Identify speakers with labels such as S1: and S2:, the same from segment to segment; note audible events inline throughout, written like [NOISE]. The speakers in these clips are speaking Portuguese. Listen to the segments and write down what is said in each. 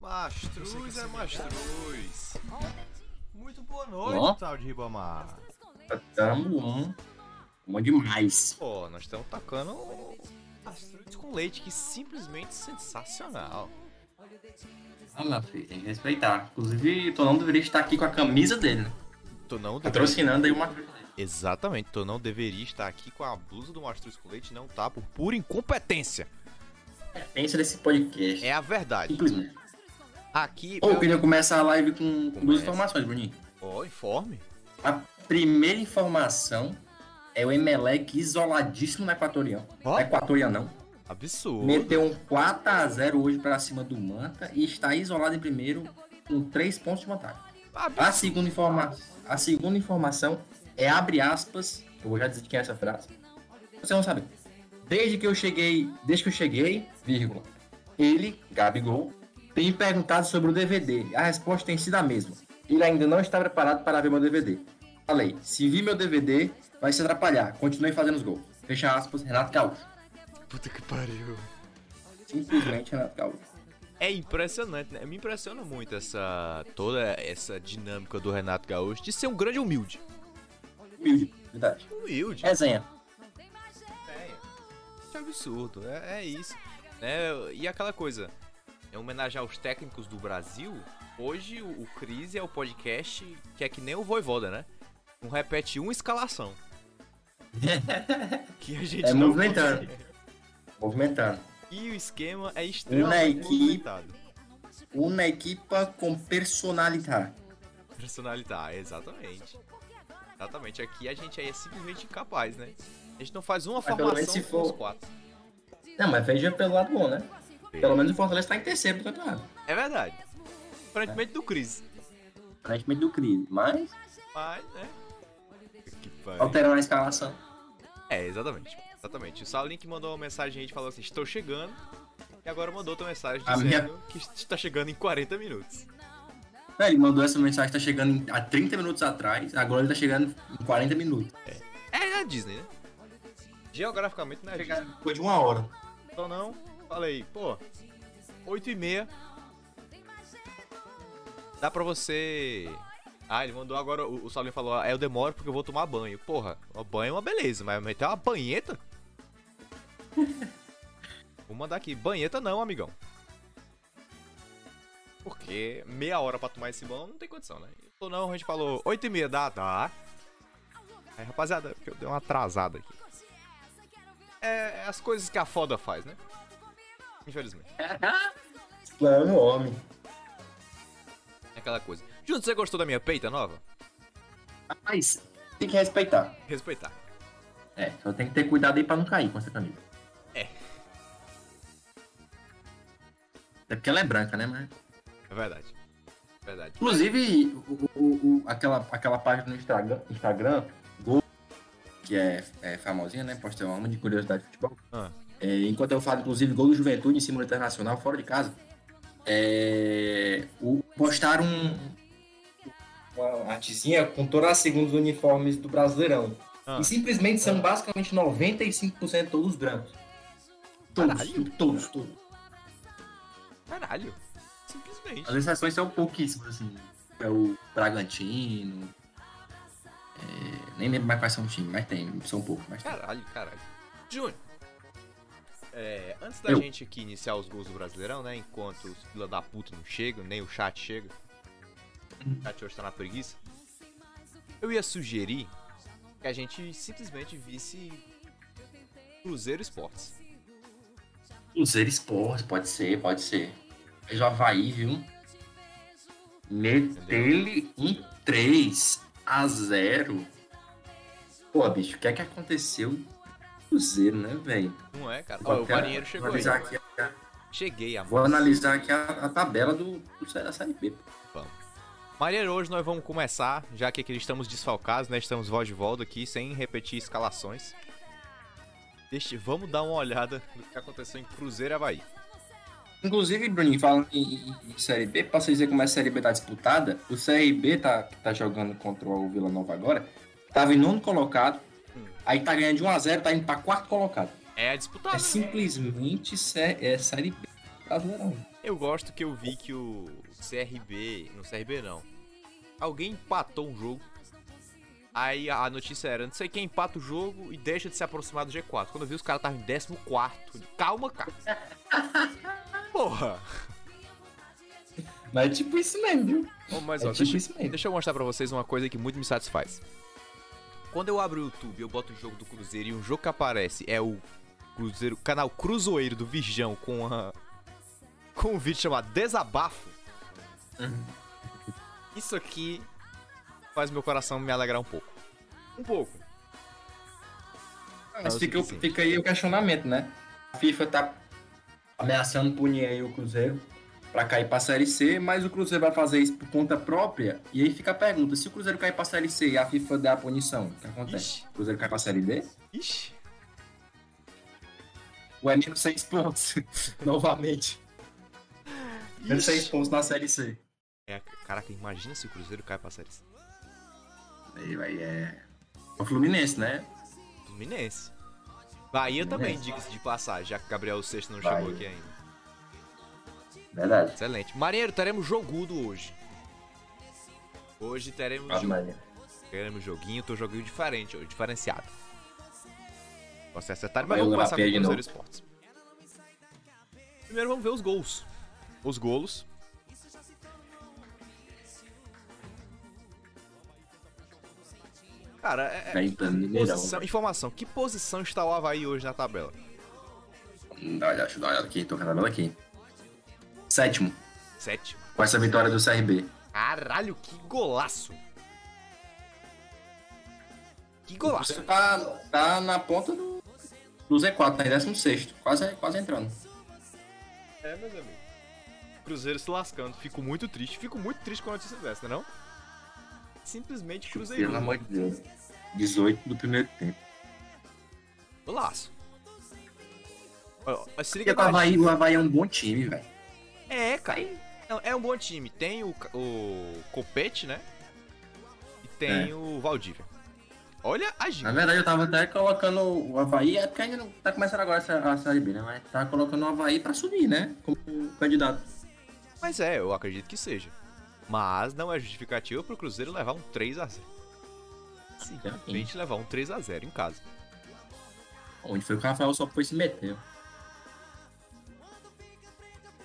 S1: Mastruz é mastruz. Muito boa noite,
S2: Ó.
S1: tal de Ribamar.
S2: Tamo bom demais.
S1: Pô, nós estamos tacando mastruz com leite, que simplesmente sensacional.
S2: Olha lá, filho, tem que respeitar. Inclusive, Tonão deveria estar aqui com a camisa dele, né?
S1: Tu não deveria...
S2: Patrocinando aí uma coisa.
S1: Exatamente, tu não deveria estar aqui com a blusa do mastruz com leite, não tá, por pura incompetência.
S2: Pensa desse podcast.
S1: É a verdade.
S2: Simplesmente.
S1: Aqui,
S2: Ou eu queria começar a live com, com duas
S1: Começa.
S2: informações, Bruninho.
S1: ó, informe.
S2: A primeira informação é o Emelec isoladíssimo na Equatorial.
S1: Ó.
S2: Na Equatorial, não.
S1: Absurdo.
S2: Meteu um 4x0 hoje pra cima do Manta e está isolado em primeiro com 3 pontos de vantagem. A
S1: Absurdo.
S2: segunda, informa a segunda informação é abre aspas. Eu vou já dizer de quem é essa frase. Vocês vão saber. Desde que eu cheguei, desde que eu cheguei, vírgula, ele, Gabigol, tem me perguntado sobre o DVD. A resposta tem sido a mesma. Ele ainda não está preparado para ver meu DVD. Falei, se vir meu DVD, vai se atrapalhar. Continue fazendo os gols. Fecha aspas, Renato Gaúcho.
S1: Ah, Puta que pariu.
S2: Simplesmente Renato Gaúcho.
S1: É impressionante, né? Me impressiona muito essa toda essa dinâmica do Renato Gaúcho de ser um grande humilde.
S2: Humilde, verdade.
S1: Humilde.
S2: Resenha.
S1: Que absurdo, é, é isso. né? e aquela coisa, em homenagem aos técnicos do Brasil, hoje o, o Crise é o podcast que é que nem o Voivoda, né? Não repete uma escalação. que a gente
S2: É
S1: não
S2: movimentando.
S1: consegue.
S2: Movimentando.
S1: E o esquema é extremamente
S2: equipe.
S1: movimentado.
S2: Uma equipa com personalidade.
S1: Personalidade, exatamente. Exatamente, aqui a gente é simplesmente incapaz, né? A gente não faz uma
S2: pelo
S1: formação
S2: menos se
S1: com os
S2: for-
S1: quatro.
S2: Não, mas veja pelo lado bom, né? Pelo menos o Fortaleza tá em terceiro do campeonato.
S1: É verdade. Aparentemente do Cris.
S2: Aparentemente do Cris, mas
S1: Mas, né? Que pariu.
S2: alterando a escalação.
S1: É, exatamente. Exatamente. O Salink mandou uma mensagem aí falou assim: estou chegando. E agora mandou outra mensagem
S2: A
S1: dizendo
S2: minha-
S1: que está chegando em 40 minutos.
S2: Não, Ele mandou essa mensagem, tá chegando em- há 30 minutos atrás, agora ele tá chegando em 40 minutos.
S1: É na Disney, né? Geograficamente na Disney.
S2: Chegaram Depois de uma hora. [LAUGHS]
S1: Então não, falei, pô, 8 e meia. Dá pra você. Ah, ele mandou agora, o, o Saulinho falou, ah, eu demoro porque eu vou tomar banho. Porra, o banho é uma beleza, mas meter uma banheta? vou mandar aqui, banheta não, amigão. Porque meia hora pra tomar esse banho não tem condição, né? Então não, a gente falou, 8 e meia, dá, dá. Aí, rapaziada, é porque eu dei uma atrasada aqui. É, é as coisas que a foda faz, né? Infelizmente.
S2: Plano homem.
S1: É aquela coisa. Junto, você gostou da minha peita nova?
S2: Mas tem que respeitar.
S1: Respeitar.
S2: É, só tem que ter cuidado aí pra não cair com essa camisa.
S1: É.
S2: É porque ela é branca, né, mas...
S1: É verdade. É Verdade.
S2: Inclusive, o- o- o- aquela, aquela página no Instagram, Instagram Gol, que é, é famosinha, né? Posta uma de curiosidade de futebol.
S1: Ah.
S2: É, enquanto eu falo, inclusive, gol do Juventude em cima do Internacional, fora de casa. É, o- postaram um- uma artezinha com todas as segundas uniformes do Brasileirão.
S1: Ah.
S2: E simplesmente são basicamente 95% todos brancos. Todos,
S1: Caralho.
S2: todos, todos.
S1: Caralho. Simplesmente.
S2: As exceções são pouquíssimas, assim. É o Bragantino. é, nem lembro mais quais são os times, mas tem, são poucos. Mas tem.
S1: Caralho, caralho. Júnior. É, antes da
S2: Eu.
S1: gente aqui iniciar os gols do Brasileirão, né? Enquanto os fila da puta não chegam, nem o chat chega. O chat hoje tá na preguiça. Eu ia sugerir que a gente simplesmente visse Cruzeiro Esportes.
S2: Cruzeiro Esporte, pode ser, pode ser. Mas o Havaí, viu? Meteu-lhe um 3 a 0. Pô, bicho, o que é que aconteceu? no Cruzeiro, né, velho?
S1: Não é, cara? Ó,
S2: Vou
S1: o
S2: até
S1: marinheiro chegou aí.
S2: analisar aqui a-
S1: Cheguei, amor.
S2: Vou analisar aqui a, a tabela do, do, da Série B.
S1: Marinheiro, hoje nós vamos começar, já que aqui estamos desfalcados, né? Estamos voz de volta aqui, sem repetir escalações. Deixa, vamos dar uma olhada no que aconteceu em Cruzeiro e Havaí.
S2: Inclusive, Bruninho, falando em, em- em Série B, posso dizer como é a Série B tá disputada? O CRB tá, que tá jogando contra o Vila Nova agora, tava em nono colocado,
S1: Hum.
S2: aí tá ganhando de 1x0, tá indo pra quarto colocado.
S1: É disputado.
S2: É simplesmente sé- é Série B brasileirão.
S1: Eu gosto que eu vi que o CRB. No CRB não. Alguém empatou um jogo. Aí a a notícia era, não sei quem empata o jogo e deixa de se aproximar do G4. Quando eu vi, os caras estavam em 14. Calma,
S2: [LAUGHS]
S1: cara. Porra.
S2: Mas é tipo isso mesmo, viu?
S1: Ô, mas,
S2: É
S1: ó,
S2: tipo
S1: deixa,
S2: isso mesmo.
S1: deixa eu mostrar pra vocês uma coisa que muito me satisfaz. Quando eu abro o YouTube, eu boto o jogo do Cruzeiro e um jogo que aparece é o Cruzeiro, canal Cruzoeiro do Virgão com a, com um vídeo chamado Desabafo.
S2: Uhum.
S1: Isso aqui faz meu coração me alegrar um pouco. Um pouco. É
S2: Mas
S1: Ah, o
S2: fica,
S1: suficiente.
S2: fica aí o questionamento, né? A FIFA tá ameaçando punir aí o Cruzeiro pra cair pra Série C, mas o Cruzeiro vai fazer isso por conta própria. E aí fica a pergunta, se o Cruzeiro cair pra Série C e a FIFA der a punição, o que acontece?
S1: Ixi,
S2: O Cruzeiro cai pra Série D?
S1: ixi.
S2: Ou é menos seis
S1: [LAUGHS]
S2: pontos, novamente. Menos seis
S1: ixi.
S2: pontos na Série C.
S1: É, caraca, imagina se o Cruzeiro cai pra série C.
S2: Aí vai, é... O Fluminense, né?
S1: Fluminense. Bahia também,
S2: Fluminense.
S1: diga-se de passagem, já que Gabriel Sexto não
S2: Bahia.
S1: chegou aqui ainda.
S2: Verdade.
S1: Excelente. Marinheiro, teremos jogudo hoje. Hoje teremos,
S2: Ah,
S1: jo-
S2: Maria.
S1: teremos joguinho, tô joguinho diferente hoje, diferenciado. Posso acertar, mas
S2: Vai
S1: vamos
S2: lá,
S1: começar com o
S2: perde
S1: Cruzeiro
S2: não.
S1: Esportes. Primeiro vamos ver os gols. Os golos. Cara, é,
S2: Vai pra tá Mineirão.
S1: Posição- informação, que posição está o Havaí hoje na tabela?
S2: Dá uma olhada, deixa eu dar uma olhada aqui, tô com a tabela aqui. Sétimo,
S1: Sétimo.
S2: com essa vitória do CRB.
S1: Caralho, que golaço! Que
S2: Você
S1: golaço!
S2: tá, tá na ponta do, do Z4, tá em 16, quase, quase entrando.
S1: É, meus amigos. Cruzeiro se lascando, fico muito triste. Fico muito triste com a notícia dessa, não? é não? Simplesmente Cruzeiro.
S2: de Deus. 18 do primeiro tempo.
S1: Golaço. Ó, ó, se
S2: Porque
S1: liga
S2: o
S1: com a
S2: Havaí, o Havaí é um bom time, velho.
S1: É, cara. Não, é um bom time. Tem o, Ca- o Copete, né? E tem o Valdívia. Olha a
S2: Na
S1: gente.
S2: verdade, eu tava até colocando o Havaí, é porque ainda não tá começando agora essa, a Série B, né? Mas tá colocando o Havaí pra subir, né? Como candidato.
S1: Mas é, eu acredito que seja. Mas não é justificativa pro Cruzeiro levar um 3x0.
S2: Então, assim,
S1: Simplesmente levar um 3x0 em casa.
S2: Onde foi que o Rafael só foi se meter.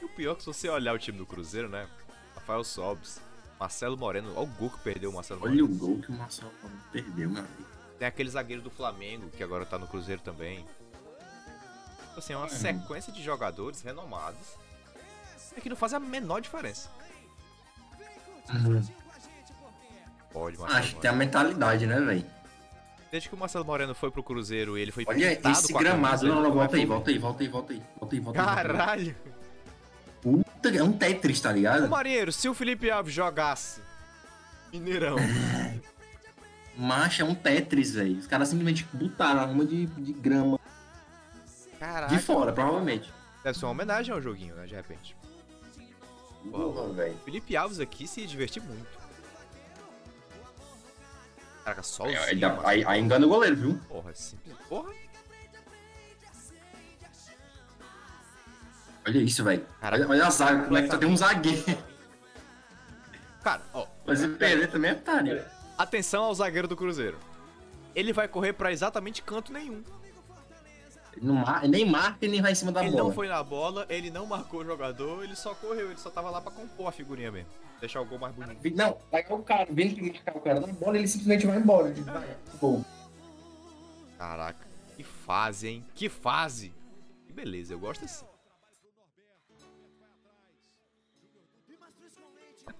S1: E o pior é que se você olhar o time do Cruzeiro, né? Rafael Sobis, Marcelo Moreno, olha o gol que perdeu o Marcelo
S2: Olha
S1: Moreno.
S2: o gol que o Marcelo Paulo perdeu, meu amigo.
S1: Tem aquele zagueiro do Flamengo, que agora tá no Cruzeiro também. Tipo Assim, é uma
S2: Hum.
S1: sequência de jogadores renomados. É que não faz a menor diferença. Uhum. Pode, Marcelo
S2: Acho que tem
S1: Moreno.
S2: a mentalidade, né, velho?
S1: Desde que o Marcelo Moreno foi pro Cruzeiro, ele foi
S2: Olha
S1: pintado
S2: esse
S1: com a camisa,
S2: gramado.
S1: ele
S2: Não, não,
S1: nunca
S2: volta aí,
S1: mais
S2: volta aí, volta aí, volta aí. Volta aí, volta aí.
S1: foi.
S2: volta aí.
S1: né? Caralho!
S2: Puta, é um Tetris, tá
S1: Ô,
S2: ligado?
S1: Marinheiro, se o Felipe Alves jogasse Mineirão,
S2: Macho é um Tetris, velho. Os caras simplesmente botaram a rama de, de grama
S1: caraca,
S2: [LAUGHS] de fora, provavelmente.
S1: deve ser uma homenagem ao joguinho, né, de repente.
S2: Porra, velho.
S1: O Felipe Alves aqui se divertir muito. Caraca, só o
S2: Aí,
S1: Zinho,
S2: aí dá-
S1: mano.
S2: É, aí- aí engana o goleiro, viu?
S1: Porra, é simples. Porra,
S2: Olha isso, velho.
S1: caraca.
S2: Olha, olha a zaga, como é que só tem um zagueiro. [LAUGHS]
S1: Cara, ó,
S2: Mas o Pelé também é otário.
S1: atenção ao zagueiro do Cruzeiro. Ele vai correr pra exatamente canto nenhum.
S2: Ele não mar- ele nem marca e nem vai em cima da
S1: ele
S2: bola.
S1: não foi na bola, ele não marcou o jogador, ele só correu, ele só tava lá pra compor a figurinha mesmo. Deixar o gol mais bonito.
S2: Não, aí o cara, vendo que marcar o cara na bola, ele simplesmente vai embora. Ele vai, gol.
S1: Caraca, que fase, hein? Que fase! Que beleza, eu gosto assim.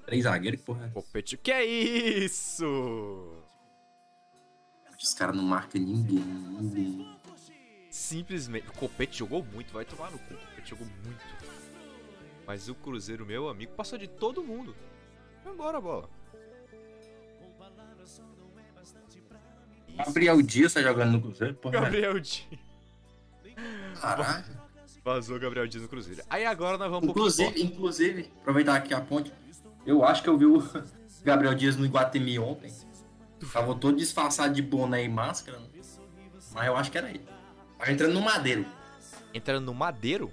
S2: Três zagueiros, que porra. é essa?
S1: Copete, que é isso?
S2: Os caras não marcam ninguém, ninguém.
S1: Simplesmente. O Copete jogou muito, vai tomar no cu. O Copete jogou muito. Mas o Cruzeiro, meu amigo, passou de todo mundo. Foi embora a bola. Isso,
S2: Gabriel Dias tá jogando no Cruzeiro, porra.
S1: [LAUGHS] Gabriel Dias.
S2: Caralho.
S1: Vazou o Gabriel Dias no Cruzeiro. Aí agora
S2: um
S1: nós vamos pro futebol.
S2: Inclusive, inclusive, aproveitar aqui a ponte, eu acho que eu vi o [LAUGHS] Gabriel Dias no Iguatemi ontem. Tava todo disfarçado de boné e máscara, né? mas eu acho que era ele. Tava entrando no madeiro.
S1: Entrando no Madeiro.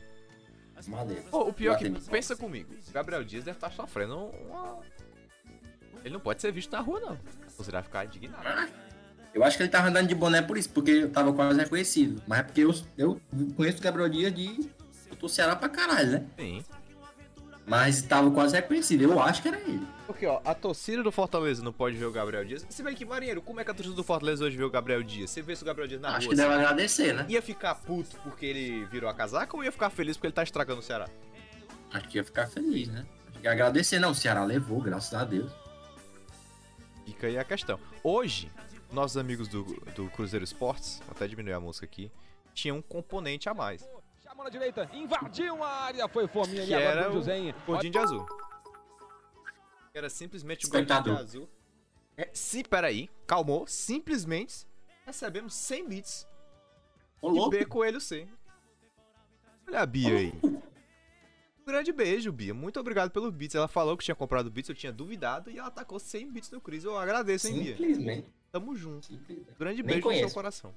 S2: Madeira.
S1: Pô, o pior é que,
S2: Lá tem-
S1: pensa comigo, o Gabriel Dias deve estar sofrendo uma... Ele não pode ser visto na rua, não. Você vai ficar indignado.
S2: Eu acho que ele tava andando de boné por isso, porque eu tava quase reconhecido. Mas é porque eu, eu conheço o Gabriel Dias de. Eu tô Ceará pra caralho, né?
S1: Sim.
S2: Mas tava quase reconhecido. Eu acho que era ele.
S1: Porque, ó, a torcida do Fortaleza não pode ver o Gabriel Dias. Se bem que, Marinheiro, como é que a torcida do Fortaleza hoje vê o Gabriel Dias? Você vê se o Gabriel Dias na
S2: acho
S1: rua,
S2: que deve agradecer, né?
S1: assim, ia ficar puto porque ele virou a casaca ou ia ficar feliz porque ele tá estragando o Ceará?
S2: Acho que ia ficar feliz, né? Acho que ia agradecer, não. O Ceará levou, graças a Deus.
S1: Fica aí a questão. Hoje, nossos amigos do, do Cruzeiro Esportes, vou até diminuir a música aqui, tinha um componente a mais,
S3: Chamou na direita, invadiu a área, foi fominha
S1: que
S3: e agora
S1: era
S3: o
S1: o
S3: Juzen.
S1: gordinho de azul. Era simplesmente o gordinho de
S2: Espectador.
S1: azul. É, sim, peraí, calmou, simplesmente recebemos 100 bits
S2: Ô,
S1: de
S2: louco.
S1: B Coelho C. Tá Olha a Bia aí. [LAUGHS] Um grande beijo, Bia. Muito obrigado pelo bits. Ela falou que tinha comprado bits, eu tinha duvidado e ela atacou 100 bits no Cris. Eu agradeço, hein, Bia.
S2: Simplesmente.
S1: Tamo junto.
S2: simplesmente.
S1: Grande
S2: Nem
S1: beijo no seu
S2: conheço.
S1: coração.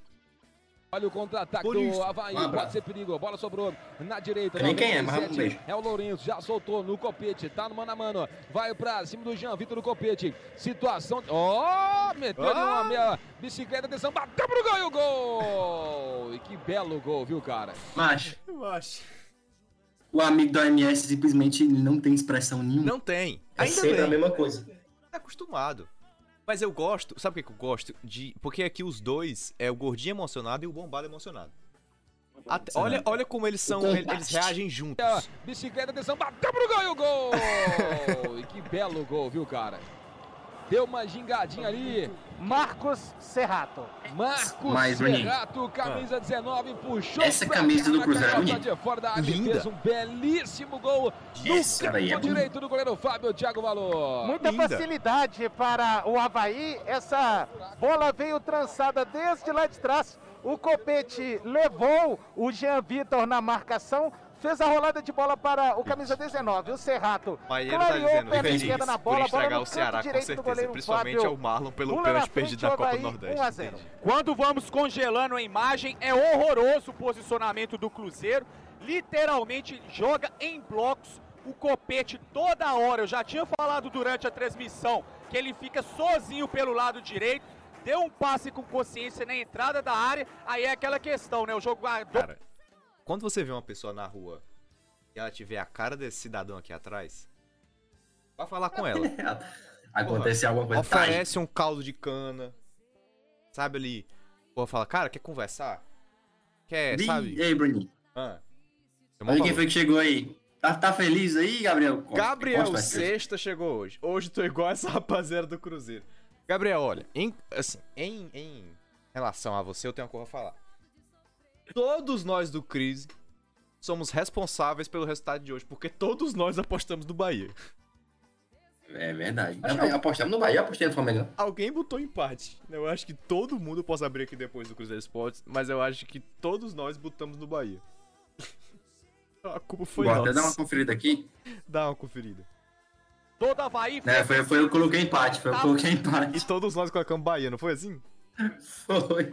S3: Olha o contra-ataque
S1: Por isso.
S3: do Havaí,
S2: Um abraço.
S3: pode ser perigo. Bola sobrou na direita.
S2: Eu nem quem é, mas
S3: 97,
S2: um beijo.
S3: É o Lourenço, já soltou no copete, tá no mano a mano. Vai pra cima do Jean Vitor no copete. Situação. Ó, meteu
S1: Ah!
S3: uma meia bicicleta, atenção, bateu pro gol e o gol! E que belo gol, viu, cara?
S2: Mas
S1: Eu acho.
S2: o amigo do MS simplesmente não tem expressão nenhuma.
S1: Não tem.
S2: é
S1: Ainda
S2: sempre a
S1: bem.
S2: mesma coisa.
S1: Tá acostumado. Mas eu gosto, sabe o que que eu gosto? De, porque aqui os dois é o gordinho emocionado e o bombado emocionado. Até- olha, olha como eles são,
S2: O
S1: ele- eles
S2: contraste.
S1: reagem
S3: Meia
S1: juntos.
S3: Bicicleta, atenção, bateu pro gol e o gol! e que belo gol, viu, cara? Deu uma gingadinha ali.
S4: Marcos Serrato.
S3: Marcos
S2: Mas, Bruninho,
S3: Serrato, camisa 19, puxou.
S2: um Ah. essa
S3: pra
S2: camisa
S3: cá,
S2: do
S3: na
S2: Cruzeiro é
S3: canhota
S2: bonita.
S3: de fora da área, e
S1: Linda.
S3: fez um belíssimo gol
S2: Esse
S3: no
S2: cara aí é
S3: canto
S2: bonito.
S3: direito do goleiro Fábio Thiago Valor.
S4: Muita
S1: linda.
S4: facilidade para o Havaí. Essa bola veio trançada desde lá de trás. O Copete levou o Jean Vitor na marcação. Fez a rolada de bola para o camisa 19, o Serrato.
S1: Mas ele tá
S4: clareou
S1: dizendo,
S4: o pé da
S1: feliz
S4: esquerda na
S1: por
S4: bola, bola
S1: estragar
S4: no
S1: o Ceará, com
S4: canto direito do
S1: certeza.
S4: goleiro
S1: Principalmente
S4: Fábio.
S1: ao Marlon pelo
S4: Pula
S1: pênalti
S4: na frente,
S1: perdido na Copa do
S4: Havaí,
S1: Nordeste.
S4: 1 a 0.
S1: entendi.
S5: Quando vamos congelando a imagem, é horroroso o posicionamento do Cruzeiro. Literalmente joga em blocos o copete toda hora. Eu já tinha falado durante a transmissão que ele fica sozinho pelo lado direito. Deu um passe com consciência na entrada da área. Aí é aquela questão, né? O jogador
S1: Cara, quando você vê uma pessoa na rua e ela tiver a cara desse cidadão aqui atrás, vai falar com ela.
S2: Aconteceu alguma coisa. Tá aí.
S1: oferece um caldo de cana. Sabe ali? Pô, fala, cara, quer conversar? Quer,
S2: Ih,
S1: sabe?
S2: E aí, Bruninho?
S1: Ah, Seu mal
S2: Olha quem
S1: falou.
S2: foi que chegou aí. Tá, tá feliz aí, Gabriel? Conta-
S1: Gabriel
S2: conta pra gente.
S1: Sexta chegou hoje. Hoje tô igual essa [LAUGHS] rapaziada do Cruzeiro. Gabriel, olha, em, assim, em, em relação a você, eu tenho uma coisa a falar. Todos nós do Crise somos responsáveis pelo resultado de hoje, porque todos nós apostamos no Bahia.
S2: É verdade. Eu apostamos no Bahia, eu apostei no Flamengo. né?
S1: Alguém botou empate. Eu acho que todo mundo, eu posso abrir aqui depois do Cruzeiro Sports, mas eu acho que todos nós botamos no Bahia. [LAUGHS] A culpa foi
S2: Bora até dar uma
S1: nossa.
S2: conferida aqui.
S1: Dá uma conferida.
S5: todo Havaí
S2: Né, foi, foi eu que coloquei empate,
S1: Tá.
S2: foi eu que coloquei
S1: E
S2: empate.
S1: todos nós colocamos Bahia, não foi assim?
S2: Foi.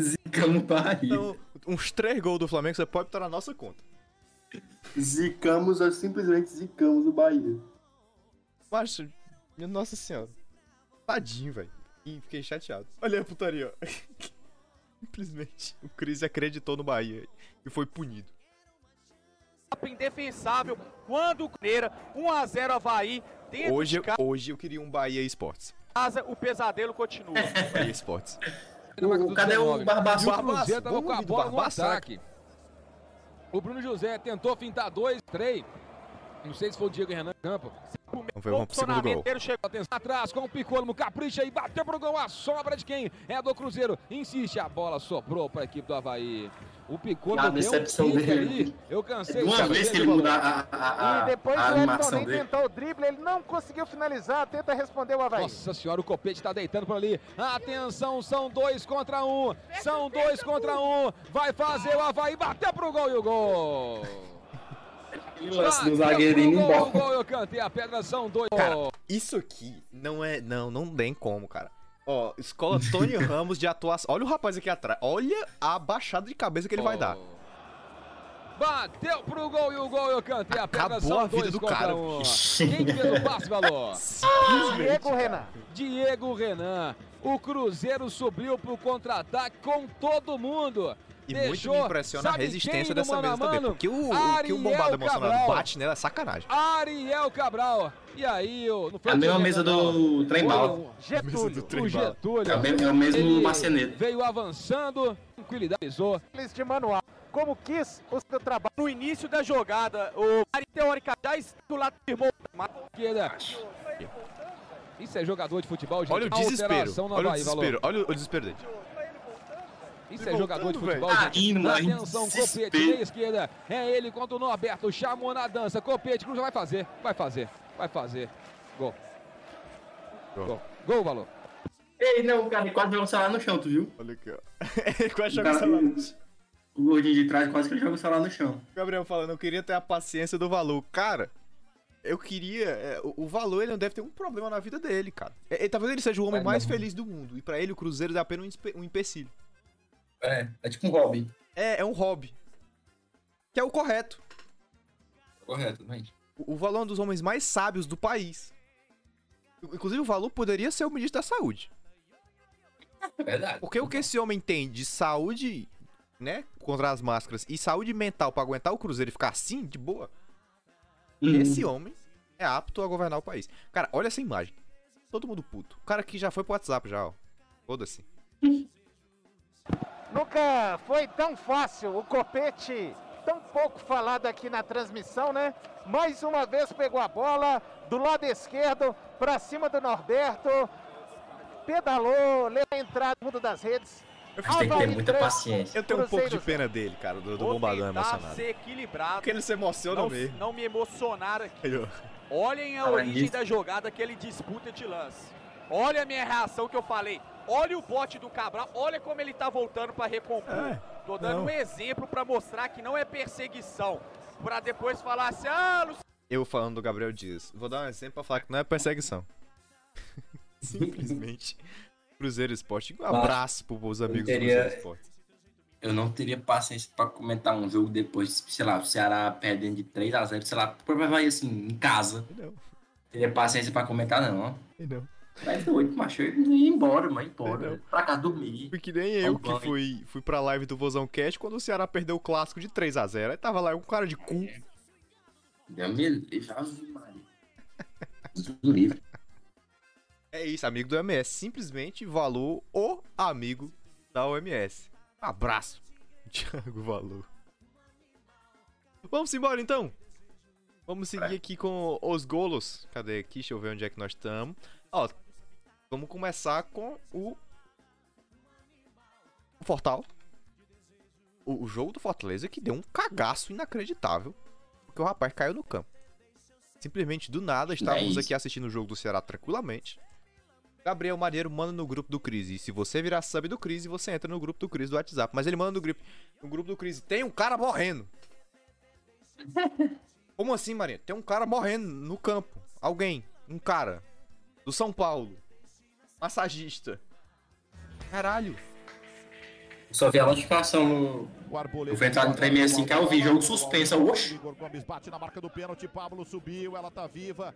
S2: Zicamos o Bahia.
S1: Então, uns três gols do Flamengo você pode botar na nossa conta.
S2: Zicamos, nós simplesmente zicamos o Bahia.
S1: Mas, minha nossa senhora. Tadinho, velho. E fiquei chateado. Olha a putaria, [LAUGHS] ó. Simplesmente. O Cris acreditou no Bahia e foi punido.
S5: tapa indefensável. Quando o Cruzeiro 1 a 0 Havaí, dentro
S1: Hoje,
S5: de
S1: hoje eu queria um Bahia Esportes.
S5: casa, o pesadelo continua.
S1: Bahia Esportes.
S2: O, cadê o Barbaço?
S3: E o
S1: Barbaço,
S3: Cruzeiro tava
S1: bom
S3: com a
S1: ouvido,
S3: bola no
S1: Barbaço.
S3: ataque. O Bruno José tentou fintar dois, três. Não sei se foi o Diego Renan Campo.
S1: Vamos ver, vamos pro segundo gol.
S5: Cruzeiro chegou
S3: Atenção atrás com o Picolmo, capricha e bateu pro gol. A sobra de quem? É do Cruzeiro. Insiste, a bola sobrou pra equipe do Havaí. O Picolmo
S2: Ah,
S3: deu
S2: decepção
S3: um pique
S2: dele.
S3: ali. Eu cansei.
S2: Uma
S3: sabe,
S2: vez que
S3: dele,
S2: ele
S3: Valor.
S2: muda a, a, a,
S4: E depois
S2: a
S4: o Everton
S2: animação
S4: nem
S2: dele.
S4: tentou o drible, ele não conseguiu finalizar, tenta responder o Havaí.
S3: Nossa senhora, o Copete tá deitando por ali. Atenção, são dois contra um. São dois contra um. Vai fazer o Havaí, bateu pro gol e o gol.
S2: Ele lança um no
S3: Bateu
S2: zagueiro
S3: pro
S2: indo
S3: gol,
S2: embora.
S3: o gol, eu cantei a pedra, são dois.
S1: Isso aqui não é. Não, não tem como, cara. Ó, escola [LAUGHS] Tony Ramos de atuação. Olha o rapaz aqui atrás. Olha a baixada de cabeça que ele vai dar.
S3: Bateu pro gol e o gol eu cantei a pedra.
S1: Acabou
S3: são
S1: a vida
S3: dois
S1: do
S3: contra
S1: cara.
S3: Um. Quem que
S2: [LAUGHS]
S3: fez o passe, valor?
S4: Diego Renan.
S3: Diego Renan. O Cruzeiro subiu pro contra-ataque com todo mundo.
S1: E muito me impressiona a
S3: sabe
S1: resistência
S3: quem
S1: dessa
S3: no
S1: mesa também.
S3: mano?
S1: Porque o, o que o
S3: Ariel
S1: bombado emocionado
S3: Cabral.
S1: bate nela é sacanagem.
S3: Ariel Cabral. E aí, o... não
S2: É
S3: foi
S2: a
S3: o
S2: mesma
S3: Diego
S2: mesa
S3: Renan, não.
S2: do trem bala.
S1: Mesa
S4: Olha,
S1: do
S4: Getúlio.
S1: trem
S3: O
S1: bala.
S3: Getúlio
S2: É o mesmo, é o mesmo
S3: ele
S2: Marceneiro.
S3: veio avançando, tranquilidade,
S4: Eles de manual. Como quis o seu trabalho.
S5: No início da jogada, o Mari teórica já está do lado do irmão. Mas
S3: esquerda. Isso é jogador de futebol, gente.
S1: Olha o desespero.
S3: Alteração no
S1: Olha o
S3: Havaí, Valor.
S1: desespero. Olha o, o desespero dele.
S3: Isso é jogador de futebol,
S2: velho.
S3: gente.
S2: Tá indo,
S3: Atenção,
S2: mano,
S3: Copete,
S2: desespero.
S3: meia esquerda. É ele contra o Norberto. Chamou na dança. Copete, Cruz vai fazer. Vai fazer. Vai fazer. Gol.
S1: Gol.
S3: Gol. Gol, Valor.
S2: Ei, não, o cara quase jogou o celular no chão, tu viu?
S1: Olha aqui, ó. [LAUGHS] Ele quase
S2: O,
S1: joga
S2: cara- hum.
S1: o celular.
S2: o gordinho de trás quase que ele joga o celular no chão.
S1: O Gabriel falando, eu queria ter a paciência do valor. Cara, eu queria. é, o, o valor, ele não deve ter um problema na vida dele, cara. É, é, talvez ele seja o homem
S2: É,
S1: mais
S2: não.
S1: feliz do mundo. E pra ele, o Cruzeiro dá apenas um, espe- um empecilho.
S2: É, é tipo um Robin.
S1: É, é um hobby. Que é o correto.
S2: Correto, gente.
S1: O, o valor é um dos homens mais sábios do país. Inclusive, o valor poderia ser o ministro da saúde.
S2: É verdade.
S1: Porque
S2: [LAUGHS]
S1: o que esse homem tem de saúde, né? Contra as máscaras e saúde mental pra aguentar o Cruzeiro e ficar assim, de boa.
S2: Uhum.
S1: Esse homem é apto a governar o país. Cara, olha essa imagem. Todo mundo puto. O cara que já foi pro WhatsApp já, ó. Foda-se.
S4: Nunca foi tão fácil o copete, tão pouco falado aqui na transmissão, né? Mais uma vez pegou a bola do lado esquerdo para cima do Norberto. Pedalou, levou a entrada no mundo das redes.
S2: Tem que ter
S4: Alvaí
S2: muita
S4: três,
S2: paciência.
S1: Eu tenho um pouco de
S4: Cruzeiro
S1: pena dele, cara, do, do
S5: vou
S1: bombadão
S5: tentar
S1: emocionado.
S5: ser equilibrado.
S1: Porque ele se emociona
S5: Não,
S1: mesmo.
S5: não me emocionar aqui.
S1: Aí, ó.
S5: Olhem a
S2: Fala
S5: origem
S2: nisso.
S5: da jogada que ele disputa de lance. Olha a minha reação que eu falei. Olha o bote do Cabral, olha como ele tá voltando pra recompor.
S1: É,
S5: Tô dando
S1: não.
S5: um exemplo pra mostrar que não é perseguição. Pra depois falar assim, ah, Luciano,
S1: Eu falando do Gabriel Dias. Vou dar um exemplo pra falar que não é perseguição. [LAUGHS] Simplesmente. Cruzeiro Esporte. Um abraço pros amigos do
S2: teria-
S1: Cruzeiro Esporte.
S2: Eu não teria paciência pra comentar um jogo depois, sei lá, o Ceará perdendo de 3x0, sei lá, vai assim, em casa.
S1: Não,
S2: Teria paciência pra comentar, não, ó.
S1: não.
S2: Mas doido, macho, eu ia embora, mas embora.
S1: Não.
S2: Pra cá dormir.
S1: Foi que nem eu que fui, fui pra live do Vozão Cast quando o Ceará perdeu o clássico de 3x0. Aí tava lá um cara de cu.
S2: Deus me livre, Jesus Maria. Jesus me livre.
S1: É isso, amigo do MS. Simplesmente valor o amigo da OMS. Abraço, [LAUGHS] Thiago Valor. Vamos embora então? Vamos seguir aqui com os golos. Cadê aqui? Deixa eu ver onde é que nós estamos. Ó, vamos começar com o. O Fortal. O, o jogo do Fortaleza que deu um cagaço inacreditável. Porque o rapaz caiu no campo. Simplesmente do nada, estávamos
S2: isso.
S1: aqui assistindo o jogo do Ceará tranquilamente. Gabriel Marinheiro manda no grupo do Crise. E se você virar sub do Crise, você entra no grupo do Crise do WhatsApp. Mas ele manda no grupo, no grupo do Crise. Tem um cara morrendo. Como assim, Marinho? Tem um cara morrendo no campo. Alguém. Um cara. Do São Paulo. Massagista. Caralho.
S2: Só vi a notificação no.
S6: O Arboleda.
S2: Eu vou entrar no 365, eu vi jogo suspenso, oxe.
S6: Igor Gomes bate na marca do pênalti, Pablo subiu, ela tá viva.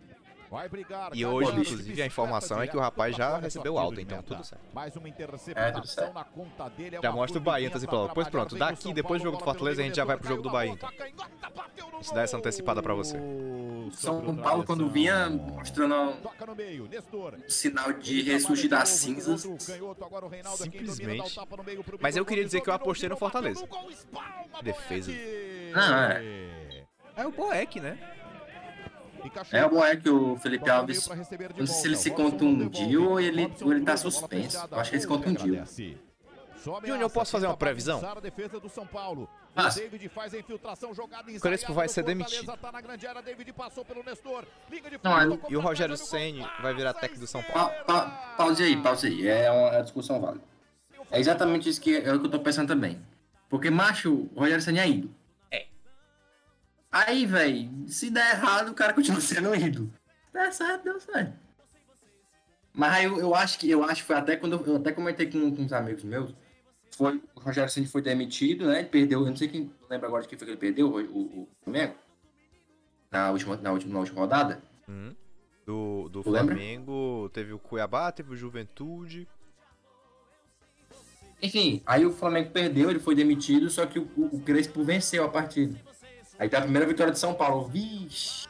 S6: Vai brigar. tá
S1: E hoje,
S6: Cavani,
S1: inclusive, a informação é que o rapaz já recebeu alta, então tudo certo.
S6: Mais uma
S2: É, tudo
S6: interceptação
S2: certo.
S6: na conta dele. é
S1: Já
S6: uma
S1: mostra o Bahia,
S6: formiguinha
S1: tá assim,
S6: pra
S1: falando, pois
S6: trabalhar,
S1: pronto,
S6: vem o
S1: daqui,
S6: São
S1: depois do
S6: Paulo,
S1: jogo do
S6: bola pelo
S1: Fortaleza, a gente
S6: meio,
S1: já vai pro
S6: caiu
S1: jogo do
S6: na
S1: Bahia,
S6: boca, canhota, bateu no
S1: Isso dá essa antecipada pra você.
S6: gol. Sobre
S2: São
S6: o
S2: Paulo, quando
S6: travessão.
S2: vinha mostrando
S6: Toca no meio, Nestor.
S2: o sinal
S3: Tá
S2: de ressurgir das cinzas.
S1: Simplesmente. Mas eu queria dizer que eu apostei no Fortaleza. Defesa.
S2: Não,
S1: É o Boeck, né?
S2: É o é que o Felipe Alves. não sei se ele se contundiu ou ele- ou ele tá suspenso. Eu acho que ele se contundiu.
S6: Júnior, eu posso fazer uma previsão?
S2: Ah.
S1: Crespo vai ser demitido.
S7: tá
S2: Não, é. eu-
S1: E o Rogério Ceni vai
S7: Ah,
S1: virar técnico do São Paulo.
S2: Pa, pa, pause aí, pause aí. É uma é uma discussão válida. É exatamente isso que, é o que eu tô pensando também. Porque, macho, o Rogério Senna é ídolo. É. Aí, velho, se der errado, o cara continua [LAUGHS] sendo ídolo. Se der certo, deu certo. Mas aí eu, eu acho que eu acho que foi até quando eu, eu até comentei com, com uns amigos meus. foi, o Rogério Ceni foi demitido, né? Ele perdeu, eu não sei quem, não lembro agora de quem foi que ele perdeu, o, o, o Flamengo. Na última, na, última, na última rodada.
S1: Uhum. Do, do
S2: Tu lembra?
S1: Flamengo, teve o Cuiabá, teve o Juventude.
S2: Enfim, aí o Flamengo perdeu, ele foi demitido, só que o, o- o Crespo venceu a partida. Aí tá a primeira vitória de São Paulo. Vixe!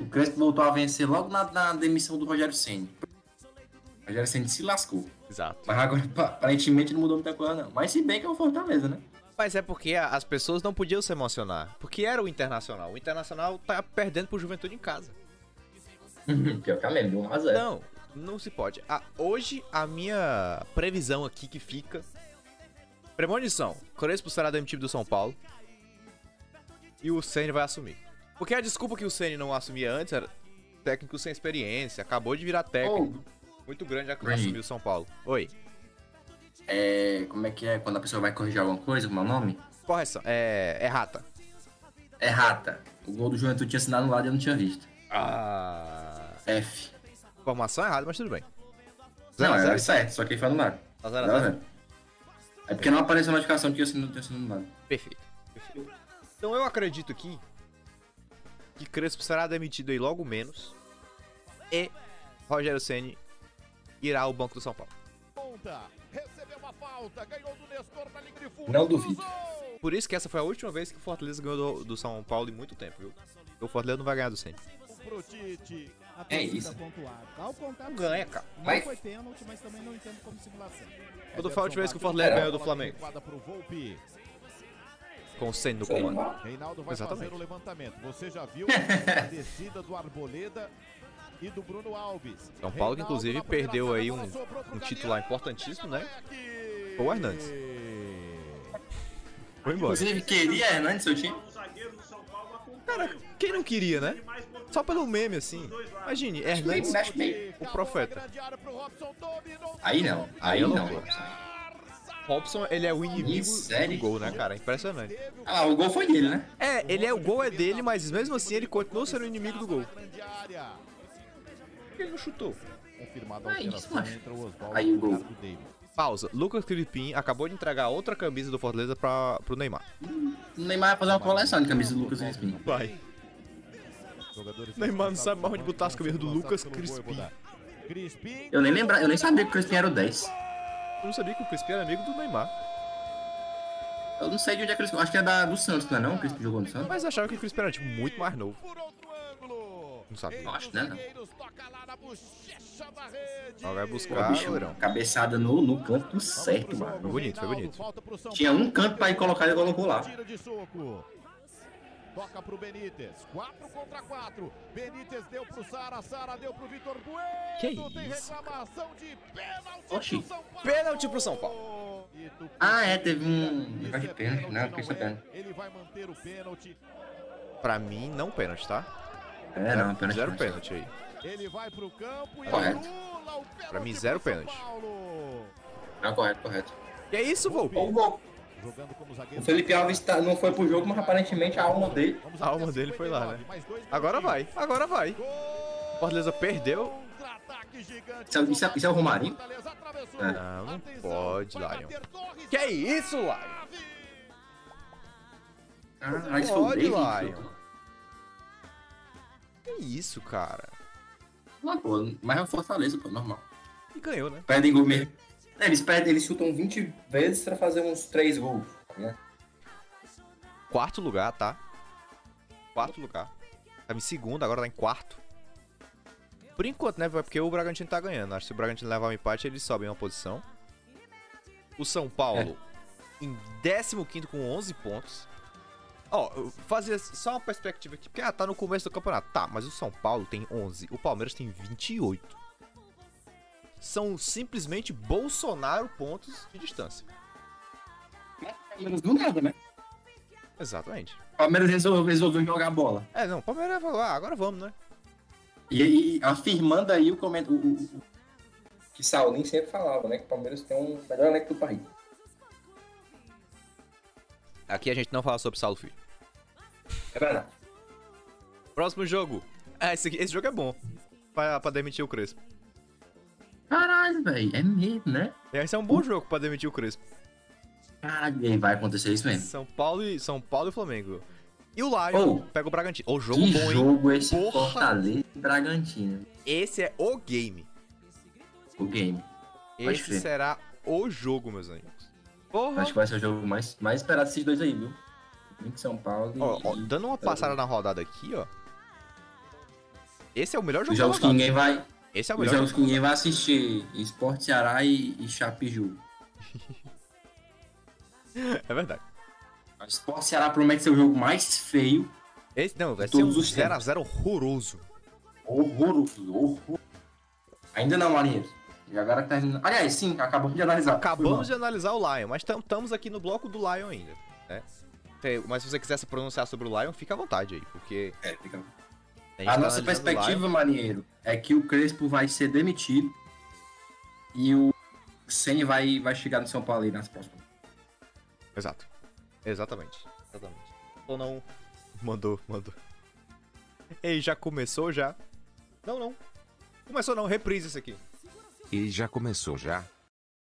S2: O Crespo voltou a vencer logo na, na demissão do Rogério Ceni. O Rogério Ceni se lascou.
S1: Exato.
S2: Mas agora, pa- aparentemente, não mudou muita coisa, não. Mas se bem que é o Fortaleza, né?
S1: Mas é porque a- as pessoas não podiam se emocionar. Porque era o Internacional. O Internacional tá perdendo pro Juventude em casa.
S2: Uhum, Pior que a mesmo, é. 1 a 0.
S1: Não, não se pode. Ah, hoje, a minha previsão aqui que fica... Premonição. Crespo será demitido do São Paulo. E o Ceni vai assumir. Porque a desculpa que o Ceni não assumia antes era técnico sem experiência. Acabou de virar técnico.
S2: Ou,
S1: Muito grande a
S2: Ray.
S1: assumir o São Paulo. Oi.
S2: é, como é que é? Quando a pessoa vai corrigir alguma coisa, como é o nome?
S1: Correção. É. Errata.
S2: É rata. O gol do Juventude tinha assinado lado e eu não tinha visto.
S1: Ah.
S2: F.
S1: Informação é errada, mas tudo bem.
S2: Não,
S1: Zero a
S2: era
S1: zero?
S2: certo, só que ele foi anulado.
S1: Tá zero a
S2: Zero a
S1: zero?
S2: zero. né? É porque não apareceu a notificação de que eu assinei- tinha sido anulado.
S1: Perfeito. Perfeito. Então eu acredito que. Que Crespo será demitido aí logo menos. E Rogério Ceni irá ao Banco do São Paulo.
S6: Ponta, recebeu uma falta, ganhou do Nestor na linha de fundo.
S2: Não duvido.
S6: cruzou!
S1: Por isso que essa foi a última vez que o Fortaleza ganhou do, do São Paulo em muito tempo, viu? O Fortaleza não vai ganhar do Ceni.
S6: Pro Tite.
S8: A
S2: É
S8: torcida
S2: isso.
S8: pontuada. Ao contar
S1: Não ganha, É, cara.
S8: Não
S2: Mas-
S8: foi pênalti, mas também não entendo como simulação. é
S1: Quando foi a última vez que o Fortaleza ganhou do Flamengo?
S6: Quadra pro Volpe.
S1: Com o Ceni no comando.
S6: Reinaldo vai
S1: Exatamente.
S6: fazer o levantamento. Você já
S1: [LAUGHS]
S6: viu a descida do Arboleda e do Bruno Alves.
S1: São Paulo, que, inclusive,
S6: na primeira
S1: perdeu aí
S6: bola
S1: um-
S6: sobrou pro
S1: um
S6: Galeano.
S1: titular importantíssimo, né?
S6: Moleque!
S1: Foi o Hernandes. Foi embora.
S2: Inclusive, queria Hernandes, seu time?
S1: Cara, quem não queria, né? Só pelo meme, assim. Imagine, Hernandes,
S2: Mexe meio.
S1: o profeta.
S6: é Grande área pro Robson, dominou.
S2: Aí não, aí é
S1: eu não
S2: não.
S1: vou. Robson, ele é o inimigo do
S2: Miséria.
S1: gol, né, cara? Impressionante.
S2: Ah, o gol foi dele, né?
S1: É, ele é o gol é dele, mas mesmo assim ele continuou sendo o inimigo do gol.
S6: Grande área.
S1: Por que ele não chutou?
S6: Confirmada a
S2: Ah, isso,
S6: alteração
S2: macho.
S6: entra o Oswaldo
S2: Aí o
S6: no lugar
S2: gol.
S6: do David.
S1: Pausa. Lucas Filipim acabou de entregar outra camisa do Fortaleza pra, pro Neymar.
S2: O Neymar vai fazer uma coleção de camisa do Lucas Crispim.
S1: Vai.
S6: Jogadores
S1: Neymar não sabe
S6: responsáveis
S1: mais onde
S6: pelo
S1: botar as camisas do
S6: lançado
S1: Lucas
S6: pelo
S1: Crispim.
S6: Voivoda. Crispim.
S2: Eu nem lembra, eu nem sabia que o Crispim era o 10.
S1: Eu não sabia que o Crispim era amigo do Neymar.
S2: Eu não sei de onde é que ele. Acho que é da, do Santos, não é não? O Crispim jogou no Santos.
S1: Mas achava que o Crispim era, tipo, muito mais novo.
S6: Por outro ângulo.
S1: Não sabia.
S6: Entre
S2: Acho,
S6: os
S2: né, não?
S6: zagueiros, toca lá na bochecha da rede.
S1: Ela vai
S2: Pô,
S1: buscar,
S2: bicho,
S1: loirão.
S2: cabeçada no, no canto
S6: Vamos
S2: certo,
S6: pro jogo.
S2: mano.
S1: Foi bonito, foi
S6: Reinaldo,
S1: bonito.
S6: falta pro São
S2: Tinha um canto pra ir colocar, ele colocou lá.
S6: Tira de soco. Toca pro Benítez. 4 contra 4. Benítez deu pro Sara, Sara deu pro Vitor Bueno.
S1: Que
S6: Tem
S1: isso,
S6: reclamação de pênalti
S2: Oxi.
S6: pro São Paulo.
S1: Pênalti pro São Paulo.
S6: E do-
S2: Ah, é, teve um
S6: Isso
S2: negócio de
S6: é
S2: pênalti, né?
S6: não
S2: Fiquei
S6: é.
S2: sabendo.
S6: Ele vai manter o pênalti.
S1: Pra mim, não pênalti, tá?
S2: É, não, pênalti.
S1: Zero
S2: não.
S1: pênalti aí.
S6: Ele vai pro campo e
S2: Correto.
S6: anula o pênalti.
S1: Pra mim, zero
S6: pro São
S1: pênalti.
S6: Paulo.
S2: Não, correto, correto.
S1: Que é isso, Volpe?
S2: Ó, o gol.
S6: Jogando como zagueiro.
S2: O Felipe Alves tá- não foi pro jogo, mas aparentemente a alma dele.
S6: Vamos
S1: A alma
S6: até
S1: dele foi lá, né?
S6: 59, mais dois
S1: Agora
S6: minutinhos.
S1: vai, agora vai.
S6: Gol!
S1: Fortaleza perdeu.
S6: Contra-ataque gigante.
S2: Isso é- isso é- isso é o Romarinho?
S6: Fortaleza atravessou.
S2: É.
S1: Não, não
S6: Atenção,
S1: pode,
S6: vai
S1: Lion.
S6: bater Torres
S1: Que
S6: na
S1: é isso, Lion?
S6: trave.
S2: Ah, isso foi o
S1: Olha
S2: David.
S1: lá, ó. Que isso, cara?
S2: Ah, pô, Mas é o Fortaleza, pô, normal.
S1: E ganhou, né?
S2: Pedem gol mesmo. É, eles, pedem, eles chutam 20 vezes pra fazer uns 3 gols. né?
S1: Quarto lugar, tá? Quarto lugar. Tava em segundo, agora tá em quarto. Por enquanto, né? Porque o Bragantino tá ganhando. Acho que se o Bragantino levar um empate, eles sobem uma posição. O São Paulo em 15 com 11 pontos. Ó, eu fazer só uma perspectiva aqui, porque ah, tá no começo do campeonato. Tá, mas o São Paulo tem 11, o Palmeiras tem 28. São simplesmente Bolsonaro pontos de distância.
S2: Pelo menos do nada, né?
S1: Exatamente.
S2: O Palmeiras resolveu, resolveu jogar bola.
S1: É, não, o Palmeiras falou, ah, agora vamos, né?
S2: E, e afirmando aí o comentário. Que Saulinho sempre falava, né? Que o Palmeiras tem um melhor elenco do país.
S1: Aqui a gente não fala sobre Saulo Filho.
S2: É verdade.
S1: Próximo jogo. Ah, esse, aqui- esse jogo é bom. Pra, pra demitir o Crespo.
S2: Caralho, velho. É mesmo, né? Hum.
S1: Esse é um bom jogo pra demitir o Crespo.
S2: Caralho, e aí vai acontecer isso mesmo.
S1: São Paulo e, São Paulo e Flamengo. E o Lion
S2: Ou,
S1: pega o Bragantino. Ô, jogo
S2: Oh. que
S1: bom, hein?
S2: jogo esse
S1: Porra.
S2: Fortaleza e Bragantino.
S1: Esse é o game.
S2: O game. Pode
S1: Esse
S2: crer.
S1: será o jogo, meus amigos. Porra!
S2: Acho que vai ser o jogo mais, mais esperado desses dois aí, viu? Flamengo e São Paulo.
S1: Ó, ó,
S2: e-
S1: dando uma passada na rodada aqui, ó. Esse é o melhor jogo
S2: Os
S1: da
S2: jogos que
S1: rodada.
S2: ninguém vai,
S1: Esse é o
S2: os
S1: melhor jogo.
S2: jogos que ninguém vai assistir. Esporte Ceará e, e Chapiju.
S1: É verdade.
S2: Esporte Ceará promete ser o jogo mais feio.
S1: Esse, não, vai
S2: De
S1: ser um
S2: todos os
S1: 0x0 horroroso.
S2: Horroroso, horror. Ainda não, Marinheiros. E agora que tá indo- Aliás, sim, acabamos de analisar.
S1: Acabamos de
S2: Foi mal.
S1: analisar o Lion, mas estamos aqui no bloco do Lion ainda. Né? Tem- Mas se você quiser se pronunciar sobre o Lion, fica à vontade aí, porque
S2: É, fica-
S1: a gente
S2: A
S1: tá
S2: nossa
S1: analisando o
S2: perspectiva,
S1: Lion.
S2: Marinheiro, é que o Crespo vai ser demitido e o Ceni vai, vai chegar no São Paulo aí nas próximas.
S1: Exato. Exatamente. Exatamente. Ou não. Mandou, mandou. Ei, já começou já? Não, não. Começou não, reprise isso aqui.
S7: E já começou já?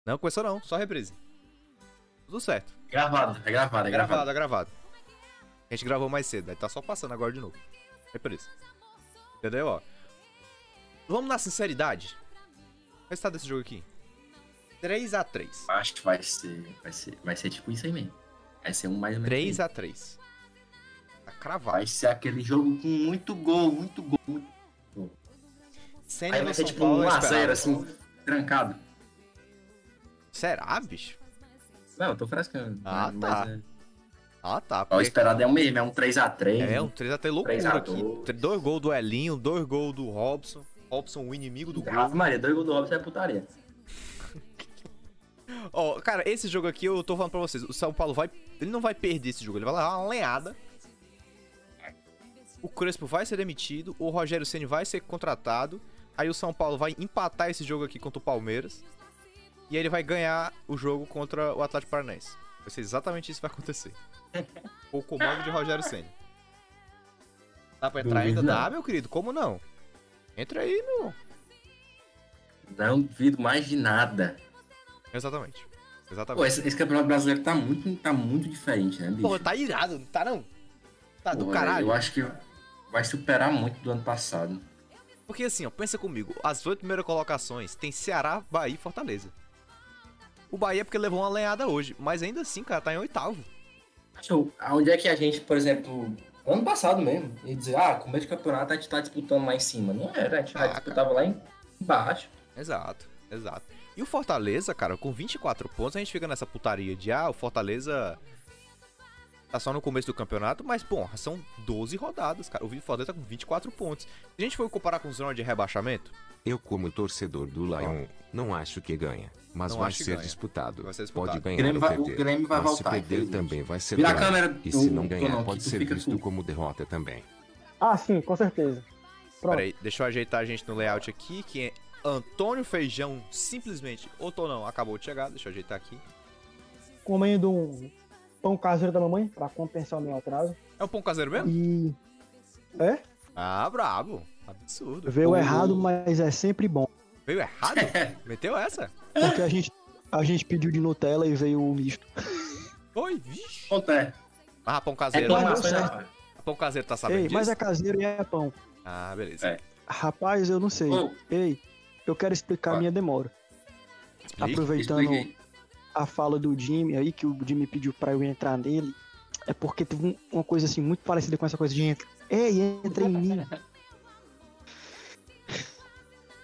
S1: Não, começou não, só reprise. Tudo certo.
S2: Gravado, é gravado, é gravado.
S1: Gravado, é gravado. A gente gravou mais cedo, aí tá só passando agora de novo. É por isso. Entendeu? Ó. Vamos na sinceridade. é O resultado desse jogo aqui? 3x3.
S2: Acho que vai ser, vai ser, vai ser tipo isso aí mesmo. Vai ser um mais ou menos.
S1: 3x3. Tá cravado.
S2: Vai ser aquele jogo com muito gol, muito gol. Muito...
S1: Sendo
S2: Aí
S1: no
S2: vai ser
S1: São
S2: tipo
S1: Paulo, é eu
S2: 1x0,
S1: esperava.
S2: assim, trancado.
S1: Será, bicho?
S2: Não, eu tô frescando.
S1: Ah,
S2: mas- é-
S1: tá.
S2: mas
S1: Ah, tá.
S2: é- O
S1: porque-
S2: esperado é um mesmo, é um 3x3.
S1: É, um 3x3 loucura
S2: 3x2.
S1: aqui. Tre- Dois gols do Elinho, dois gols do Robson. Robson, o inimigo do gol.
S2: Ave Maria, dois gols do Robson é putaria.
S1: Ó, cara, esse jogo aqui eu tô falando pra vocês. O São Paulo vai. Ele não vai perder esse jogo, ele vai levar uma lenhada. O Crespo vai ser demitido, o Rogério Ceni vai ser contratado. Aí o São Paulo vai empatar esse jogo aqui contra o Palmeiras. E aí ele vai ganhar o jogo contra o Atlético Paranaense. Vai ser exatamente isso que vai acontecer. O comando de Rogério Ceni. Dá pra entrar ainda?
S2: Duvido
S1: Dá,
S2: não.
S1: meu querido. Como não? Entra aí, meu.
S2: Não duvido mais de nada.
S1: Exatamente.
S2: Pô,
S1: Exatamente.
S2: esse, esse campeonato brasileiro tá muito, tá muito diferente, né, bicho?
S1: Pô, tá irado, não tá não? Tá do
S2: Pô,
S1: caralho.
S2: Eu acho que vai superar muito do ano passado.
S1: Porque assim, ó, pensa comigo, as oito primeiras colocações tem Ceará, Bahia e Fortaleza. O Bahia é porque levou uma lenhada hoje, mas ainda assim, cara, tá em oitavo.
S2: Show. Onde é que a gente, por exemplo, ano passado mesmo, ia dizer, ah, começo de campeonato a gente tá disputando lá em cima. Não era, a gente
S1: Ah,
S2: vai disputava lá em- embaixo.
S1: Exato, exato. E o Fortaleza, cara, com 24 pontos, a gente fica nessa putaria de, ah, o Fortaleza tá só no começo do campeonato, mas, bom, são 12 rodadas, cara. O Fortaleza tá com 24 pontos. Se a gente for comparar com zona de rebaixamento,
S7: Eu, como torcedor do Lion, não acho que ganha, mas
S1: Não
S7: vai
S1: acho que
S7: ser,
S1: ganha.
S7: disputado.
S1: Vai ser disputado.
S7: Pode ganhar
S2: Grêmio
S7: ou
S2: vai- o
S7: perder.
S2: Grêmio vai
S7: mas
S2: voltar,
S7: se perder
S2: infelizmente.
S7: também vai ser
S2: Vira a
S7: ganho.
S2: câmera,
S7: E
S2: tu-
S7: se não
S2: tu
S7: ganhar,
S2: não, que
S7: pode
S2: tu
S7: ser
S2: fica
S7: visto
S2: puto.
S7: como derrota também.
S9: Ah, sim, com certeza. Pronto.
S1: Peraí, deixa eu ajeitar a gente no layout aqui, que é Antônio Feijão, simplesmente, ou tô não, acabou de chegar, deixa eu ajeitar aqui.
S9: Comendo um pão caseiro da mamãe pra compensar o meu atraso.
S1: É um pão caseiro mesmo?
S9: E
S1: Ah, brabo. Absurdo.
S9: veio
S2: Ô.
S9: errado, mas é sempre bom.
S1: Veio
S9: [LAUGHS]
S1: errado?
S9: É.
S1: Meteu essa?
S9: Porque a gente, a gente pediu de Nutella e veio o misto.
S1: Oi, vixe.
S2: Conta,
S1: Ah, pão
S2: é.
S1: caseiro.
S9: Reclamação,
S2: Reclamações,
S9: né,
S2: né,
S9: certo.
S2: rapaz?
S1: Pão caseiro tá sabendo
S9: Ei,
S1: disso?
S9: mas é caseiro e é pão.
S1: Ah, beleza.
S2: É.
S9: Rapaz, eu não sei.
S2: Ô,
S9: Ei, eu quero explicar a minha demora.
S1: Explica.
S9: Aproveitando
S2: explica aí.
S9: a fala do Jimmy aí, que o Jimmy pediu pra eu entrar nele, é porque teve um- uma coisa assim muito parecida com essa coisa de entra. Ei, entra em mim.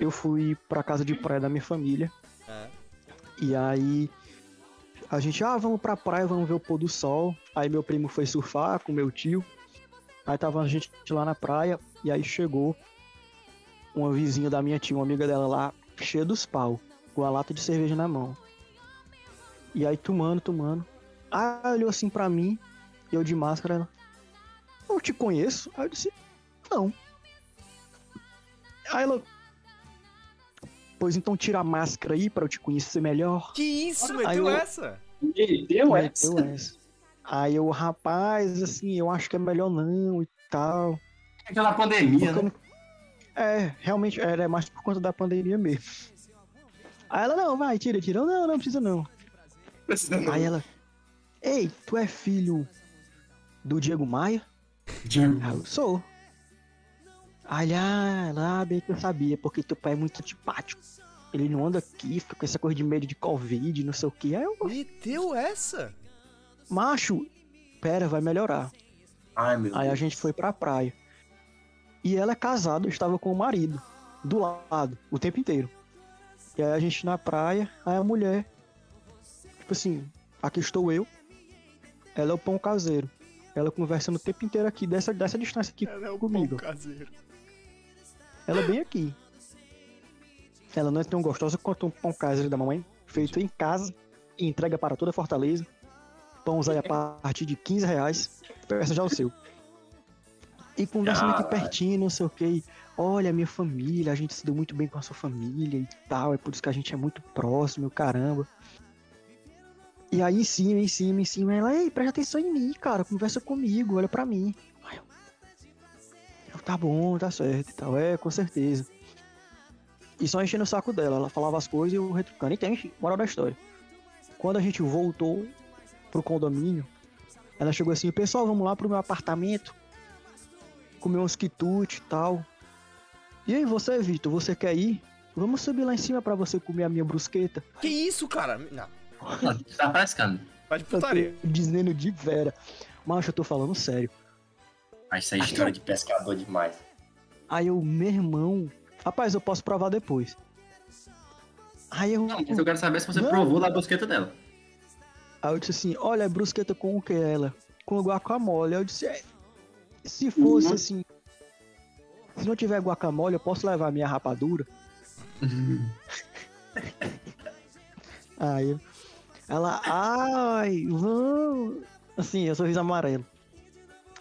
S9: Eu fui pra casa de praia da minha família.
S1: Ah.
S9: E aí a gente, ah, vamos pra praia, vamos ver o pôr do sol. Aí meu primo foi surfar com meu tio. Aí tava a gente lá na praia, e aí chegou uma vizinha da minha tia, uma amiga dela lá, cheia dos pau, com a lata de cerveja na mão. E aí, tomando, tomando. Aí ela olhou assim pra mim, eu de máscara, ela. Eu te conheço? Aí eu disse, não. Aí ela. Pois então tira a máscara aí pra eu te conhecer melhor.
S1: Que isso,
S9: Aí
S1: meteu
S9: eu-
S1: essa?
S2: Meteu essa.
S9: Meteu essa. Aí eu, rapaz, assim, eu acho que é melhor não e tal.
S2: Aquela pandemia,
S9: Porque
S2: né?
S9: eu não- É, realmente, era mais por conta da pandemia mesmo. Aí ela, não, vai, tira, tira. Eu, não, não precisa não.
S2: Precisa não.
S9: Aí ela, Ei, tu é filho do Diego Maia? Aí eu, sou. Aí ele, ah, lá bem que eu sabia, porque teu pai é muito antipático. Ele não anda aqui, fica com essa coisa de medo de Covid, não sei o que. Aí eu,
S10: Meteu essa?
S9: macho, pera, vai melhorar.
S2: Ai, meu
S9: Aí a
S2: Deus.
S9: gente foi pra praia. E ela é casada, eu estava com o marido, do lado, o tempo inteiro. E aí a gente na praia, aí a mulher, tipo assim, aqui estou eu, ela é o pão caseiro. Ela conversando o tempo inteiro aqui, dessa, dessa distância aqui
S10: Ela é o
S9: comigo.
S10: pão caseiro.
S9: Ela é bem aqui. Ela não é tão gostosa quanto um pão caseiro da mamãe, feito em casa e entrega para toda Fortaleza. Pãos aí a partir de 15 reais. Peça já o seu. E conversando aqui
S2: Caralho.
S9: pertinho, não sei o que. Olha, minha família, a gente se deu muito bem com a sua família e tal. É por isso que a gente é muito próximo, caramba. E aí em cima, em cima, em cima, ela, ei, presta atenção em mim, cara. Conversa comigo, olha pra mim. Aí eu, eu, tá bom, tá certo e tal. É, com certeza. E só enchendo o saco dela. Ela falava as coisas e eu retrucando. Então, enfim, moral da história. Quando a gente voltou pro condomínio, ela chegou assim, pessoal, vamos lá pro meu apartamento. Comer uns quitutes e tal. E aí, você, Vitor, você quer ir? Vamos subir lá em cima pra você comer a minha brusqueta.
S10: Que isso, cara? Não,
S2: Mano, tu tá frescando.
S10: vai de
S9: Eu tô
S10: putaria.
S9: dizendo de vera. Macho, eu tô falando sério.
S2: Mas essa história de pescador demais.
S9: Aí eu, meu irmão, rapaz, eu posso provar depois. Aí eu,
S2: Não, mas eu quero saber se você
S9: Não.
S2: provou da brusqueta dela.
S9: aí eu disse assim, olha, brusqueta com o que é ela? Com guacamole. Aí eu disse, é, se fosse assim, se não tiver guacamole, eu posso levar minha rapadura? [LAUGHS] aí eu- ela, ai, vamos. Assim, eu sorriso amarelo.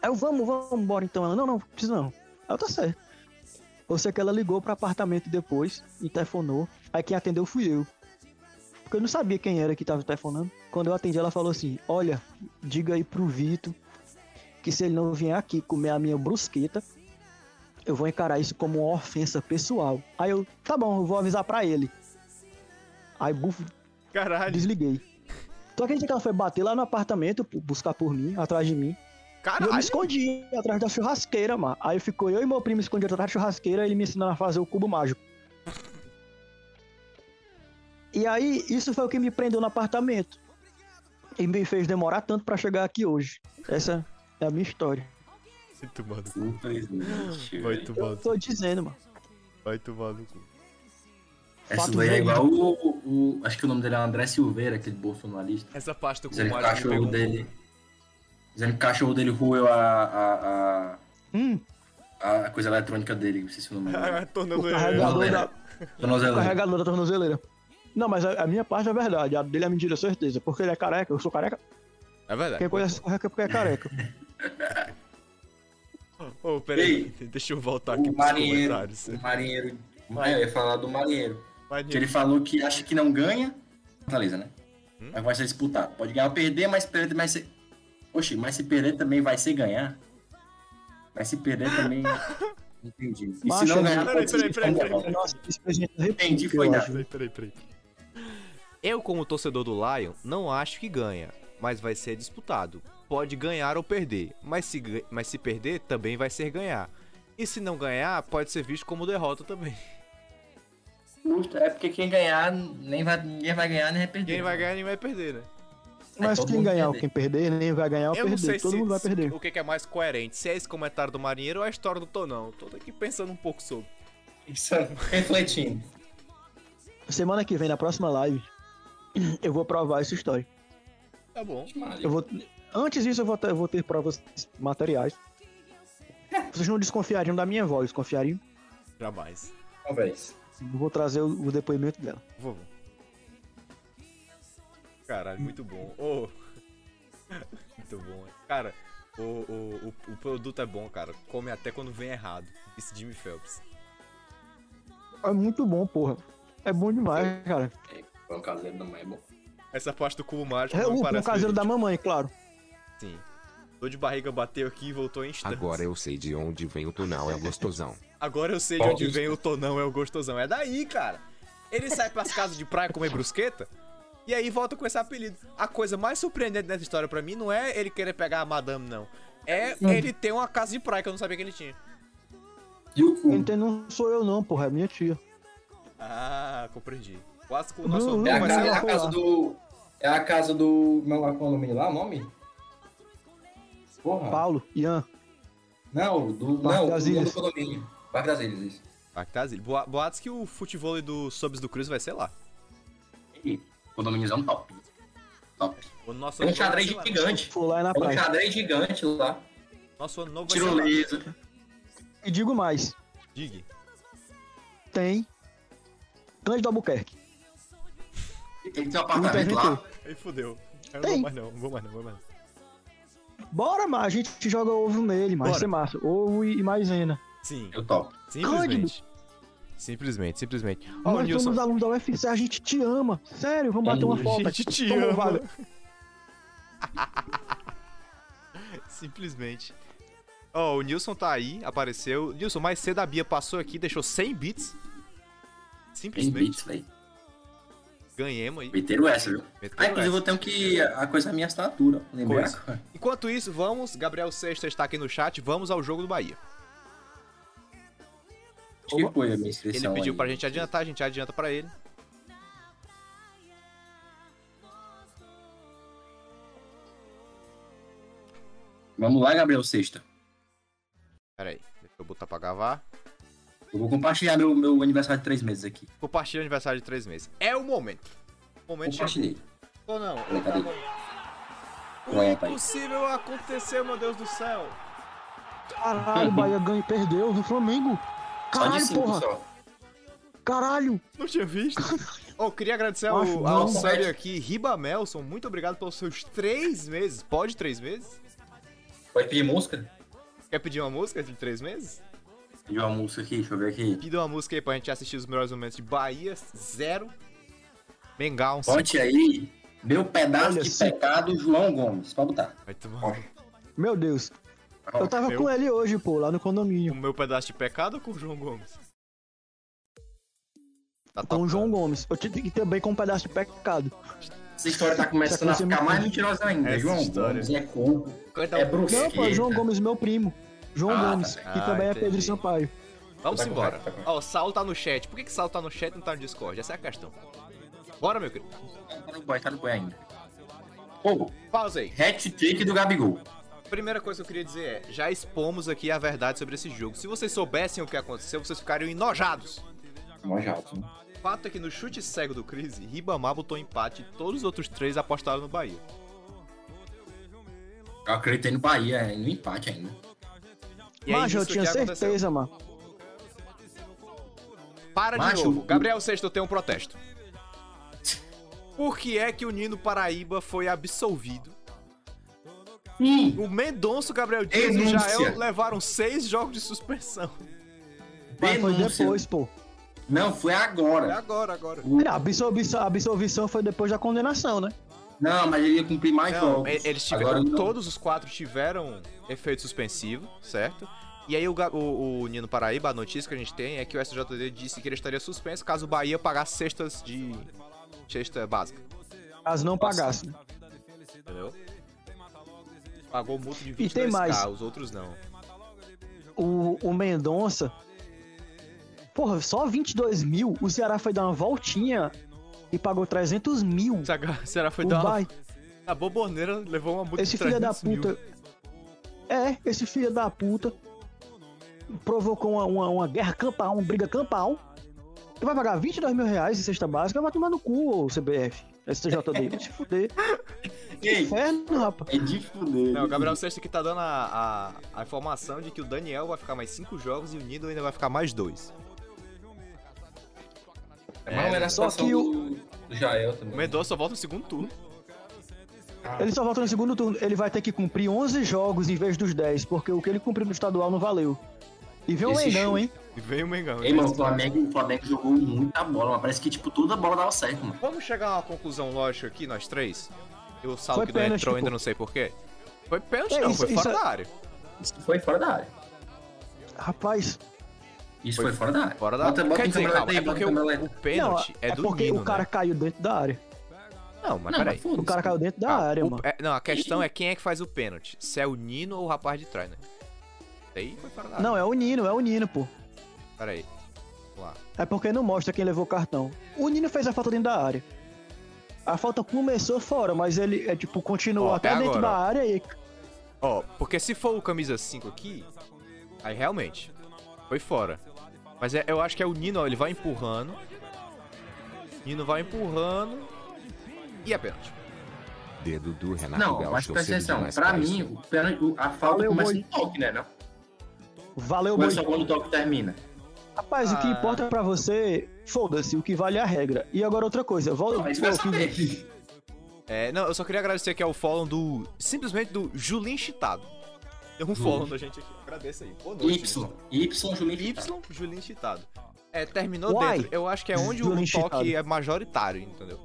S9: Aí eu, vamos, vamos, bora então. Ela, não, não, precisa não. Aí eu, tá certo. Ou seja, que ela ligou pro apartamento depois e telefonou. Aí quem atendeu fui eu. Porque eu não sabia quem era que tava telefonando. Quando eu atendi, ela falou assim: Olha, diga aí pro Vitor que se ele não vier aqui comer a minha brusqueta, eu vou encarar isso como uma ofensa pessoal. Aí eu, tá bom, eu vou avisar pra ele. Aí, bufo,
S10: Caralho.
S9: desliguei. Tu acredita que ela foi bater lá no apartamento, pô, buscar por mim, atrás de
S1: Ah,
S9: mim? E eu me
S10: Caralho.
S9: escondi atrás da churrasqueira, mano. Aí ficou eu e meu primo escondido atrás da churrasqueira, ele me ensinando a fazer o cubo mágico. E aí, isso foi o que me prendeu no apartamento. E me fez demorar tanto pra chegar aqui hoje. Essa é a minha história.
S10: Vai tomar no cu.
S2: Infelizmente.
S10: Vai
S2: velho.
S10: tomar
S9: Eu
S10: no cu.
S9: tô dizendo, mano.
S10: Vai tomar no cu.
S2: Essa
S9: Fato
S2: daí é
S9: verídico.
S2: igual o, o- Acho que o nome dele é André Silveira, aquele bolsonarista.
S1: Essa pasta com um
S2: Dizendo que o
S1: Mario
S2: cachorro dele. Dizendo que o cachorro dele roeu a. a,
S9: Hum,
S2: a, a coisa eletrônica dele, não sei se é o nome
S1: [LAUGHS]
S2: dele.
S10: Ah,
S9: o
S1: é
S10: tornozeleira.
S9: carregador,
S2: Tornozeleira.
S9: da, o
S2: Tornozeleira.
S9: carregador da tornozeleira. Não, mas a, a minha parte é verdade. A dele é mentira, certeza. Porque ele é careca, eu sou careca.
S1: É verdade.
S9: Quem conhece careca é porque é careca.
S1: Ô, peraí. Deixa eu voltar aqui
S2: O
S1: pros
S2: marinheiro.
S1: comentários.
S2: O marinheiro. É, eu ia falar do marinheiro. Que
S1: Maneiro.
S2: ele falou que acha que não ganha. Fortaleza, né? Mas vai ser disputado. Pode ganhar ou perder, mas perder vai ser. Oxi, mas se perder também vai ser ganhar. Mas se perder também. Entendi. E
S9: Macho,
S2: se não ganhar,
S10: peraí,
S2: pode ser.
S10: peraí, peraí,
S2: É.
S10: peraí, peraí.
S9: Nossa, isso pra gente
S2: Entendi, foi
S9: eu
S2: nada.
S9: acho.
S10: Peraí, peraí, peraí.
S1: Eu, como torcedor do Lion, não acho que ganha, mas vai ser disputado. Pode ganhar ou perder, mas se, gan- mas se perder, também vai ser ganhar. E se não ganhar, pode ser visto como derrota também.
S2: Justo, É porque quem ganhar, nem vai, ninguém vai ganhar, nem vai perder.
S1: Quem vai ganhar, ninguém vai perder, né?
S9: Mas
S2: todo
S9: quem
S2: mundo
S9: ganhar ou
S2: perder.
S9: quem perder, nem vai ganhar ou
S1: Eu não sei
S9: perder. Todo
S1: se,
S9: mundo vai
S1: se-
S9: perder.
S1: o que que é mais coerente, se é esse comentário do marinheiro ou a história do Tonão. Tô aqui pensando um pouco sobre.
S2: Isso, é refletindo.
S9: Semana que vem, na próxima live, [CLEARS THROAT] eu vou provar essa história.
S1: Tá bom.
S9: Eu vou... Antes disso, eu vou, ter, eu vou ter provas materiais. Vocês não desconfiariam da minha voz, confiariam?
S1: Jamais.
S2: Talvez.
S9: Eu vou trazer o, o depoimento dela.
S1: Vovô. Caralho, muito bom. Ô. [LAUGHS] muito bom. hein? Cara, o, o, o, o produto é bom, cara. Come até quando vem errado. Esse Jimmy Phelps.
S9: É muito bom, porra. É bom demais, cara.
S2: Pão caseiro da mãe é bom.
S1: Essa parte do cubo mágico
S9: É
S1: não
S9: o, o
S1: parece tipo-
S9: caseiro da
S1: verídico.
S9: mamãe, claro.
S1: Sim. Dor de barriga bateu aqui e voltou em instante.
S7: Agora eu sei de onde vem o tonal é gostosão.
S1: Agora eu sei de
S2: Bom,
S1: onde
S2: isso-
S1: vem o tonão, é o gostosão. É daí, cara. Ele sai pras casas de praia comer brusqueta E aí volta com esse apelido. A coisa mais surpreendente dessa história pra mim não é ele querer pegar a madame, não. É
S9: Sim.
S1: ele ter uma casa de praia que eu não sabia que ele tinha.
S9: Quem tem não sou eu não, porra, é minha tia.
S1: Ah, compreendi. Quase que o
S9: Não,
S1: nosso
S9: não,
S1: ouvinte
S2: É a,
S1: vai
S2: ca-
S1: ser
S2: é a
S1: lá.
S2: casa do. É a casa do. Como é lá qual é o nome lá? O nome? Porra.
S9: Paulo, Ian.
S2: Não, do.
S9: Parque
S2: não,
S9: das
S2: do dono do
S9: Ilhas.
S2: condomínio. Parque das Ilhas, isso.
S1: Ah, que tá, Zilli. Boa- Boatos que o futebol do Sobs do Cruz vai ser lá.
S2: Condomíniozão top. Top.
S1: O nosso
S2: Tem um
S1: ano novo
S2: xadrez
S1: vai ser lá.
S2: gigante.
S9: Fui lá na
S2: Tem um
S9: praia.
S2: xadrez gigante lá.
S1: Nosso ano novo vai ser lá.
S2: Tirolesa.
S9: E digo mais,
S1: Dig.
S9: tem Cândido Albuquerque.
S2: Ele tem um apartamento lá.
S1: Aí fudeu.
S10: Eu não vou
S9: Tem.
S10: mais não, não vou mais não, vou mais não.
S9: Bora, mas a gente joga ovo nele, mas
S1: Bora.
S9: isso é massa. Ovo e e maisena.
S1: Sim.
S2: Eu top.
S1: Simplesmente. Simplesmente, simplesmente. Ó, o
S9: Nós
S1: Nilson.
S9: somos alunos da UFC, a gente te ama. Sério, vamos bater uma foto.
S1: gente te
S9: Toma,
S1: ama.
S9: Vale.
S1: Simplesmente. Ó, o Nilson tá aí, apareceu. Nilson, mais cedo a Bia passou aqui, deixou 100 bits.
S2: Tem
S1: Simplesmente.
S2: bits, velho.
S1: Ganhemos aí.
S2: Meteram essa, viu?
S1: Meteu
S2: Ah, inclusive
S1: essa.
S2: eu tenho que. A coisa é a minha assinatura. Lembrar
S1: Coisa.
S2: agora.
S1: Enquanto isso, vamos. Gabriel Sexta está aqui no chat. Vamos ao jogo do Bahia.
S2: Acho que foi a minha inscrição.
S1: Ele pediu
S2: aí.
S1: pra gente adiantar, a gente adianta pra ele.
S2: Vamos lá, Gabriel Sexta.
S1: Pera aí, deixa eu botar pra gravar.
S2: Eu vou compartilhar meu, meu aniversário de três meses aqui.
S1: Compartilha o aniversário de três meses. É o momento. O momento chegou.
S2: Compartilhei.
S1: Ou não?
S2: Peraí, cadê?
S1: O
S2: Pronto aí.
S1: impossível aconteceu, meu Deus do céu.
S9: Caralho, o Bahia ganhou, perdeu do Flamengo.
S2: Só de
S9: Caralho,
S2: cinco
S9: porra.
S2: só.
S9: Caralho.
S1: Não tinha [LAUGHS] visto. né? Eu queria agradecer
S9: Acho
S1: ao,
S9: não,
S1: ao
S2: velho.
S1: sub aqui, Riba Melson. Muito obrigado pelos seus três meses. Pode três meses?
S2: Pode pedir música?
S1: Quer pedir uma música de três meses?
S2: Pediu uma música aqui, deixa eu ver aqui.
S1: Pida uma música aí pra gente assistir os melhores momentos de Bahia, zero. Mengão, cinco.
S2: Bote aí, meu pedaço
S9: Olha,
S2: de
S9: sim.
S2: pecado, João Gomes. Pode botar.
S1: Vai tomar no-
S9: Meu Deus. Eu tava
S1: meu.
S9: com ele hoje, pô, lá no
S1: o
S9: condomínio.
S1: meu pedaço de pecado ou com o João Gomes? Tá
S9: Com o
S1: tocando.
S9: João Gomes. Eu tive que também com um pedaço de pecado.
S2: Essa história tá começando a
S9: Essa coisa
S2: ficar
S9: é muito- Tá
S2: mais mentirosa ainda.
S1: Essa
S2: João
S1: história.
S2: Gomes é corpo,
S1: Então,
S2: é brusqueiro.
S9: Não, pô, João Gomes, meu primo. João
S2: Ah, tá
S9: Gomes,
S1: bem.
S9: que
S1: Ah,
S9: também é
S1: entendi.
S9: Pedro Sampaio.
S1: Vamos
S2: Vai com
S1: embora.
S2: raiva, vai com raiva.
S1: Ó, o Saulo tá no chat. Por que, que Saulo tá no chat e não tá no Discord? Essa é a questão. Bora, meu querido.
S2: Tá no boy, tá no boy ainda. Pô,
S1: Pausa aí.
S2: hat-trick do Gabigol.
S1: Primeira coisa que eu queria dizer é, já expomos aqui a verdade sobre esse jogo. Se vocês soubessem o que aconteceu, vocês ficariam enojados.
S2: Mó jato. né?
S1: Fato é que no chute cego do Cris, Ribamar botou empate e todos os outros três apostaram no Bahia.
S2: Eu acreditei no Bahia, é, no empate ainda.
S1: E é
S9: Mas eu
S1: isso
S9: tinha
S1: que aconteceu.
S9: certeza, mano.
S1: Para de
S2: Macho,
S1: novo.
S2: o-
S1: Gabriel Sexto tem um protesto. Por que é que o Nino Paraíba foi absolvido?
S2: Hum,
S1: O Mendonça, o Gabriel Dias e o
S2: Denúncia.
S1: Jael levaram seis jogos de suspensão.
S9: Mas foi
S2: denúncia.
S9: depois, pô.
S2: Não, foi
S1: É
S2: agora.
S1: agora, agora.
S9: A absolvição, a absolvição foi depois da condenação, né?
S2: Não, mas ele ia cumprir mais
S1: Não,
S2: jogos.
S1: e- eles tiveram.
S2: Agora não.
S1: Todos os quatro tiveram efeito suspensivo, certo? E aí o, Ga- o- o Nino Paraíba, a notícia que a gente tem é que o SJD disse que ele estaria suspenso caso o Bahia pagasse cestas de. cesta básica.
S9: As não pagassem.
S1: Entendeu? Pagou multa de 22k,
S9: tem mais.
S1: os outros não.
S9: O, o Mendonça. Porra, só 22 mil. O Ceará foi dar uma voltinha e pagou 300 mil.
S1: Será, foi
S9: o
S1: dar uma,
S9: Bahia-
S1: A boboneira levou uma multa
S9: esse
S1: de
S9: filho da
S1: 300 mil.
S9: puta. É, esse filho da puta provocou uma, uma, uma guerra campal, uma briga campal. Tu vai pagar 22 mil reais em cesta básica, vai tomar no cu, ô CBF. STJD, vai se fuder.
S2: Ei,
S9: Inferno, rapaz.
S2: é de fuder.
S1: Não, o Gabriel Sexta aqui tá dando a, a, a informação de que o Daniel vai ficar mais cinco jogos e o Nido ainda vai ficar mais dois.
S2: É, Mal era a
S9: só
S2: situação
S9: que
S2: do, do Jael também.
S1: O Mendonça só volta no segundo turno.
S9: Ele só volta no segundo turno. Ele vai ter que cumprir 11 jogos em vez dos 10, porque o que ele cumpriu no estadual não valeu. E vem o
S2: Esse
S9: Leilão,
S2: chute.
S9: hein?
S1: E vem o Mengão. né?
S2: Ei, mano, o Flamengo, o Flamengo jogou muita bola, mas parece que, tipo, toda bola dava certo, mano.
S1: Vamos chegar a uma conclusão lógica aqui, nós três? E o Saulo
S9: Foi
S1: que não
S9: pênalti,
S1: entrou
S9: pô.
S1: ainda, não sei porquê. Foi pênalti
S9: É,
S1: não,
S9: isso-
S1: foi fora
S9: isso é-
S1: da área.
S2: Isso foi fora da área.
S9: Rapaz,
S2: Isso
S1: Foi
S2: foi, fora da área.
S1: Fora da
S2: Bota,
S1: área.
S2: bota
S1: Quer
S2: em
S1: dizer,
S2: câmera
S1: calma,
S2: lenta aí,
S1: é
S2: bota em
S1: porque
S2: câmera
S1: o, o
S2: lenta.
S1: pênalti
S9: não,
S1: é
S9: é
S1: do
S9: porque
S1: Nino,
S9: o cara
S1: né?
S9: caiu dentro da área.
S1: Não, mas
S2: Não,
S1: peraí.
S2: mas foda-se.
S9: O cara caiu dentro da
S1: Ah,
S9: área,
S1: o-
S9: mano.
S1: é- não, a questão é quem é que faz o pênalti. Se é o Nino ou o rapaz de trás, né? Aí foi fora da área.
S9: Não, é o Nino, é o Nino, pô.
S1: Peraí. Vamos lá.
S9: É porque não mostra quem levou o cartão. O Nino fez a falta dentro da área. A falta começou fora, mas ele, é, tipo, continuou
S1: Ó,
S9: até
S1: até
S9: dentro
S1: agora,
S9: da
S1: ó.
S9: área e
S1: Ó, porque se for o camisa 5 aqui, aí realmente foi fora. Mas é- eu acho que é o Nino, ó, ele vai empurrando. Nino vai empurrando. E é pênalti.
S7: Dedo do Renato
S2: Não,
S7: Gaúcho.
S2: mas presta
S7: sendo
S2: atenção.
S7: mais
S2: Pra
S7: fácil.
S2: mim, o pênalti- o- a falta
S9: Valeu,
S2: começa
S9: boi.
S2: no toque, né? Não?
S9: valeu, boi.
S2: Começa quando o toque termina.
S9: Rapaz,
S1: Ah.
S9: o que importa pra você, foda-se, o que vale é a regra. E agora outra coisa, volta.
S2: Mas vai saber.
S1: É, não, eu só queria agradecer aqui ao follow do. Simplesmente do Julinho Chitado. Deu um follow da gente aqui. Agradeço aí. Boa
S2: Y.
S1: noite. Julinho.
S2: Y, Julinho.
S1: um Y, Julinho Chitado. É, terminou
S9: Uai.
S1: dentro. Eu acho que é onde o
S9: Julinho
S1: toque
S9: Chitado.
S1: é majoritário, entendeu?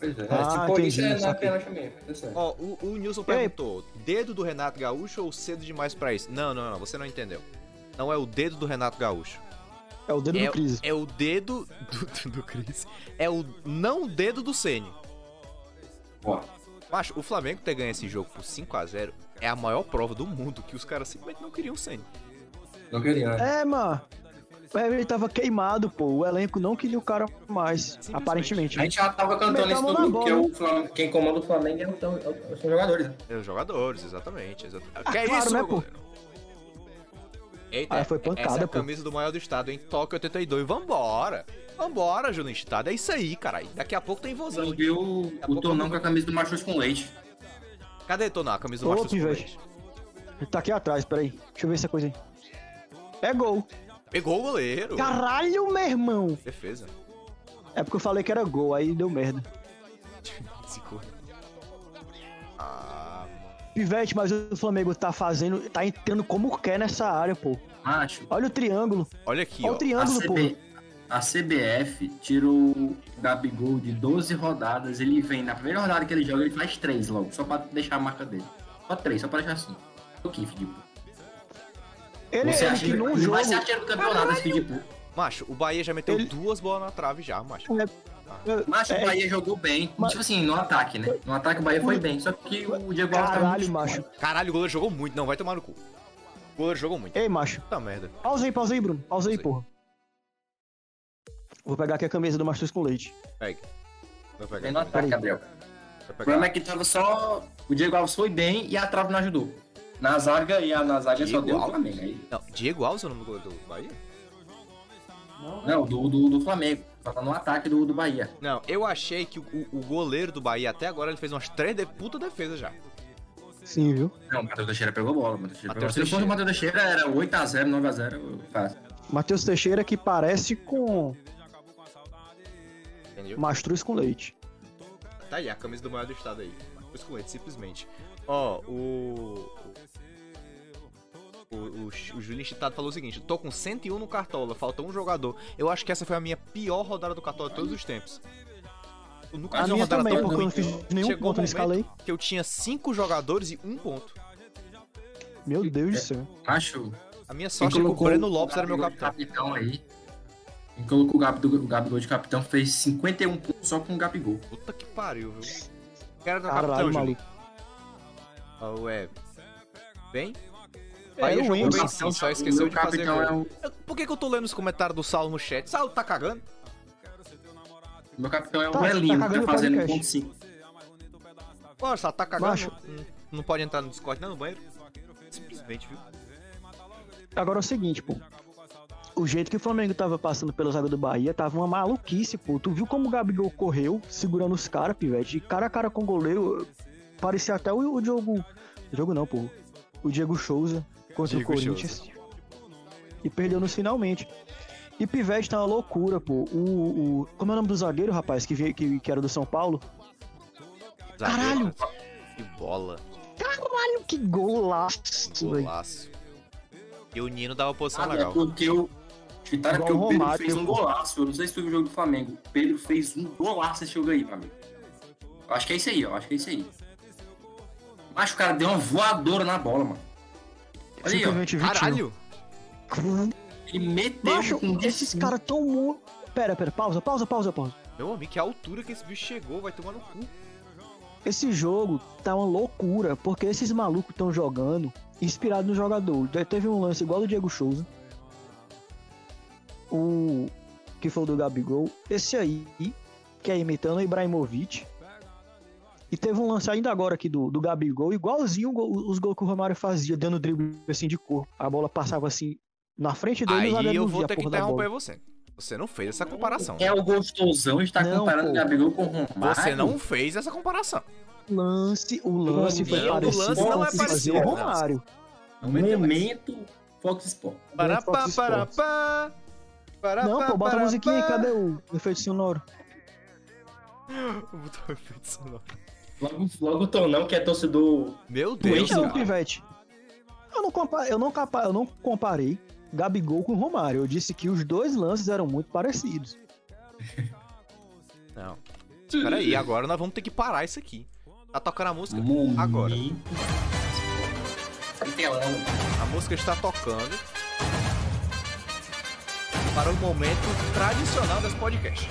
S2: Pois é.
S9: Ah,
S2: Se for isso,
S9: entendi,
S2: é na
S9: saquei.
S2: pênalti mesmo. tá certo.
S1: Ó, o, o Nilson perguntou: dedo do Renato Gaúcho ou cedo demais pra isso? Não, não, não, você não entendeu. Não é o dedo do Renato Gaúcho.
S9: É o dedo
S1: é,
S9: do Cris.
S1: é o dedo do, do Cris. É o não dedo do Sene.
S2: Ó,
S1: Macho, o Flamengo ter ganho esse jogo por 5 a 0 é a maior prova do mundo que os caras simplesmente não queriam o Sene.
S2: Não queria, né?
S9: É, mano. É, Ele tava queimado, pô. O elenco não queria o cara mais,
S1: Simplesmente.
S9: aparentemente. né?
S2: A gente já tava cantando
S9: Metamos
S2: isso no
S9: É, na
S2: grupo, que
S9: bola.
S2: o Flamengo- quem comanda o Flamengo é o- são os jogadores. né?
S1: É os jogadores, exatamente. exatamente. que é
S9: claro,
S1: isso,
S9: né,
S1: meu
S9: pô?
S1: goleiro? Eita,
S9: Ah, foi pancada,
S1: essa é a
S9: pô.
S1: camisa do maior do estado, hein? Toque 82. Vambora! Vambora, Julinho Chitado. É isso aí, caralho. Daqui a pouco tem vozão.
S2: Inclusive, o, o Tonão com a camisa do Machos com Leite.
S1: Cadê Tonar? A camisa do
S9: Ô,
S1: Márcio
S9: pivete.
S1: Leite?
S9: Tá aqui atrás, peraí. Deixa eu ver essa coisa aí. É gol.
S1: Pegou o goleiro.
S9: Caralho, meu irmão.
S1: Defesa.
S9: É porque eu falei que era gol, aí deu merda.
S1: Esse corno. Ah, mano.
S9: Pivete, mas o Flamengo tá fazendo, tá entrando como quer nessa área, pô.
S2: Macho,
S9: Olha o triângulo.
S1: Olha aqui,
S9: Olha
S1: ó.
S9: o
S2: a,
S9: triângulo, pô.
S2: CB, a CBF tirou o Gabigol de 12 rodadas. Ele vem na primeira rodada que ele joga, ele faz 3 logo, só pra deixar a marca dele. Só 3, só pra deixar assim. O que, Fidipo?
S9: Ele,
S2: Você
S9: ele
S2: acha
S9: que num
S2: ele
S9: jogo.
S2: vai ser artilheiro do campeonato, esse Fidipo.
S1: Macho, o Bahia já meteu
S9: Ele-
S1: duas bolas na trave já, macho.
S2: Macho,
S9: É,
S2: o Bahia jogou bem.
S9: Mas-
S2: Tipo assim, no ataque, né? No ataque o Bahia foi bem. Só que o Diego Alves tá
S9: Caralho,
S2: muito
S9: macho.
S1: Caralho, o goleiro jogou muito. Não, vai tomar no cu. O goleiro jogou muito.
S9: Ei, macho.
S1: Puta merda.
S9: Pausa aí, pausa aí, Bruno. Pausa aí,
S1: Pausa aí.
S9: porra. Vou pegar aqui a camisa do Mastros com leite.
S1: Pega. Vai
S2: Vem né, no
S1: pegar.
S2: ataque, Gabriel.
S1: Vai
S2: O
S1: pegar.
S2: problema é que tava só. O Diego Alves foi bem e a trave não ajudou. Na zaga e a na zaga
S1: Diego
S2: só deu o
S1: Alves?
S2: Flamengo. Aí.
S1: Não, Diego Alves é o nome do goleiro do Bahia?
S2: Não, do, do, do Flamengo. Só tá no ataque do, do Bahia.
S1: Não, eu achei que o, o goleiro do Bahia até agora ele fez umas três de puta defesas já.
S9: Sim, viu?
S2: Não, o Matheus Teixeira pegou bola. o Matheus Teixeira pegou bola.
S1: Matheus
S2: Se não fosse o Matheus Teixeira, era 8x0, 9x0. eu faço.
S9: Matheus Teixeira que parece com
S1: Entendeu?
S9: Mastruz com leite.
S1: Tá aí, a camisa do maior do estado aí. Os coletes, simplesmente. Ó, o. O, o, o Julinho Chitado falou o seguinte: tô com 101 no Cartola, falta um jogador. Eu acho que essa foi a minha pior rodada do Cartola de todos os tempos. Eu nunca
S9: A
S1: fiz uma
S9: minha
S1: rodada
S9: também,
S1: tão
S9: porque eu não
S1: ruim.
S9: fiz nenhum
S1: tá Chegou
S9: ponto,
S1: um
S9: não escalei.
S1: momento Que eu tinha cinco jogadores e um ponto.
S9: Meu Deus do céu.
S2: Acho.
S1: A minha sorte é que o Breno Lopes era meu capitão.
S2: capitão aí. E colocou o Gabigol, o Gabigol de capitão, fez 51 pontos só com o Gabigol.
S1: Puta que pariu, viu? O cara era
S9: Caralho,
S1: capitão, Julinho.
S9: maluco.
S1: Ah, Ué. Bem?
S9: É,
S1: Bahia
S9: o
S1: jogou
S9: Wendel.
S1: Um bem sim, então só
S2: o
S1: esqueceu
S2: meu
S1: de fazer
S2: capitão
S1: gol.
S2: é o,
S1: Eu- Por que, que eu tô lendo os comentários do Saulo no chat? Saulo tá cagando?
S2: o meu capitão é o
S9: Tá, tá
S2: Elinho, que
S9: cagando
S2: tá
S9: o
S2: fazendo
S9: podcast.
S2: 1.5.
S1: Ó, Saulo tá cagando.
S9: Macho.
S1: Não, não pode entrar no Discord, não, no banheiro. Simplesmente, viu?
S9: Agora é o seguinte, pô. O jeito que o Flamengo tava passando pela zaga do Bahia tava uma maluquice, pô. Tu viu como o Gabigol correu, segurando os caras, pivete? E cara a cara com o goleiro, parecia até o, o Diogo. Diogo não, pô. O Diego Souza contra
S1: Diego
S9: o Corinthians. E perdeu nos finalmente. E Pivete tá uma loucura, pô. O, o- como é o nome do zagueiro, rapaz, que, veio, que, que era do São Paulo? Caralho!
S1: Zagueiro, Que bola.
S9: Caralho, que golaço,
S1: Que
S9: velho.
S1: golaço. E o Nino dava posição
S2: Ah, é
S1: legal.
S2: porque o Chitaram
S9: Igual
S2: que
S9: o
S2: o Pedro
S9: Romário,
S2: fez um
S9: pô.
S2: golaço. Eu não sei se tu viu o jogo do Flamengo. O Pedro fez um golaço esse jogo aí, meu amigo. Eu acho que é isso aí, ó. Acho que é isso aí. Mas o cara deu uma voadora na bola, mano. Olha aí, ó.
S9: Simplesmente um. Vitinho.
S1: Caralho!
S2: Ele meteu
S9: Macho,
S2: com
S9: esses caras tão mu... Pera, pera, pausa, pausa, pausa, pausa.
S1: Meu amigo, que altura que esse bicho chegou, vai tomar no cu.
S9: Esse jogo tá uma loucura, porque esses malucos estão jogando inspirado no jogador. Daí Teve um lance igual do Diego Souza. O que foi o do Gabigol. Esse aí, que é imitando o Ibrahimovic. E teve um lance ainda agora aqui do, do Gabigol, igualzinho o gol- os gols que o Romário fazia, dando drible assim de corpo. A bola passava assim na frente dele e o
S1: Aí
S9: zagueiro
S1: eu
S9: não
S1: vou
S9: via a
S1: ter que
S9: porra da
S1: interromper
S9: bola.
S1: você. Você não fez essa comparação. né?
S2: É o gostosão está
S9: Não,
S2: comparando
S9: pô.
S2: o Gabigol com o Romário.
S1: Você não fez essa comparação.
S9: Lance, o lance foi
S1: Não, o
S9: parecido
S1: lance não
S9: com o
S1: é
S9: que fazia
S1: parecido,
S9: o
S1: não.
S9: Romário. é
S2: Momento Fox Sport.
S1: Pará,
S9: Fox
S1: pá,
S9: Sports.
S1: pará, pá. Pará,
S9: Não,
S1: pá,
S9: pô, bota a
S1: pará,
S9: musiquinha aí,
S1: pá.
S9: cadê o efeito sonoro?
S1: Vou botar o efeito sonoro.
S2: Logo, logo o Tonão, que é torcedor
S1: Meu Deus,
S2: Doente,
S9: Então,
S1: cara.
S9: Pivete, eu não, compa eu, não capa eu não comparei Gabigol com Romário. Eu disse que os dois lances eram muito parecidos.
S1: Não. Peraí, agora nós vamos ter que parar isso aqui. Tá tocando a música?
S2: Momento.
S1: Agora.
S2: Telão.
S1: A música está tocando para o momento tradicional das podcasts.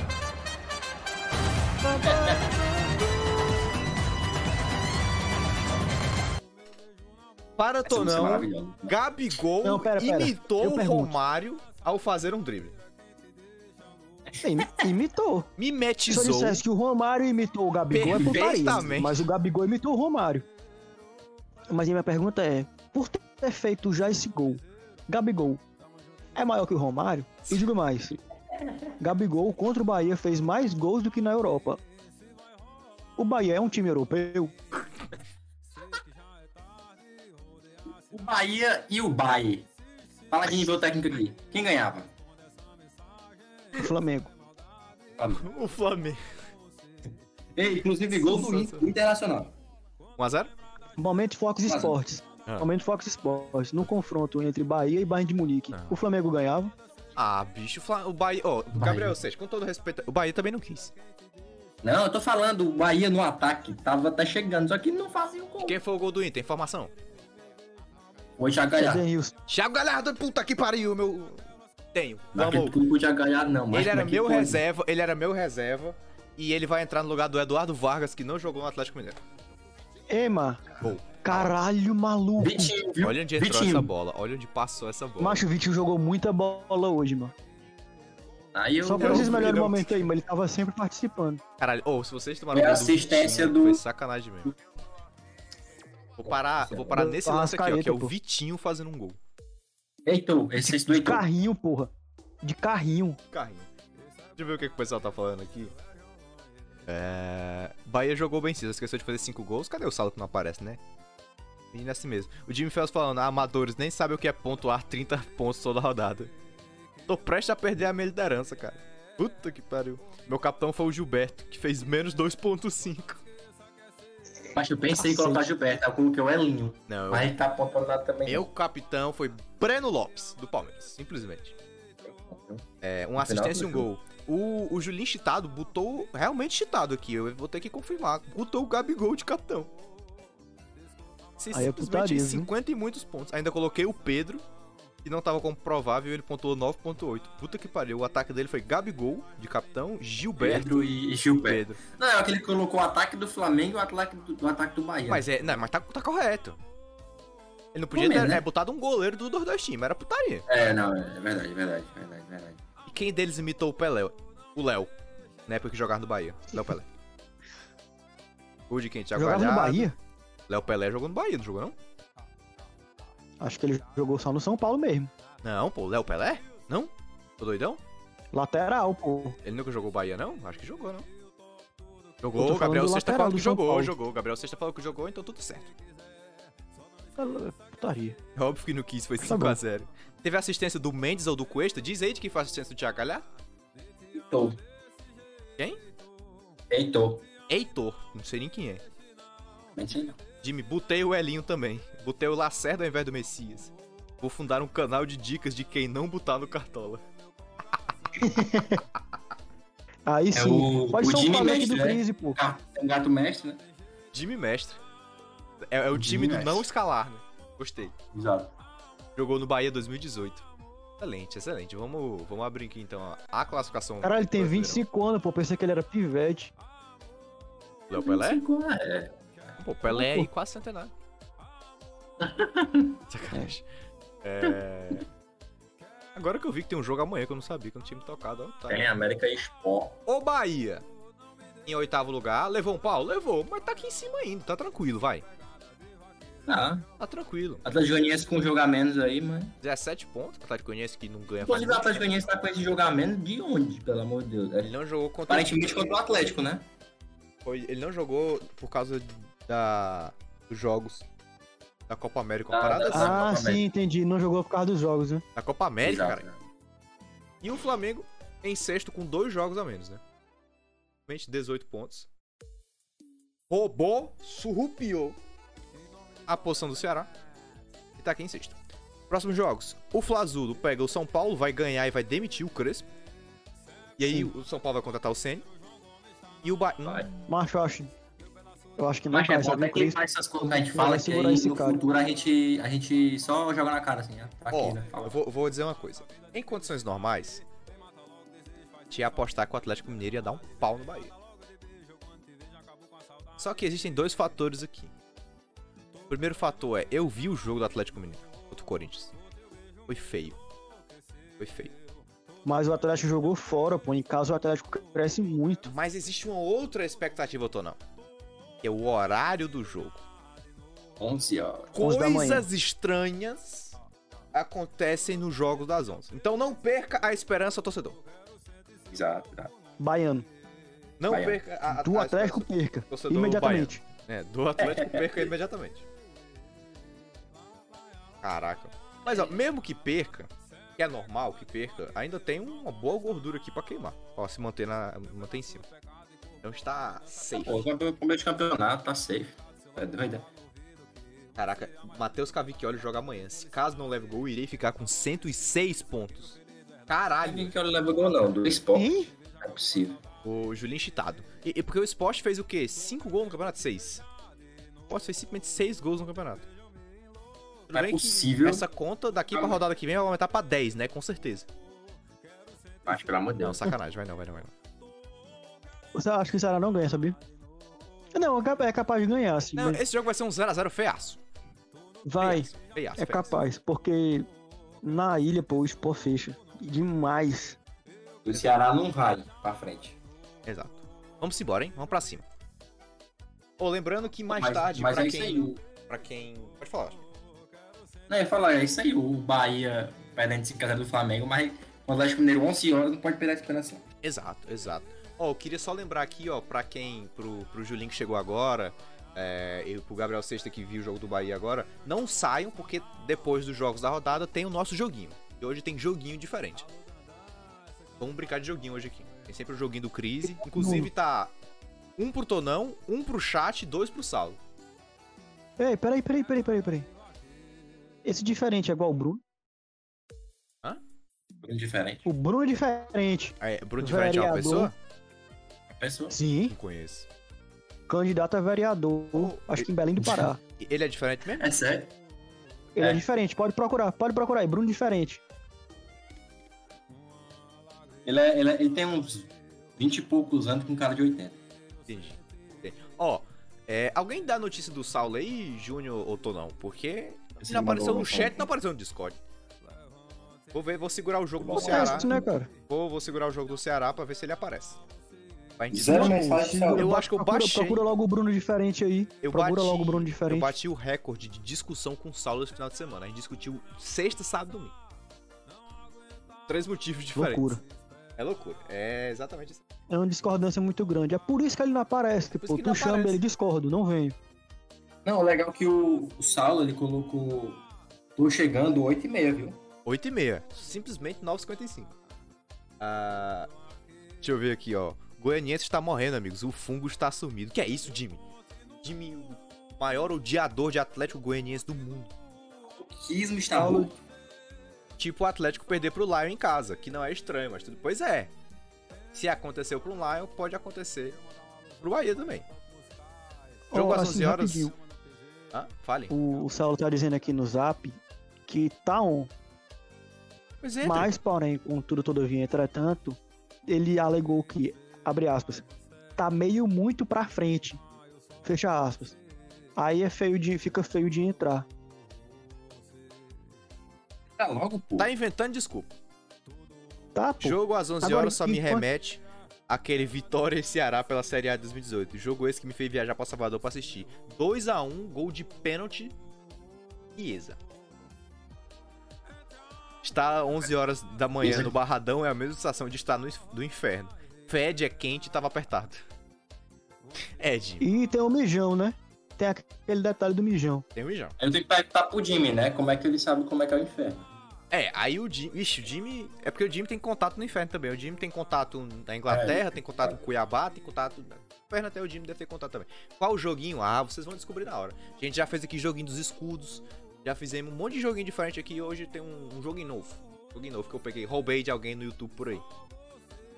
S1: Para
S2: Essa música é
S1: Tonão,
S2: maravilhosa.
S1: Gabigol
S9: Não, pera, pera. Eu
S1: imitou o
S9: pergunto.
S1: Romário ao fazer um drible.
S9: Sim, imitou. Se eu
S1: Mimetizou.
S9: dissesse que o Romário imitou o Gabigol, é putaria.
S1: Perfeitamente.
S9: Mas o Gabigol imitou o Romário. Mas a minha pergunta é, por ter feito já esse gol, Gabigol é maior que o Romário? E digo mais, Gabigol contra o Bahia fez mais gols do que na Europa. O Bahia é um time europeu?
S2: O Bahia e o Bahia. Fala quem nível técnico aqui. Quem ganhava?
S9: O Flamengo. é
S1: O Flamengo.
S2: Ei, inclusive gol do Inter- Internacional.
S1: 1x0?
S9: Momento Fox
S2: Mas-
S9: Esportes.
S1: Ah.
S9: Momento Fox Esportes. No confronto entre Bahia e Bayern de Munique,
S1: Ah.
S9: o Flamengo ganhava.
S1: Ah, bicho, o Fla- o Bahia. Ó, Gabriel, seja, com todo respeito, o Bahia também não quis.
S2: Não, eu tô falando, o Bahia no ataque tava tá chegando, só que não fazia o gol.
S1: Quem foi o gol do Inter? Informação.
S2: O Thiago Galhardo.
S9: Eden Wilson.
S1: Thiago Galhardo, puta que pariu, meu. Tenho.
S2: Não
S1: Vamos.
S2: acredito que o Thiago Galhardo não, mas
S1: Ele era
S2: como é que
S1: meu
S2: pode?
S1: reserva, ele era meu reserva. E ele vai entrar no lugar do Eduardo Vargas, que não jogou no Atlético Mineiro.
S9: Ema.
S1: Gol.
S9: Caralho, maluco.
S2: Vitinho, viu?
S1: Olha onde entrou
S2: Vitinho.
S1: essa bola, olha onde passou essa bola.
S9: Macho Vitinho jogou muita bola hoje, mano.
S2: Aí eu,
S9: Só por
S2: eu,
S9: esses melhores
S1: não-
S9: momentos aí, mas ele tava sempre participando.
S1: Caralho, ou se vocês tomaram
S2: É
S1: gol
S2: a assistência
S1: Vitinho,
S2: do-
S1: Foi sacanagem mesmo. Vou parar, vou parar
S9: Do
S1: nesse lance aqui, ó, que é o
S9: Arrascaeta, pô.
S1: Vitinho fazendo um gol.
S2: Eita, esse do
S9: De
S2: Heitor.
S9: carrinho, porra. De carrinho.
S1: Carrinho. Deixa eu ver o que, que o pessoal tá falando aqui. É... Bahia jogou bem cedo, esqueceu de fazer 5 gols. Cadê o Salo que não aparece, né? Menino é assim mesmo. O Jimmy Fels falando, "Ah, amadores nem sabem o que é pontuar 30 pontos toda rodada. Tô prestes a perder a minha liderança, cara. Puta que pariu. Meu capitão foi o Gilberto, que fez menos 2.5.
S2: Mas eu pensei em colocar o Gilberto, aí eu coloquei o Elinho.
S1: Não,
S2: Mas ele tá apontando lá também.
S1: meu capitão foi Breno Lopes, do Palmeiras, simplesmente. É, uma assistência e um gol. O, o Julinho Chitado botou. Realmente chitado aqui, eu vou ter que confirmar. Botou o Gabigol de capitão. Se
S9: Aí é putaria, viu?
S1: 50 e muitos pontos. Ainda coloquei o Pedro, que não tava como provável, ele pontuou 9.8. Puta que pariu. O ataque dele foi Gabigol de capitão, Gilberto.
S2: Pedro e e Gilberto.
S1: Pedro.
S2: Não, é aquele que colocou o ataque do Flamengo e o ataque do, o ataque do Bahia.
S1: Mas é. Não, mas tá, tá correto. Ele não podia
S2: Pelo
S1: ter
S2: menos,
S1: é,
S2: né?
S1: botado um goleiro do dos dois times, era putaria.
S2: É, não, é verdade, é verdade, é verdade, é verdade.
S1: E quem deles imitou o Pelé? O Léo. Na época que jogava no Bahia. Léo Pelé. O de quem? Thiago
S9: Jogava no
S1: Galhardo.
S9: Bahia?
S1: Léo Pelé jogou no Bahia, não jogou não?
S9: Acho que ele jogou só no São Paulo mesmo.
S1: Não, pô. Léo Pelé? Não? Tô doidão?
S9: Lateral, pô.
S1: Ele nunca jogou Bahia, não? Acho que jogou, não.
S9: Eu
S1: Jogou, o
S9: tô falando
S1: Gabriel
S9: do
S1: Sexta
S9: lateral
S1: falou que
S9: do São
S1: jogou,
S9: Paulo.
S1: jogou. O Gabriel Sexta falou que jogou, então tudo certo.
S9: Tá Putaria.
S1: É óbvio que não quis, foi
S9: Tá bom.
S1: 5x0. Teve assistência do Mendes ou do Cuesta? Diz aí de quem foi a assistência do Thiago Galhardo.
S2: Heitor.
S1: Quem?
S2: Heitor.
S1: Heitor, não sei nem quem é.
S2: Mentira, não.
S1: Jimmy, botei o Elinho também. Botei o Lacerda ao invés do Messias. Vou fundar um canal de dicas de quem não botar no Cartola.
S9: Aí sim.
S2: É o-
S9: Pode
S2: o
S9: ser um
S2: Jimmy
S9: palete
S2: Mestre,
S9: do
S2: né?
S9: Crise, pô.
S2: Ah, é um gato mestre, né?
S1: Jimmy Mestre. É, é o time
S2: Jimmy
S1: do não
S2: Mestre.
S1: escalar, né? Gostei.
S2: Exato.
S1: Jogou no Bahia 2018. Excelente, excelente. Vamos, vamos abrir aqui então a classificação.
S9: Caralho, ele
S1: do
S9: tem
S1: Brasileirão.
S9: 25 anos, pô. Pensei que ele era pivete.
S1: Léo Pelé?
S2: É.
S1: Pô, Pelé
S9: Pô.
S1: aí quase
S9: [LAUGHS]
S1: centenário. Sacanagem. É... Agora que eu vi que tem um jogo amanhã que eu não sabia, que eu não tinha me tocado. ó, tá.
S2: Tem América é Sport.
S1: O Bahia, em oitavo lugar, levou um pau? Levou, mas tá aqui em cima ainda, tá tranquilo, vai.
S2: Ah,
S1: Tá tranquilo.
S2: Atlético Goianiense com um jogo a menos aí, mas...
S1: 17 pontos, Atlético Goianiense que não ganha faz
S2: Inclusive, o
S1: muito
S2: Atlético
S1: tempo.
S2: Goianiense tá com esse jogo a menos de onde, pelo amor de Deus?
S1: Ele não jogou contra
S2: Aparentemente contra o Atlético, né?
S1: Foi- ele não jogou por causa da, dos jogos da Copa América. Uma
S2: Ah,
S1: parada
S2: da-
S1: assim.
S9: Ah,
S2: Copa
S9: sim, entendi. Não jogou por causa dos jogos, né?
S1: Da Copa América,
S2: Exato.
S1: É, cara. E o Flamengo em sexto com dois jogos a menos, né? Somente 18 pontos. Roubou, surrupiou a posição do Ceará. E tá aqui em sexto. Próximos jogos. O Flazudo pega o São Paulo, vai ganhar e vai demitir o Crespo. E aí o São Paulo vai contratar o Ceni. E o Bahia.
S2: Vai.
S9: Mas eu acho. Eu acho que não
S2: Mas é
S9: faz,
S2: bom
S9: sabe?
S2: até que ele
S9: Crespo.
S2: faz essas coisas que a gente
S9: né, Vai
S2: fala, que aí
S9: segurar esse
S2: no
S9: cara.
S2: futuro a gente, a gente só joga na cara, assim, ó. Tá
S1: Ó,
S2: aqui, né?
S1: eu
S2: Fala.
S1: vou, vou dizer uma coisa. Em condições normais, te ia apostar que o Atlético Mineiro ia dar um pau no Bahia. Só que existem dois fatores aqui. O primeiro fator é, eu vi o jogo do Atlético Mineiro contra o Corinthians. Foi feio. Foi feio.
S9: Mas o Atlético jogou fora, pô. Em casa o Atlético cresce muito.
S1: Mas existe uma outra expectativa, Tonão. Que é o horário do jogo.
S2: 11 horas.
S9: 11 da manhã.
S1: Coisas estranhas acontecem nos jogos das 11. Então não perca a esperança, torcedor.
S2: Exato, exato.
S9: Baiano.
S1: Não
S2: Baiano.
S1: perca a, a,
S9: Do
S1: a
S9: Atlético
S1: esperança.
S9: perca.
S1: Torcedor
S9: Imediatamente.
S1: É, do
S9: [LAUGHS]
S1: Atlético perca imediatamente. Caraca. Mas ó, mesmo que perca, que é normal que perca, ainda tem uma boa gordura aqui pra queimar. Ó, se manter, na, manter em cima. Então está
S2: Pô,
S1: safe.
S2: campe- começo de campeonato, tá safe. É doido.
S1: Caraca, Matheus Cavicchioli joga amanhã. Se caso não leve gol, irei ficar com 106 pontos. Caralho,
S2: Ninguém que olha leva gol, não. Do esporte.
S9: Hein?
S2: Não é possível.
S1: o Julinho chitado. E, e porque o Sport fez o quê? 5 gols no campeonato? 6. O Sport fez simplesmente 6 gols no campeonato. Tudo
S2: Não é
S1: bem que-
S2: possível.
S1: Essa conta daqui pra rodada que vem vai aumentar pra 10, né? Com certeza.
S2: Mas, pelo amor de
S1: Não,
S2: Deus.
S1: sacanagem, vai não, vai não, vai não.
S9: Você acha que o Ceará não ganha, sabia? Não, é capa- é capaz de ganhar, assim.
S1: Não,
S9: mas
S1: esse jogo vai ser um 0x0 feiaço.
S9: vai,
S1: Feiaço, feiaço,
S9: é
S1: feiaço.
S9: capaz. Porque na ilha, pô, o Sport fecha. Demais.
S2: O Ceará não vai pra frente.
S1: Exato. Vamos embora, hein? Vamos pra cima. Ô, lembrando que mais
S2: Mas-
S1: tarde,
S2: mas
S1: pra,
S2: é isso aí.
S1: quem,
S2: o-
S1: pra quem. Pode falar.
S2: Não, eu ia falar, é isso aí. O Bahia perdendo 5x0 do Flamengo, mas o Atlético Mineiro 11 horas não pode perder a esperança. não.
S1: Exato, exato. Ó, eu queria só lembrar aqui, ó, pra quem. Pro, pro Julinho que chegou agora. É, e pro Gabriel Sexta que viu o jogo do Bahia agora. Não saiam, porque depois dos jogos da rodada tem o nosso joguinho. E hoje tem joguinho diferente. Vamos brincar de joguinho hoje aqui. Tem sempre o joguinho do Crise. Inclusive tá um pro Tonão, um pro chat, dois pro Saulo.
S9: Ei, peraí, peraí, peraí, peraí, peraí. Esse diferente é igual o Bruno.
S2: Tudo Diferente.
S9: O Bruno é diferente.
S1: É, Bruno diferente é uma
S9: Vereador.
S1: pessoa?
S2: A pessoa.
S9: Sim,
S1: Não conheço.
S9: candidato a vereador. Acho que em Belém do Pará.
S1: Ele é diferente mesmo?
S2: É sério?
S9: Ele é.
S2: É.
S9: diferente, pode procurar, pode procurar aí. Bruno diferente.
S2: Ele, é- ele, é- ele tem uns 20 e poucos anos com cara de 80.
S1: Entendi. Entendi. Ó, é, alguém dá a notícia do Saulo aí, Júnior ou Tonão? Porque se não apareceu no chat, não apareceu no Discord. Vou ver, vou segurar o jogo do Ceará.
S9: Acontece, né, cara?
S1: Vou, vou segurar o jogo do Ceará pra ver se ele aparece. Vai em
S2: Zero
S9: né?
S1: Discord.
S2: mensagem, Saulo.
S1: Eu acho que eu
S9: procura,
S1: baixei.
S9: Procura logo o Bruno diferente aí.
S1: Eu
S9: procura
S1: bati-
S9: logo o Bruno diferente.
S1: Eu bati o recorde de discussão com o Saulo esse final de semana. A gente discutiu sexta, sábado e domingo. Três motivos diferentes.
S9: Loucura.
S1: É loucura. É exatamente isso.
S9: É uma discordância muito grande. É por isso que ele não aparece.
S1: isso
S9: pô,
S1: que
S9: tu
S1: não
S9: chama
S1: aparece.
S9: ele, discordo, não venho.
S2: Não, o legal é que o, o Saulo, ele colocou... Tô chegando 8h30, viu?
S1: 8 e meia. Simplesmente 9h55. Ah, deixa eu ver aqui, ó. Goianiense está morrendo, amigos. O fungo está sumido. Que é isso, Jimmy? Jimmy, o maior odiador de Atlético Goianiense do mundo.
S2: O Quismo está
S9: Saulo.
S2: morto.
S1: Tipo o Atlético perder pro Lion em casa, que não é estranho, mas tudo. Pois é. Se aconteceu pro Lion, pode acontecer pro Bahia também. Jogo
S9: Ó,
S1: às
S9: assim,
S1: 11 horas.
S9: rapidinho,
S1: Ah, falem.
S9: O, o Saulo tá dizendo aqui no zap que tá on.
S1: é,
S8: Pois entra.
S9: Mas, porém, contudo, todavia, entretanto, ele alegou que, abre aspas, tá meio muito pra frente, fecha aspas. Aí é feio de, fica feio de entrar.
S2: Tá logo, pô.
S1: Tá inventando desculpa.
S9: Tá, pô.
S1: Jogo às 11
S9: Agora,
S1: horas só me
S9: enquanto-
S1: remete àquele Vitória e Ceará pela Série A de 2018. Jogo esse que me fez viajar pra Salvador pra assistir. 2x1, gol de pênalti e Eza. Estar 11 horas da manhã
S2: Isa.
S1: no Barradão é a mesma sensação de estar no, do inferno. Fede é quente e tava
S9: [LAUGHS]
S1: apertado.
S9: É,
S1: Ed,
S9: E tem o mijão, né? Tem aquele detalhe do mijão.
S1: tem um mijão.
S2: Eu tenho que perguntar pro Jimmy, né? Como é que ele sabe como é que é o inferno?
S1: É, aí o Jimmy. Ixi, o Jimmy. É porque o Jimmy tem contato no inferno também. O Jimmy tem contato na Inglaterra,
S2: É.
S1: tem contato com Cuiabá, tem contato. No inferno até o Jimmy deve ter contato também. Qual joguinho? Ah, vocês vão descobrir na hora. A gente já fez aqui joguinho dos escudos. Já fizemos um monte de joguinho diferente aqui. Hoje tem um, um joguinho novo. Joguinho novo que eu peguei, roubei de alguém no YouTube por aí.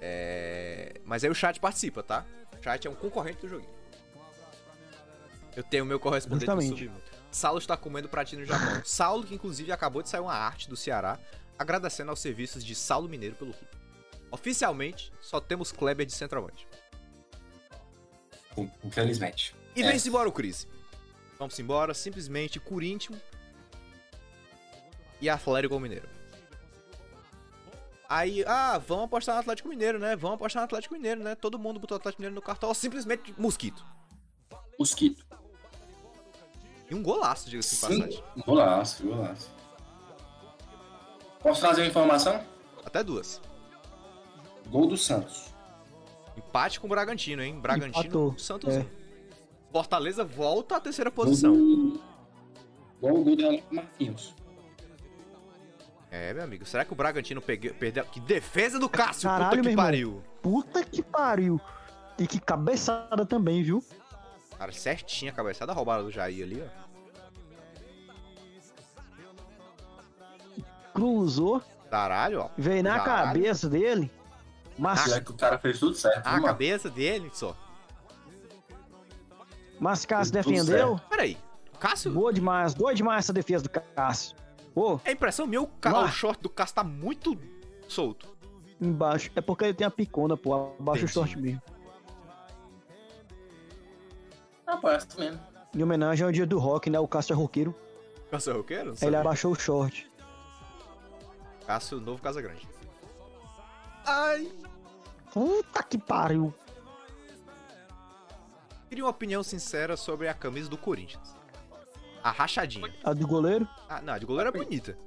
S1: É. Mas aí o chat participa, tá? O chat é um concorrente do joguinho. Eu tenho o meu correspondente do
S9: Justamente.
S1: Submundo. Saulo está comendo pratinho no Japão. Saulo, que inclusive acabou de sair uma arte do Ceará, agradecendo aos serviços de Saulo Mineiro pelo clube. Oficialmente, só temos Kleber de centroavante.
S2: Sim, Infelizmente.
S1: E
S2: É.
S1: vem-se embora o Cris. Vamos embora, simplesmente Corinthians e Atlético Mineiro. Aí, ah, vamos apostar no Atlético Mineiro, né? Vamos apostar no Atlético Mineiro, né? Todo mundo botou Atlético Mineiro no cartão, simplesmente mosquito.
S2: Mosquito.
S1: E um golaço, diga-se de
S2: Sim.
S1: passagem.
S2: Golaço, golaço. Posso trazer uma informação?
S1: Até duas.
S2: Gol do Santos.
S1: Empate com o Bragantino, hein? Bragantino
S9: Empatou,
S1: com o Santos.
S9: é.
S1: um. Fortaleza volta à terceira
S2: Uhum.
S1: posição.
S2: Gol do, gol do Renato Marquinhos.
S1: É, meu amigo. Será que o Bragantino pegue- perdeu? Que defesa do Cássio,
S9: Caralho,
S1: puta
S9: meu
S1: que
S9: irmão.
S1: pariu.
S9: Puta que pariu. E que cabeçada também, viu?
S1: Cara, certinha a cabeçada roubada do Jair ali, ó.
S9: Cruzou,
S1: Caralho, ó.
S9: veio na
S1: Caralho.
S9: cabeça dele.
S1: Tá.
S9: Mas,
S2: Já que o cara fez tudo certo.
S1: A
S2: viu, mano?
S1: cabeça dele só.
S9: mas Cássio
S2: Tudo
S9: defendeu.
S1: Peraí. Cássio,
S9: Boa demais, boa demais essa defesa do Cássio. Pô,
S1: é impressão minha, o, ca-
S9: Lá.
S1: o short do Cássio tá muito solto.
S9: embaixo. É porque ele tem a picona, pô. Abaixa o
S1: Entendi.
S9: short mesmo.
S2: Ah, pô, é assim mesmo.
S9: Em homenagem ao dia do rock, né? O Cássio é roqueiro.
S1: Cássio é roqueiro? Não
S9: Aí ele
S1: sabia.
S9: abaixou o short.
S1: Cássio, novo Casa Grande. Ai,
S9: Puta que pariu.
S1: queria uma opinião sincera sobre a camisa do Corinthians. A rachadinha.
S9: A do goleiro.
S1: Ah, não, a de goleiro é bonita.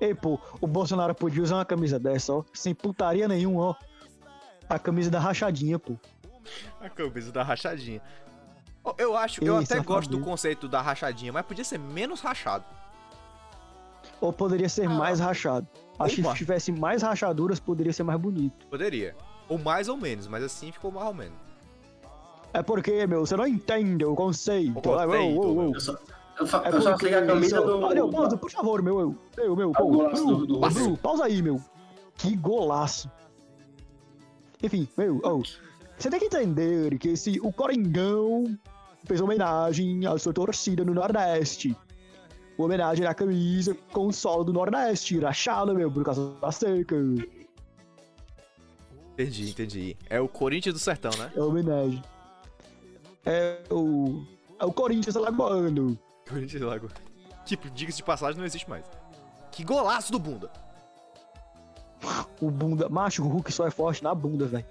S9: Ei, pô, o Bolsonaro podia usar uma camisa dessa, ó. Sem putaria nenhuma, ó. A camisa da rachadinha, pô.
S1: A camisa da rachadinha. Ó, Eu acho, eu
S9: Isso,
S1: até
S9: a
S1: gosto do
S9: camisa.
S1: conceito da rachadinha, mas podia ser menos rachado.
S9: Ou poderia ser mais rachado. Acho que
S1: Ah. Opa.
S9: se tivesse mais rachaduras, poderia ser mais bonito.
S1: Poderia. Ou mais ou menos, mas assim ficou mais ou menos.
S9: É porque, meu, você não entende o conceito.
S1: O conceito, né?
S9: Ah, uou, uou, uou.
S2: Eu só, eu fa-
S9: É
S2: eu só
S9: porque...
S2: sei a camisa
S9: isso-
S2: do.
S9: Olha, pausa, por favor, meu. eu- Meu, meu,
S2: Ah, o
S9: pô,
S2: golaço
S9: Bru,
S2: do- do-
S9: Bru,
S1: Passe.
S9: pausa aí, meu. Que golaço. Enfim, meu, oh, você tem que entender que esse, o Coringão fez homenagem à sua torcida no Nordeste. Uma homenagem à camisa com o solo do Nordeste, rachado, meu, por causa da seca.
S1: Entendi, entendi. É o Corinthians do Sertão, né?
S9: É uma homenagem. É o... É o Corinthians alagoano.
S1: Corinthians do Lago. Tipo, diga-se de passagem, não existe mais. Que golaço do bunda!
S9: O bunda. Macho, o Hulk só é forte na bunda, velho.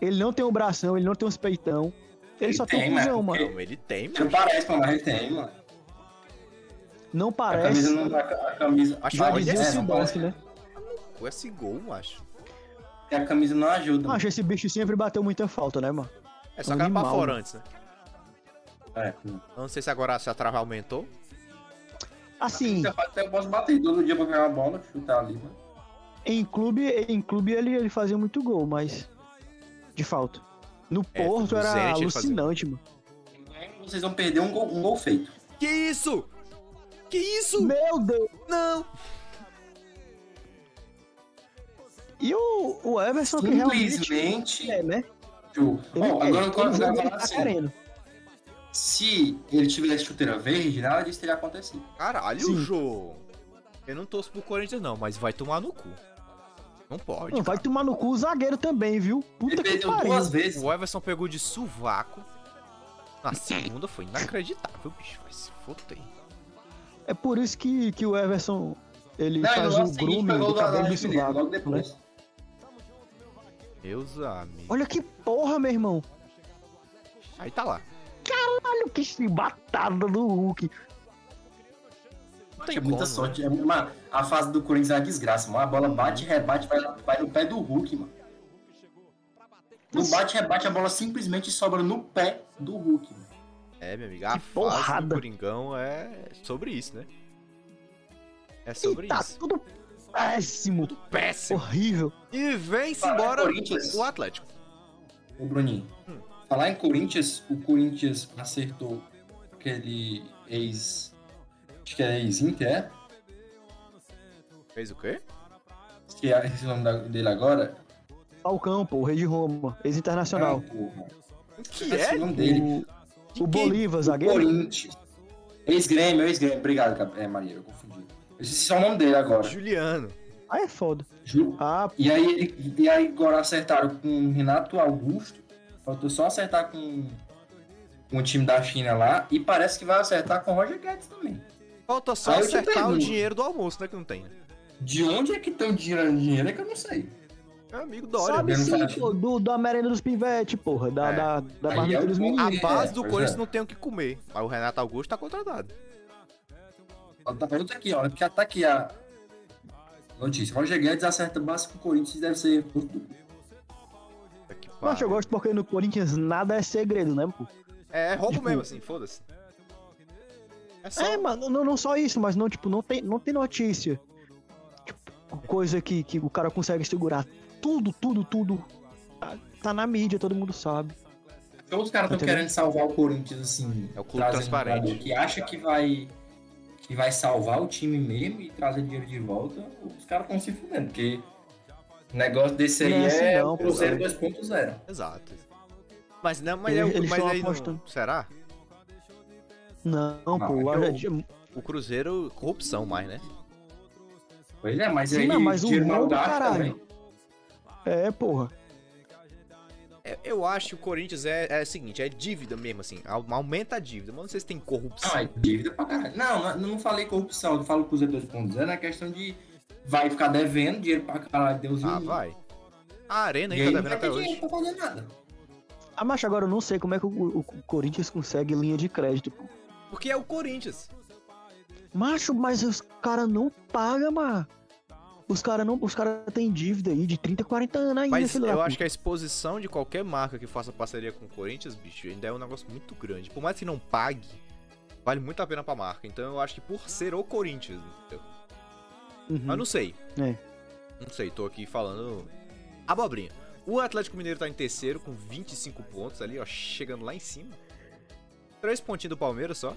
S9: Ele não tem um bração, ele não tem uns peitão. Ele,
S2: Ele
S9: só tem,
S2: tem,
S9: um cuzão,
S2: mano,
S9: mano.
S1: Não, ele tem,
S2: Não
S1: mano.
S2: parece, mano, mas tem, mano.
S9: Não
S2: A
S9: parece.
S2: camisa não. A a camisa.
S1: Acho
S9: Já
S1: que
S9: dizia o
S1: olha
S2: é, não parece.
S9: Sidonski, né?
S1: Com esse gol, macho.
S2: E a camisa não ajuda.
S9: Macho, esse bicho sempre bateu muita falta, né, mano?
S1: É só que era
S9: Animal.
S1: pra fora antes, né?
S2: É,
S1: Eu Não sei se agora se a trava aumentou.
S9: Assim,
S2: Você faz até eu posso bater todo dia pra pegar a bola, chutar ali, mano.
S9: em clube, em clube ele, ele fazia muito gol, mas. De falta. No
S1: É,
S9: Porto
S1: no
S9: era
S1: Zenit ele fazia.
S9: alucinante, mano.
S2: Vocês vão perder um gol, um gol feito.
S1: Que isso? Que isso?
S9: Meu Deus!
S1: Não!
S9: E o, o Everson que realmente.
S2: Simplesmente.
S9: É, né?
S2: Ju.
S9: Ele,
S2: Bom, Tipo, agora eu
S9: é, ele,
S2: quero
S9: joga, ele
S2: falar
S9: tá
S2: assim.
S9: querendo.
S2: Se ele tivesse chuteira verde, nada disso teria acontecido.
S1: Caralho,
S9: Sim.
S1: Jô! Eu não torço pro Corinthians, não, mas vai tomar no cu. Não pode.
S9: Não, vai tomar no cu o zagueiro também, viu? Puta que pariu.
S1: O Everson pegou de sovaco. Na segunda foi inacreditável, bicho. Vai se foder.
S9: É por isso que, que o Everson ele
S2: Não, e no
S9: faz
S2: lance
S9: o
S2: seguinte
S9: grooming
S2: pegou
S9: do
S2: o Lazaro
S9: cabelo do
S2: de Felipe,
S9: sovaco,
S2: logo depois.
S9: né?
S1: Meus amigos.
S9: Olha que porra, meu irmão.
S1: Aí tá lá.
S9: Caralho, que chibatada do Hulk.
S1: Não
S2: É
S1: tem
S2: muita
S1: como,
S2: sorte.
S9: né?
S2: É, mano, a fase do Corinthians é uma desgraça, mano. A bola bate, rebate, vai, vai no pé do Hulk, mano. No bate, rebate, a bola simplesmente sobra no pé do Hulk, mano.
S1: É, meu amigo, a fase do
S9: porrada.
S1: Coringão é sobre isso, né? É sobre
S9: e tá
S1: isso.
S9: tudo péssimo.
S1: Péssimo.
S9: Horrível.
S1: E vem-se
S2: Falar em
S1: embora
S2: Corinthians.
S1: o Atlético.
S2: Ô, Bruninho,
S1: Hum.
S2: falar em Corinthians, o Corinthians acertou aquele ex. Acho que é ex-Inter, é?
S1: Fez o quê?
S2: Que é esse nome da- dele agora.
S9: Falcão, pô, o rei de Roma,
S2: Ah,
S9: ex-internacional.
S2: porra.
S1: O
S2: Esqueci
S1: que é?
S2: o nome dele.
S9: O, Assim, o Bolívar, zagueiro.
S2: Corinthians. Ex-Grêmio, ex-Grêmio. Obrigado, Cap- é, Maria, eu confundi. Eu esqueci só o nome dele
S9: né?
S2: agora.
S1: Juliano.
S9: Ah, é foda.
S2: Ju-
S9: Ah,
S2: E aí, ele, e aí agora acertaram com o Renato Augusto. Faltou só acertar com, com o time da China lá. E parece que vai acertar com o Roger Guedes também.
S1: Falta só
S2: Aí eu te
S1: acertar o
S2: pergunto.
S1: dinheiro do almoço, né? Que não tem.
S2: De onde é que estão tirando dinheiro é que eu não sei.
S1: É amigo da hora.
S9: sabe
S2: eu não
S9: sim,
S2: acho.
S9: pô, do, da merenda dos pivete, porra. Da,
S1: É.
S9: da, da
S2: Aí
S9: marmita
S2: é o
S9: dos
S2: bom.
S9: meninos.
S1: A
S2: É,
S1: base do
S2: pois
S1: Corinthians
S2: é.
S1: não tem o que comer. Mas o Renato Augusto tá contratado.
S2: Tá falando aqui, ó. Porque tá aqui a notícia. Roger Guedes acerta base com o Corinthians e deve ser.
S1: Puta que
S2: Ah,
S9: Mas eu
S1: pariu.
S9: gosto porque no Corinthians nada é segredo, né, pô?
S1: É, é roubo
S9: Tipo-
S1: mesmo, assim, foda-se. É só.
S9: É, mano, não, não só isso, mas não, tipo, não tem, não tem notícia. Tipo, coisa que, que o cara consegue segurar. Tudo, tudo, tudo. Tá, tá na mídia, todo mundo sabe.
S2: Todos os caras estão
S9: Entendeu?
S2: querendo salvar o Corinthians, assim.
S1: É o clube
S2: trazendo
S1: transparente.
S2: jogador Que acha que vai. Que vai salvar o time mesmo e trazer dinheiro de volta. Os caras estão se fudendo, porque. O negócio desse aí
S9: Não é assim
S2: é
S9: não,
S2: o
S9: pô.
S2: Cruzeiro 2.0.
S1: Exato. Mas não, mas é
S9: Eles-
S1: o
S9: eles
S1: mas
S9: estão
S1: aí não-
S9: apostando.
S1: Será?
S9: Não, pô,
S2: eu-
S1: é
S9: a gente-
S1: O Cruzeiro, corrupção mais, né?
S2: Pois é, mas
S9: Sim,
S2: aí
S9: não, mas o
S2: dinheiro
S9: rolo,
S2: mal gasto
S9: caralho.
S2: também.
S9: é, porra.
S1: É, Eu acho que o Corinthians é, é o seguinte, é dívida mesmo, assim. au- Aumenta a dívida. Mas não sei se tem corrupção.
S2: Não, é dívida pra caralho. Não, não, não falei corrupção, eu falo Cruzeiro 2.0 é questão de vai ficar devendo dinheiro pra caralho, Deus me
S1: ah,
S2: livre.
S1: vai. A arena
S2: é E
S1: aí tá
S2: aí não
S1: devendo até
S2: vai ter dinheiro
S1: hoje.
S2: pra fazer nada.
S9: Ah, mas agora eu não sei como é que o, o Corinthians consegue linha de crédito, pô.
S1: Porque é o Corinthians.
S9: Macho, mas os caras não pagam, mano. Os caras não. Os caras têm dívida aí de 30, 40 anos ainda,
S1: Mas
S9: filho da
S1: eu
S9: puta.
S1: acho que a exposição de qualquer marca que faça parceria com o Corinthians, bicho, ainda é um negócio muito grande. Por mais que não pague, vale muito a pena pra marca. Então eu acho que por ser o Corinthians, entendeu?
S9: Uhum.
S1: Mas não sei.
S9: É.
S1: Não sei, tô aqui falando abobrinha. O Atlético Mineiro tá em terceiro com 25 pontos ali, ó, chegando lá em cima. Três pontinhos do Palmeiras só.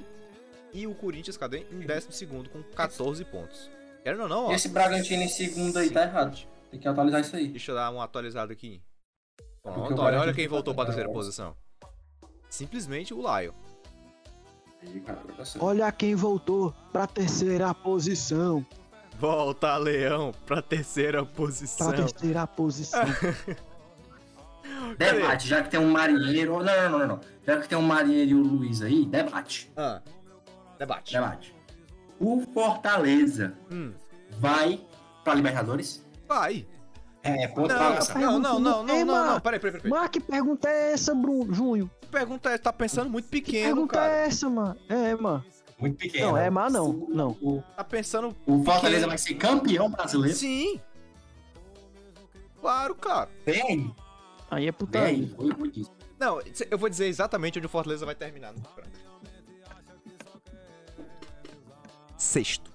S1: E o Corinthians, cadê? Em décimo segundo com 14 pontos. Querendo ou não, ó.
S2: Esse Bragantino em segundo aí tá errado. Tem que atualizar isso aí.
S1: Deixa eu dar uma atualizada aqui. Pronto,
S2: Porque o
S1: olha, olha
S2: Bragantino
S1: quem
S2: tá
S1: voltou pra
S2: atrás.
S1: terceira posição. Simplesmente o Lion.
S2: Aí, cara, tá certo.
S9: Olha quem voltou pra terceira posição.
S1: Volta, Leão, pra terceira
S9: Pra
S1: posição.
S9: terceira posição.
S2: Debate, já que tem um marinheiro. Não, não, não, não. Já que tem um marinheiro e o Luiz aí, debate.
S1: Ah, debate.
S2: Debate. O Fortaleza
S1: Hum,
S2: vai pra Libertadores?
S1: vai.
S2: É, Fortaleza.
S1: Não, não,
S9: Não,
S1: não, não, não, não, não.
S9: Ema.
S1: Peraí, peraí, peraí.
S9: Mas que pergunta é essa, Bruno? Junho?
S1: pergunta é, tá pensando muito pequeno,
S9: pergunta
S1: cara.
S9: é essa, mano? É, mano.
S2: Muito pequeno.
S9: Não, é má não. Não.
S2: O,
S1: Tá pensando.
S2: o Fortaleza vai ser campeão brasileiro?
S1: Sim! Claro, cara.
S2: Bem,
S9: Aí é
S1: Tá.
S9: putaria.
S2: bem. Foi muito isso.
S1: Não, eu vou dizer exatamente onde o Fortaleza vai terminar. no campeonato. Sexto.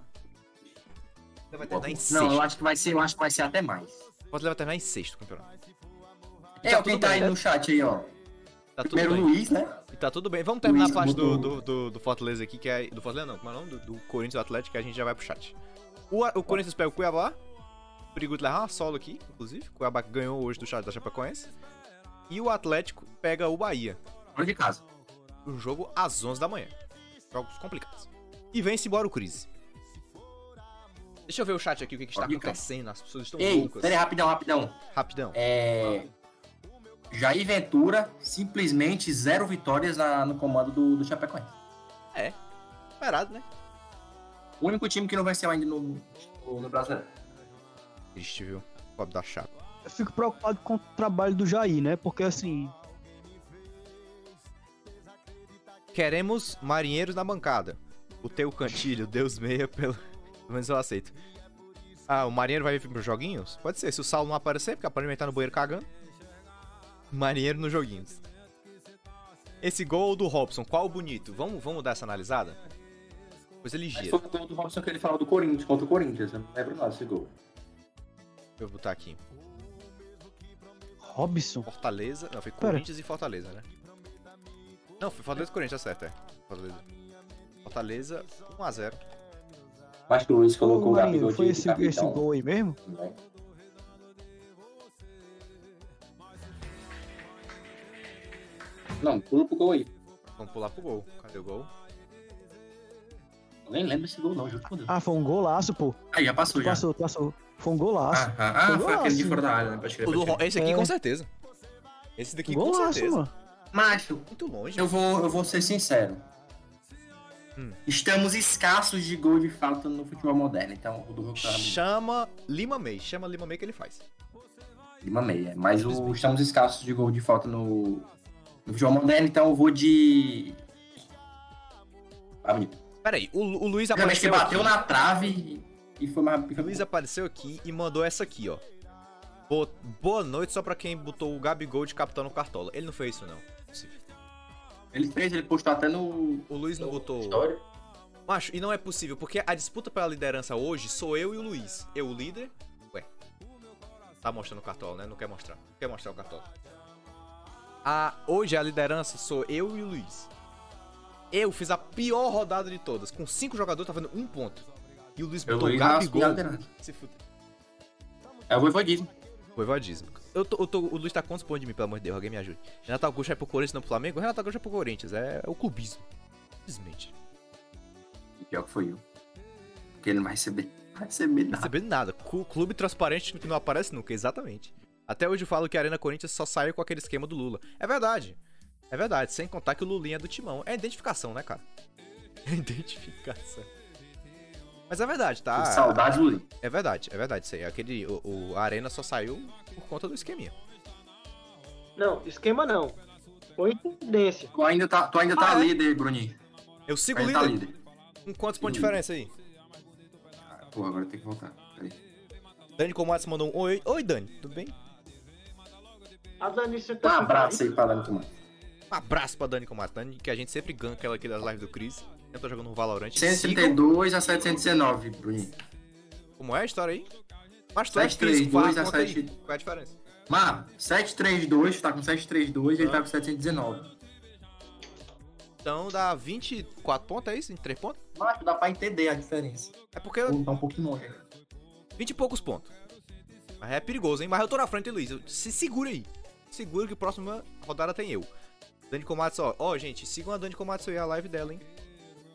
S1: Ele vai terminar Tá em sexto.
S2: Não, eu acho que vai ser, eu acho que vai ser até mais.
S1: O Fortaleza vai terminar em sexto campeonato.
S2: É,
S1: Tá
S2: ó, quem
S1: tudo
S2: tá
S1: bem,
S2: aí
S1: né?
S2: no chat aí, ó.
S1: Tá tudo
S2: Primeiro
S1: bem.
S2: Luiz, né?
S1: E tá tudo bem. Vamos terminar a
S2: Luiz
S1: parte do,
S2: botou-
S1: do, do, do Fortaleza aqui, que é. Do Fortaleza não, como é o nome? Do, do Corinthians e do Atlético, que a gente já vai pro chat. O, o Corinthians pega o Cuiabá. Perigo levar uma solo aqui, inclusive. O Cuiabá ganhou hoje do chat da Chapecoense. E o Atlético pega o Bahia.
S2: Fora de casa.
S1: O jogo às 11 da manhã. Jogos complicados. E vence embora o Crise. Deixa eu ver o chat aqui, o que, que está
S2: Olha,
S1: acontecendo. As pessoas estão
S2: Ei,
S1: loucas.
S2: peraí, rapidão, rapidão.
S1: Rapidão.
S2: É. Jair Ventura, simplesmente zero vitórias na- no comando do, do Chapecoense.
S1: É. Parado, né?
S2: O único time que não venceu ainda no, no, no Brasileiro.
S1: Triste, viu? Pobre da chapa.
S9: Eu fico preocupado com o trabalho do Jair, né? Porque assim,
S1: Queremos marinheiros na bancada. O teu cantilho, Deus meia, pelo... [LAUGHS] pelo menos eu aceito. Ah, o marinheiro vai vir pros joguinhos? Pode ser, se o Saulo não aparecer, porque aparentemente tá no banheiro cagando. Marinheiro nos joguinhos. Esse gol do Robson, qual o bonito? Vamos, vamos dar essa analisada? Coisa
S2: Mas
S1: ligeira.
S2: foi o gol do Robson que ele falou do Corinthians, contra o Corinthians. Eu não lembro nada desse gol.
S1: Deixa eu botar aqui.
S9: Robson.
S1: Fortaleza. Não, foi
S9: Pera.
S1: Corinthians e Fortaleza, né? Não, foi Fortaleza e Corinthians, tá certo, é. Fortaleza. Fortaleza 1x0.
S2: Acho que o Luiz
S9: Ô,
S2: colocou o
S9: Marinho,
S2: Gabigol de
S9: foi esse,
S2: capitão.
S9: esse gol aí mesmo?
S2: né? Não, pula pro gol aí.
S1: Vamos pular pro gol. Cadê o gol?
S2: Eu nem lembro esse gol não, juro por Deus.
S9: Ah, foi um golaço, pô.
S2: Aí, já passou, já.
S9: Passou, passou. Foi um golaço.
S2: Ah, ah, ah, foi aquele de
S9: golaço.
S2: fora da área, né? Pode crer,
S1: O do
S2: pode
S1: Ro-
S2: crer.
S1: Esse aqui
S9: É.
S1: com certeza. Esse daqui com
S9: Golaço,
S1: certeza.
S9: mano.
S2: Macho,
S1: Muito longe.
S2: eu vou, eu vou ser sincero.
S1: Hum.
S2: Estamos escassos de gol de fato no futebol moderno, então o do Hulk tá
S1: Chama Lima May. Chama Lima May que ele faz.
S2: Lima meia. é. Mas o, estamos escassos de gol de falta no, no futebol moderno, então eu vou de. Ah, bonito.
S1: Pera aí, o, Lu- o Luiz
S2: Obviamente que
S1: apareceu
S2: bateu
S1: aqui.
S2: na trave e e foi mais.
S1: O Luiz apareceu aqui e mandou essa aqui, ó. Bo- Boa noite só pra quem botou o Gabigol de capitão no Cartola. Ele não fez isso, não. Não é possível. é-
S2: Ele fez, ele postou até no.
S1: O Luiz não botou...
S2: História.
S1: Macho, e não é possível, porque a disputa pela liderança hoje sou eu e o Luiz. Eu o líder. Ué. Tá mostrando o cartola, né? Não quer mostrar. Não quer mostrar o cartola. A, hoje a liderança sou eu e o Luiz. Eu fiz a pior rodada de todas. Com cinco jogadores, tá fazendo um ponto. E o Luiz
S2: Eu
S1: botou
S2: vou
S1: o
S2: ir na
S1: Gabigol.
S2: liderança.
S1: Se fuder.
S2: É o voivodismo.
S1: Foi vadismo. Eu tô, eu tô- o Luiz tá quantos pontos de mim, pelo amor de Deus? Alguém me ajude. Renato Augusto vai pro Corinthians, não pro Flamengo? Renato Augusto vai pro Corinthians. É, é o clubismo. Simplesmente.
S2: E Pior que foi eu. Porque ele não vai receber. Não vai receber nada.
S1: recebendo nada. Cu- Clube transparente que não aparece nunca, exatamente. Até hoje eu falo que a Arena Corinthians só saiu com aquele esquema do Lula. É verdade. É verdade, sem contar que o Lulinha é do Timão. É identificação, né, cara? [LAUGHS] É identificação. Mas é verdade,
S2: Um
S1: tá?
S2: Saudades, Lulinha.
S1: É verdade, é verdade isso aí. Aquele, o, o- a Arena só saiu por conta do esqueminha.
S11: Não, esquema não. Coincidência.
S2: Tu ainda tá, tu ainda tá
S1: Ah, é?
S2: líder, Bruninho.
S1: Eu sigo o
S2: Ainda tá
S1: líder.
S2: líder.
S1: Com quantos pontos de
S2: Sigo
S1: diferença aí?
S2: Ah, Porra, agora tem que voltar. Peraí.
S1: Dani Comates mandou um oi. Oi, Dani, tudo bem? Um
S11: A Danice
S2: Um
S11: tá.
S2: abraço aí pra Dani Tomás.
S1: Um abraço pra Dani Comates. Dani, que a gente sempre ganha aquela aqui das lives do Cris. Eu tô jogando um Valorant. Sigam-
S2: 132 a 719, Bruninho.
S1: Como é a história aí? Mas tu é
S2: 732
S1: físico, fala,
S2: a
S1: conta aí.
S2: 7.
S1: Qual é a diferença?
S2: Mano, 732, tá com 732 e ele tá com 719.
S1: Então dá 24 pontos, é isso? 3 pontos?
S2: Macho, dá pra entender a diferença.
S1: É porque
S9: Hum.
S2: Ou Tá um pouquinho longe.
S1: 20 e poucos pontos. Mas é perigoso, hein? Mas eu tô na frente, hein, Luiz. Eu- Se segura aí. Segura que a próxima rodada tem eu. Dani Comates, ó. Ó, gente, sigam a Dani Comates aí, a live dela, hein?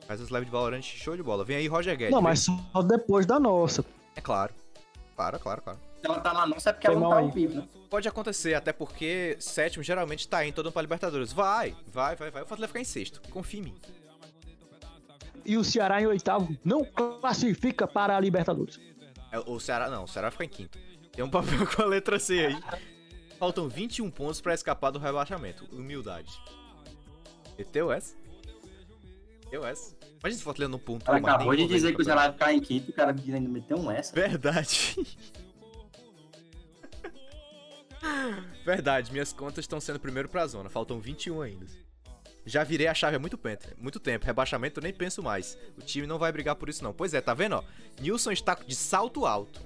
S1: Faz as lives de Valorant, show de bola. Vem aí, Roger
S2: É
S1: Guedes.
S9: Não, mas só depois da nossa.
S1: É claro. Claro, claro, claro.
S2: Se ela tá na nossa é porque
S9: Foi
S2: ela não
S9: mal
S2: tá
S9: aí.
S2: ao vivo, né?
S1: Pode acontecer, até porque sétimo geralmente tá indo todo mundo pra Libertadores. Vai, vai, vai, vai. O Fortaleza vai ficar em sexto. Confia em mim.
S9: E o Ceará em oitavo não classifica para a Libertadores.
S1: É, O Ceará, não, o Ceará fica em quinto. Tem um papel [LAUGHS] com a letra C aí. Faltam 21 pontos pra escapar do rebaixamento. Humildade. Meteu essa? Meteu essa? Imagina se o Fortaleza não pontua
S2: Ela
S1: mais
S2: acabou
S1: nenhum
S2: de dizer
S1: momento
S2: que o
S1: no
S2: Zelado ficar em quinto e o cara ainda meteu um
S1: campeonato.
S2: essa.
S1: [LAUGHS] Verdade. [LAUGHS] Verdade, minhas contas estão sendo primeiro pra zona. Faltam 21 ainda. Já virei a chave há muito, pent- muito tempo. Rebaixamento eu nem penso mais. O time não vai brigar por isso, não. Pois é, tá vendo? Ó? Nilson está de salto alto.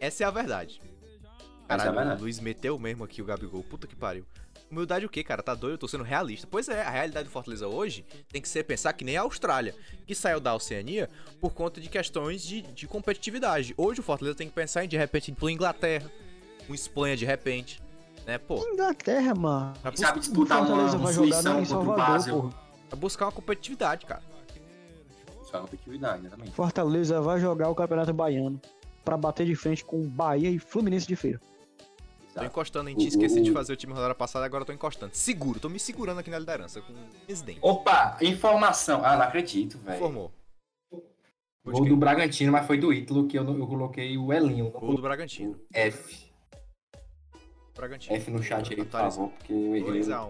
S1: Essa é a verdade.
S2: Essa é a
S1: Caralho, o
S2: verdade.
S1: Luiz meteu mesmo aqui o Gabigol. Puta que pariu. Humildade o quê, cara? Tá doido? Eu tô sendo realista. Pois é, a realidade do Fortaleza hoje tem que ser pensar que nem a Austrália, que saiu da Oceania por conta de questões de, de competitividade. Hoje o Fortaleza tem que pensar em, de repente, ir pra Inglaterra, uma Espanha, de repente. Né, pô?
S9: Inglaterra, mano.
S1: Pra
S2: Sabe
S9: O
S2: disputar uma,
S9: Fortaleza
S2: uma
S9: vai jogar
S2: Suição
S9: em
S2: contra o
S9: Salvador,
S2: Basel.
S9: porra.
S1: É buscar uma competitividade, cara.
S2: competitividade, exatamente.
S9: Fortaleza vai jogar o Campeonato Baiano pra bater de frente com Bahia e Fluminense de Feira.
S2: Tá.
S1: Tô encostando em ti, esqueci de fazer o time rodada passada, agora tô encostando. Seguro, tô me segurando aqui na liderança com o presidente.
S2: Opa, informação. Ah, não acredito, velho.
S1: Informou.
S2: Gol do Bragantino, mas foi do Ítalo que eu, não- eu coloquei o Elinho.
S1: Gol do Bragantino.
S2: F.
S1: Bragantino.
S2: F no chat aí, por favor, porque eu errei.
S1: 2x1,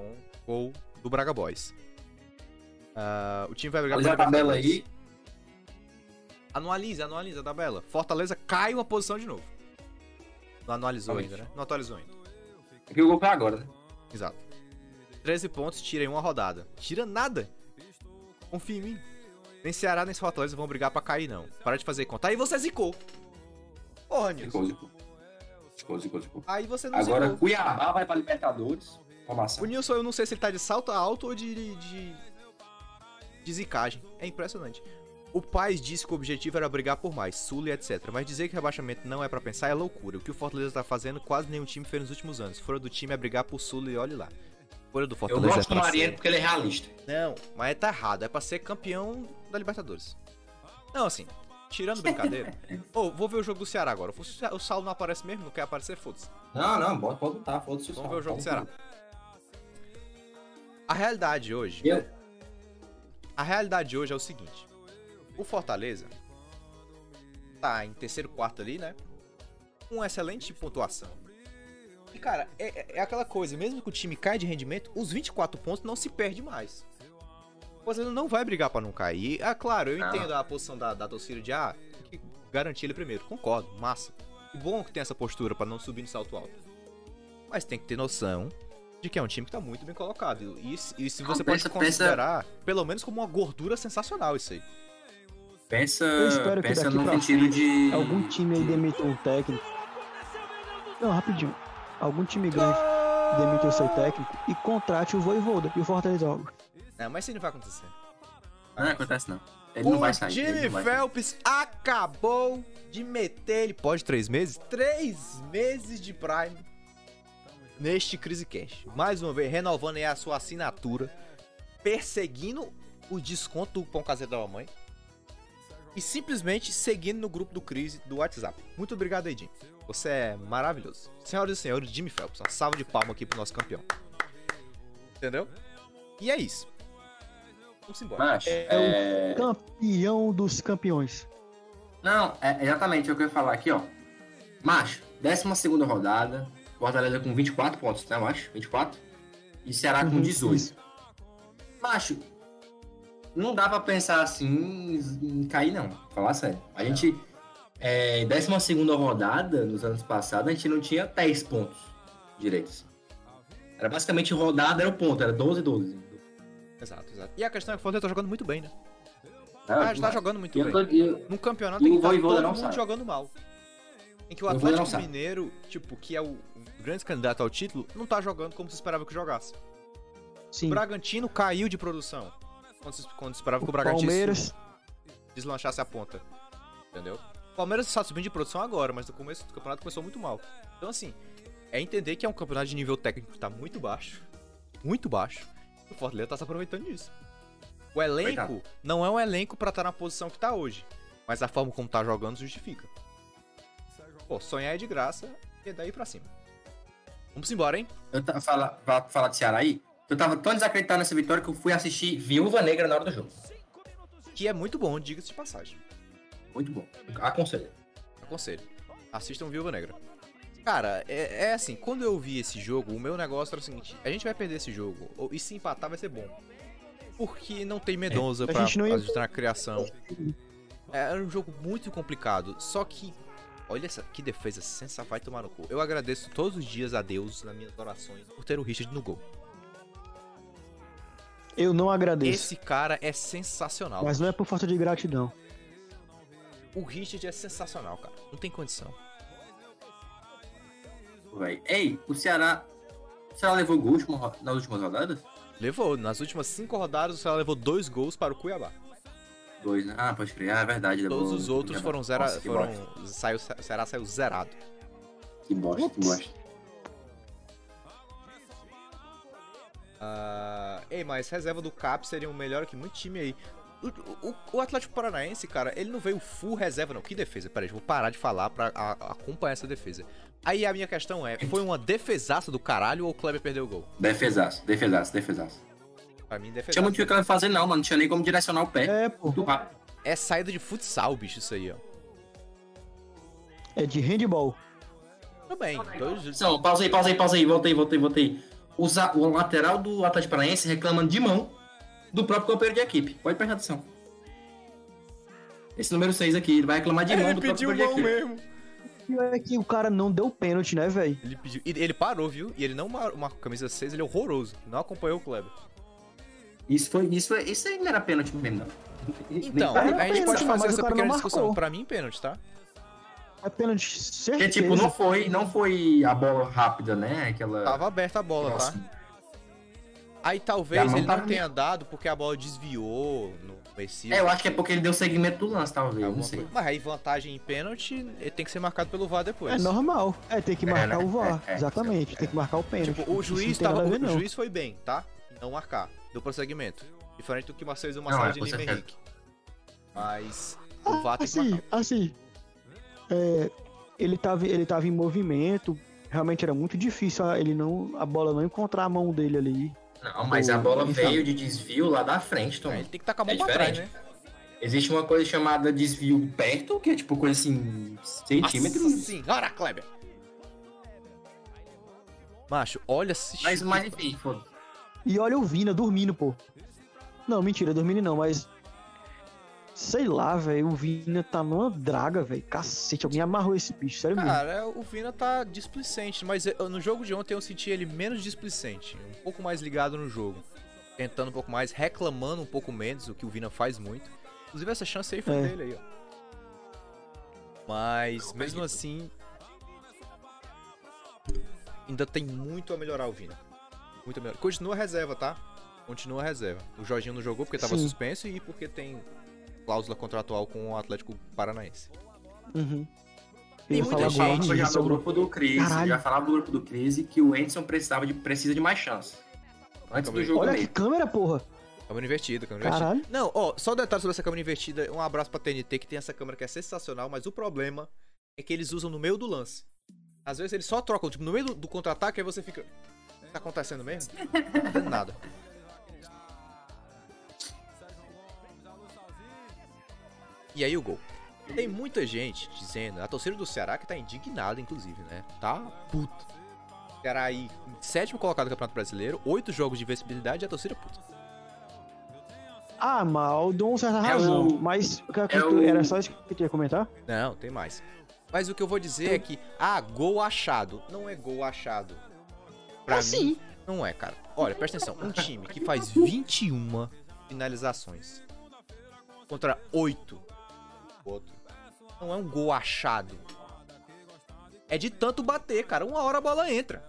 S1: gol do Braga Boys. Ah, o time vai brigar
S2: Olha é, a
S1: pela
S2: tabela
S1: Libertadores. Anualiza, anualiza a tabela. Fortaleza cai uma posição de novo. Não anualizou
S2: Realmente.
S1: ainda, né? Não atualizou ainda.
S2: Porque o gol foi agora, né?
S1: Exato. 13 pontos, tira em uma rodada. Tira nada. Confia em mim. Nem Ceará, nem Fortaleza vão brigar pra cair, não. Para de fazer conta. Aí você zicou. Porra,
S2: Zicou, zicou. Zicou, zicou, zicou.
S1: Aí você não
S2: Agora
S1: zicou.
S2: Cuiabá vai pra Libertadores. Informação.
S1: O Nilson, eu não sei se ele tá de salto alto ou de. de, de, de zicagem. É impressionante. O Paz disse que o objetivo era brigar por mais, Sul e etc. Mas dizer que rebaixamento não é pra pensar é loucura. O que o Fortaleza tá fazendo, quase nenhum time fez nos últimos anos. Fora do time é brigar por Sul e olhe lá. Fora do
S2: Eu
S1: Fortaleza.
S2: gosto
S1: é
S2: do
S1: pra
S2: Mariano
S1: ser-
S2: porque ele é realista.
S1: Não, mas tá errado. É pra ser campeão da Libertadores. Não, assim, tirando brincadeira. Ô, vou ver o jogo do Ceará agora. O Ce- O Saulo não aparece mesmo? Não quer aparecer? Foda-se.
S2: Não, não, bota, pode botar, foda-se o
S1: Vamos ver o jogo do Ceará.
S2: Saulo.
S1: A realidade hoje.
S2: Eu-
S1: A realidade hoje é o seguinte: o Fortaleza tá em terceiro quarto ali, né? Com uma excelente pontuação. E cara, é, é aquela coisa, mesmo que o time caia de rendimento, os 24 pontos não se perde mais. O Fortaleza não vai brigar pra não cair. Ah, claro, eu
S2: Ah.
S1: entendo a posição da, da torcida de ah, tem que garantir ele primeiro. Concordo, massa. Que bom é que tem essa postura pra não subir no salto alto. Mas tem que ter noção de que é um time que tá muito bem colocado. E, isso- e se você
S2: Ah,
S1: pode
S2: pensa- pensa-
S1: considerar, pelo menos como uma gordura sensacional isso aí.
S2: Pensa,
S9: Eu espero que
S2: pensa
S9: daqui
S2: no
S9: pra
S2: sentido de.
S9: Algum time aí demita um técnico. Não, rapidinho. Algum time grande demita o seu técnico e contrate o Voivoda e o Fortaleza. ó,
S1: É, mas isso não vai acontecer.
S2: Ah, Não, não acontece não. Ele não
S1: o
S2: vai sair. ele
S1: Jimmy
S2: não vai sair.
S1: Phelps acabou de meter ele pode três meses? Três meses de Prime neste Crise Cash. Mais uma vez, renovando aí a sua assinatura, perseguindo o desconto do Pão Caseiro da Mamãe e simplesmente seguindo no grupo do Crise do WhatsApp. Muito obrigado aí, Jim. Você é maravilhoso. Senhoras e senhores, Jimmy Phelps, uma salva de palma aqui pro nosso campeão. Entendeu? E é isso. Vamos embora.
S2: Mas,
S9: É,
S2: é-
S9: o campeão dos campeões.
S2: Não, é exatamente o que eu ia falar aqui, ó. Macho, 12 segunda rodada, Fortaleza com 24 pontos, né, macho? 24. E Ceará Tá com
S9: Uhum,
S2: 18.
S9: isso.
S2: Macho, não dá pra pensar assim em, em cair, não. Falar sério. A gente, é, 12 segunda rodada, nos anos passados, a gente não tinha 10 pontos direitos. Era basicamente rodada, era o ponto, era 12, 12.
S1: Exato, exato. E a questão é que o Fortaleza tá jogando muito bem, né? tá,
S2: Ah,
S1: tá jogando muito
S2: E eu
S1: bem.
S2: tô- e eu-
S1: Num campeonato
S2: e
S1: em que
S2: o
S1: tá todo
S2: Voivoda não
S1: mundo
S2: sabe.
S1: jogando mal. Em que o
S2: O Voivoda não
S1: Atlético
S2: sabe.
S1: Mineiro, tipo, que é o grande candidato ao título, não tá jogando como se esperava que jogasse.
S9: Sim.
S1: O Bragantino caiu de produção. Quando se, quando se esperava que o Bragantino
S9: Palmeiras.
S1: deslanchasse a ponta. Entendeu? O Palmeiras está subindo de produção agora, mas no começo do campeonato começou muito mal. Então, assim, é entender que é um campeonato de nível técnico que tá muito baixo. Muito baixo. E o Fortaleza tá se aproveitando disso. O elenco
S2: Coitado.
S1: não é um elenco pra estar na posição que tá hoje. Mas a forma como tá jogando justifica. Pô, sonhar é de graça e é daí pra cima. Vamos embora, hein?
S2: Eu tava fala, fa- falar do Ceará aí. Eu tava tão desacreditado nessa vitória que eu fui assistir Viúva Negra na hora do jogo.
S1: Que é muito bom, diga-se de passagem.
S2: Muito bom. Aconselho.
S1: Aconselho. Assistam Viúva Negra. Cara, é, é assim, quando eu vi esse jogo, o meu negócio era o seguinte: a gente vai perder esse jogo, ou- e se empatar vai ser bom. Porque não tem Medonza
S9: É, a
S1: pra
S9: gente não ia-
S1: ajustar a
S9: [LAUGHS]
S1: criação. É, Era um jogo muito complicado, só que. Olha essa, que defesa sensacional, vai tomar no cu. Eu agradeço todos os dias a Deus, nas minhas orações, por ter o Richard no gol.
S9: Eu não agradeço.
S1: Esse cara é sensacional.
S9: Mas não é por falta de gratidão.
S1: O Richard é sensacional, cara. Não tem condição.
S2: Véi. Ei, o Ceará. O Ceará levou gol última ro- nas últimas rodadas?
S1: Levou, nas últimas cinco rodadas, o Ceará levou dois gols para o Cuiabá.
S2: Dois, né? Ah, pode crer. Ah, é verdade. levou-
S1: Todos os outros foram zera,
S2: Nossa, que bosta,
S1: foram saiu, será saiu zerado.
S2: Que bosta, que bosta.
S1: Ah, ei, mas reserva do Cap seria o melhor que muito time aí. O, o- o Atlético Paranaense, cara, ele não veio full reserva, não. Que defesa? Peraí, eu vou parar de falar pra a- acompanhar essa defesa. Aí a minha questão é: foi uma defesaça do caralho ou o Kleber perdeu o gol?
S2: Defesaço, defesaço, defesaço.
S1: Pra mim,
S2: Tinha
S1: defesaça.
S2: muito o que ela fazer, não, mano. Não tinha nem como direcionar o pé.
S9: É, pô.
S1: É saída de futsal, bicho, isso aí, ó.
S9: É de handball.
S1: Tudo bem. Dois...
S2: São, pausa aí, pausa aí, pausa aí. Voltei, voltei, voltei. O, za- o lateral do Atlético Paranaense reclamando de mão do próprio companheiro de equipe. Pode prestar atenção. Esse número 6 aqui, ele vai reclamar de mão do próprio companheiro de equipe.
S9: O pior é que o cara não deu pênalti, né, velho?
S1: Ele pediu. e Ele parou, viu? E ele não mar- marcou camisa 6, ele é horroroso. Não acompanhou o Kleber.
S2: Isso foi, isso, é- isso aí não era pênalti mesmo, não.
S1: Então, a
S9: Nem-
S1: gente
S9: Era
S1: pode
S9: pênalti,
S1: fazer
S9: mas
S1: essa
S9: o cara
S1: pequena
S9: não
S1: discussão.
S9: marcou.
S1: Pra mim, pênalti, tá?
S9: É pênalti, certeza.
S2: Porque, tipo, não foi, não foi a bola rápida, né? Aquela.
S1: Tava aberta a bola,
S2: Nossa.
S1: tá? Aí
S2: E a
S1: talvez
S2: mão
S1: ele
S2: tava
S9: tá
S1: não tenha dado porque a bola desviou no Messias.
S2: É, eu acho que é porque ele deu segmento do lance, talvez. Não sei.
S1: Mas aí vantagem em pênalti, ele tem que ser marcado pelo VAR depois.
S9: É normal. É, tem que
S2: É,
S9: marcar
S2: né?
S9: o VAR.
S2: É, é.
S9: Exatamente, tem que marcar o pênalti.
S1: Tipo, o
S9: Isso não
S1: juiz
S9: tem nada
S1: tava,
S9: a ver,
S1: o
S9: não.
S1: juiz foi bem, tá? Em Não marcar. Deu prosseguimento. Diferente do que Marcelo e o
S2: Não,
S1: Marcelo
S2: é,
S1: de
S2: com
S1: Lima
S2: certeza.
S1: Henrique. Mas o VAR tem que
S9: Assim,
S1: marcar.
S9: assim. é, ele, tava, ele tava em movimento. Realmente era muito difícil a- ele não, a bola não encontrar a mão dele ali.
S2: Não, mas a
S9: O-
S2: bola
S9: ele
S2: veio de desvio lá da frente, Tom.
S1: É, ele tem que tacar a mão
S2: É
S1: pra trás, né?
S2: diferente. Existe uma coisa chamada desvio perto, que é tipo coisa assim,
S9: é
S2: centímetros.
S1: Nossa senhora, Kleber! Macho, olha se
S2: Mas, mas enfim, foda-se.
S9: E olha o Vina dormindo, pô. Não, mentira, dormindo não, mas. Sei lá, velho. O Vina tá numa draga, velho. Cacete, alguém amarrou esse bicho, sério mesmo.
S1: Cara, o Vina tá displicente, mas eu- no jogo de ontem eu senti ele menos displicente, um pouco mais ligado no jogo, tentando um pouco mais, reclamando um pouco menos, o que o Vina faz muito. Inclusive essa chance aí foi
S9: É.
S1: dele aí, ó. Mas mesmo assim ainda tem muito a melhorar o Vina. Muito a melhorar. Continua a reserva, tá? Continua a reserva. O Jorginho não jogou porque tava
S9: Sim.
S1: suspenso e porque tem cláusula contratual com o Atlético Paranaense.
S9: Uhum.
S1: Tem
S9: Eu ia
S1: muita
S9: falar
S1: gente
S9: agora
S2: Falava já
S9: disso,
S2: do grupo do Cris,
S9: é um Caralho.
S2: já falava do grupo do Cris que o Edson precisava de, precisa de mais chance. Antes do
S1: Também.
S2: jogo
S9: Olha que
S2: mesmo.
S9: câmera, porra.
S1: Câmera invertida, câmera
S9: Caralho.
S1: invertida. Não, ó, só um detalhe sobre essa câmera invertida. Um abraço pra TNT, que tem essa câmera que é sensacional, mas o problema é que eles usam no meio do lance. Às vezes eles só trocam, tipo, no meio do, do contra-ataque, aí você fica. Tá acontecendo mesmo? Não tá entendendo nada. E aí o gol. Tem muita gente dizendo, a torcida do Ceará que tá indignada, inclusive, né? Tá puta. O Ceará aí, em sétimo colocado do Campeonato Brasileiro, oito jogos de vencibilidade e a torcida é puta.
S9: Ah, mal, dou uma certa
S2: É
S9: razão.
S2: o-
S9: Mas o que eu-
S2: é o-
S9: era só isso que eu ia comentar?
S1: Não, tem mais. Mas o que eu vou dizer é que, ah, gol achado. Não é gol achado. Pra
S9: Ah,
S1: mim,
S9: sim.
S1: não é, cara. Olha, presta atenção. Um time que faz 21 finalizações contra 8 outro, não é um gol achado. É de tanto bater, cara. Uma hora a bola entra.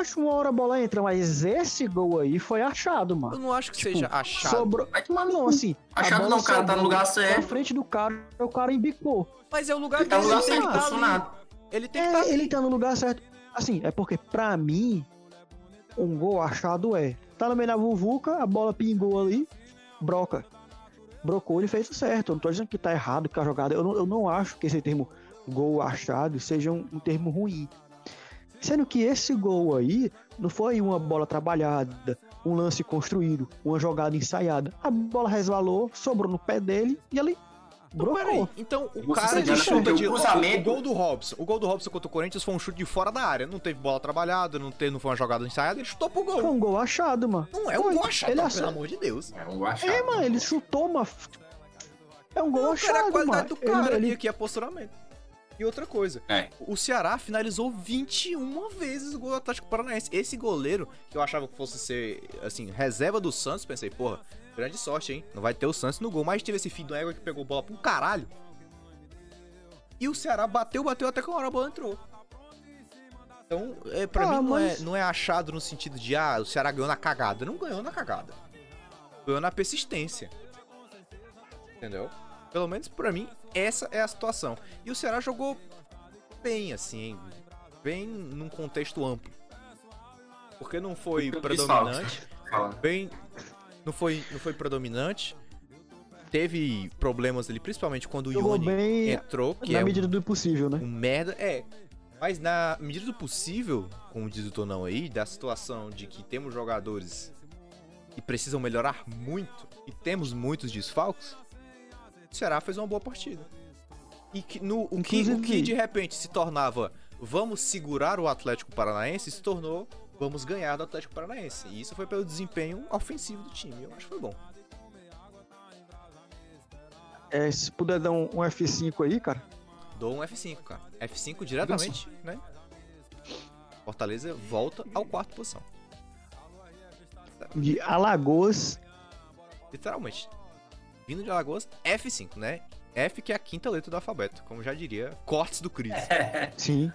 S9: Acho uma hora a bola entra, mas esse gol aí foi achado,
S1: Eu
S9: mano.
S1: não acho que
S9: Tipo,
S1: seja achado.
S9: Sobrou.
S2: Vai tomar no
S9: Não, assim. a
S2: Achado
S9: bola
S2: não, o cara tá no
S9: sobrou
S2: lugar certo.
S9: Na frente do cara, o cara embicou.
S1: Mas é o lugar
S2: Ele tá no
S1: dele,
S2: lugar
S1: ele tem
S2: certo,
S1: que tá ali.
S2: posicionado.
S1: Ele tem que estar
S9: É, ele tá no lugar certo. Assim, é porque pra mim, um gol achado é. Tá no meio da vuvuca, a bola pingou ali, broca. Brocou, ele fez o certo. Eu não tô dizendo que tá errado, que a jogada. Eu não, eu não acho que esse termo gol achado seja um, um termo ruim. Sendo que esse gol aí não foi uma bola trabalhada, um lance construído, uma jogada ensaiada. A bola resvalou, sobrou no pé dele e ele brocou.
S1: Peraí, então o
S2: Você
S1: cara
S2: já
S1: ele chuta
S2: perdeu
S1: de
S2: o cruzamento.
S1: o gol do Robson. O gol do Robson contra o Corinthians foi um chute de fora da área. Não teve bola trabalhada, não, teve, não foi uma jogada ensaiada, ele chutou pro
S9: Foi
S1: gol.
S9: um gol achado, mano.
S1: Não é um
S9: Foi.
S1: gol achado,
S9: Ele
S1: pelo
S9: achou-
S1: amor de Deus.
S2: É, eu acho.
S9: É, mano, ele chutou uma. É um gol
S1: Não,
S9: achado,
S1: cara, a qualidade
S9: mano.
S1: do cara
S9: Ele-
S1: e
S9: ele-
S1: aqui é posicionamento. E outra coisa,
S2: É.
S1: o Ceará finalizou 21 vezes o gol do Atlético Paranaense. Esse goleiro, que eu achava que fosse ser, assim, reserva do Santos, pensei, porra, grande sorte, hein? Não vai ter o Santos no gol, mas teve esse filho do égua que pegou bola pro caralho. E o Ceará bateu, bateu até que uma hora a bola entrou. Então, é, pra
S9: Ah,
S1: mim, não,
S9: mas-
S1: é, não é achado no sentido de, ah, o Ceará ganhou na cagada. Não ganhou na cagada. Ganhou na persistência. Entendeu? Pelo menos pra mim, essa é a situação. E o Ceará jogou bem, assim, bem num contexto amplo. Porque não foi
S2: Porque eu fiz
S1: predominante.
S2: Fala.
S1: Bem. Não foi, não foi predominante. teve problemas ali, principalmente quando
S9: Jogou
S1: o Yoni
S9: bem
S1: entrou, que
S9: na
S1: é
S9: medida do possível, né?
S1: um merda. É, mas na medida do possível, como diz o Tonão aí, da situação de que temos jogadores que precisam melhorar muito e temos muitos desfalques, o Ceará fez uma boa partida. E que no, o, que, o que
S9: Inclusive-
S1: de repente se tornava vamos segurar o Atlético Paranaense se tornou vamos ganhar do Atlético Paranaense. E isso foi pelo desempenho ofensivo do time. Eu acho que foi bom.
S9: É, se puder dar um, um F5 aí, cara.
S1: Dou um F5, cara. F5 diretamente, né? Fortaleza volta ao quarto posição.
S9: De Alagoas.
S1: Literalmente. Vindo de Alagoas, F5, né? F que é a quinta letra do alfabeto, como já diria Cortes do Cris.
S9: Sim.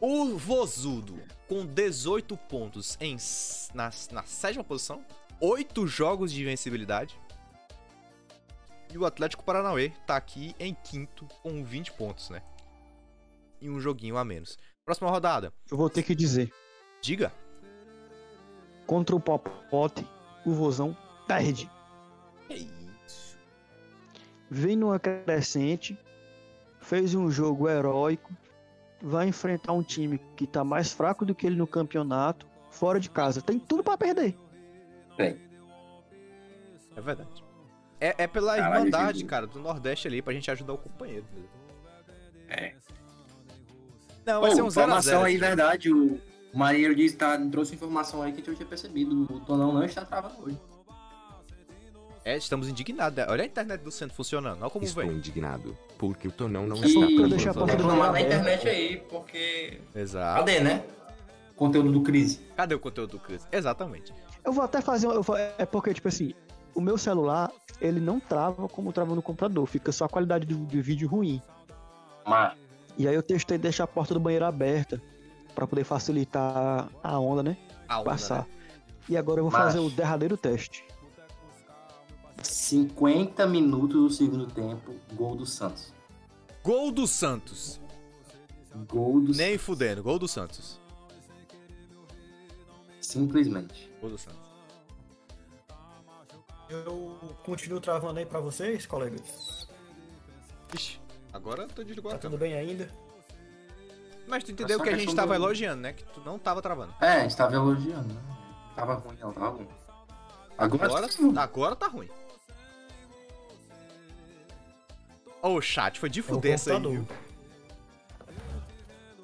S1: O Vozudo, com 18 pontos em, s- na, na sétima posição, 8 jogos de invencibilidade. E o Atlético Paranauê tá aqui em quinto, com 20 pontos, né? E um joguinho a menos. Próxima rodada.
S9: Eu vou ter que dizer.
S1: Diga.
S9: Contra o Popote, o Vozão perde.
S1: É isso.
S9: Vem numa crescente, fez um jogo heróico, vai enfrentar um time que tá mais fraco do que ele no campeonato, fora de casa. Tem tudo pra perder.
S1: É verdade. É, é pela
S9: Caralho,
S1: irmandade,
S9: Gigi.
S1: cara, do Nordeste ali, pra gente ajudar o companheiro.
S2: É.
S1: Não, vai ser um 0x0.
S2: informação aí, né? verdade. O Marinheiro disse que tá, trouxe informação aí que eu tinha percebido. O Tonão não está travado hoje.
S1: É, estamos indignados. né? Olha a internet do centro funcionando. Olha como
S7: Estou
S1: vem.
S7: indignado, porque o Tonão não
S2: Que-
S7: está
S2: Eu deixei a
S7: comprovando.
S2: porta do Reclamar na
S9: aberta.
S2: internet aí, porque.
S1: Exato.
S2: Cadê, né? Conteúdo do Crise.
S1: Cadê o conteúdo do Cris? Exatamente.
S9: Eu vou até fazer. uma- Eu vou- é porque, tipo assim, o meu celular, ele não trava como trava no computador, fica só a qualidade do, do vídeo ruim.
S2: Mas.
S9: E aí eu testei deixar a porta do banheiro aberta pra poder facilitar a onda, né?
S1: A onda,
S9: Passar.
S1: né?
S9: E agora eu vou
S2: Mas-
S9: fazer o derradeiro teste.
S2: 50 minutos do segundo tempo, gol do Santos.
S1: Gol do Santos.
S2: Gol do
S1: Nem fudendo. Gol do Santos.
S2: Simplesmente.
S1: Gol do Santos.
S12: Eu continuo travando aí pra vocês, colegas.
S1: Ixi, agora eu tô desligado.
S12: Tá tudo bem ainda?
S1: Mas tu entendeu
S12: só
S1: que a
S12: questão
S1: gente tava
S12: do-
S1: elogiando, né? Que tu não tava travando.
S2: É, a gente tava elogiando. né? Tava ruim, não, tava ruim. Agora,
S1: Agora, agora tá ruim. Ô, chat, foi de fuder essa aí, viu?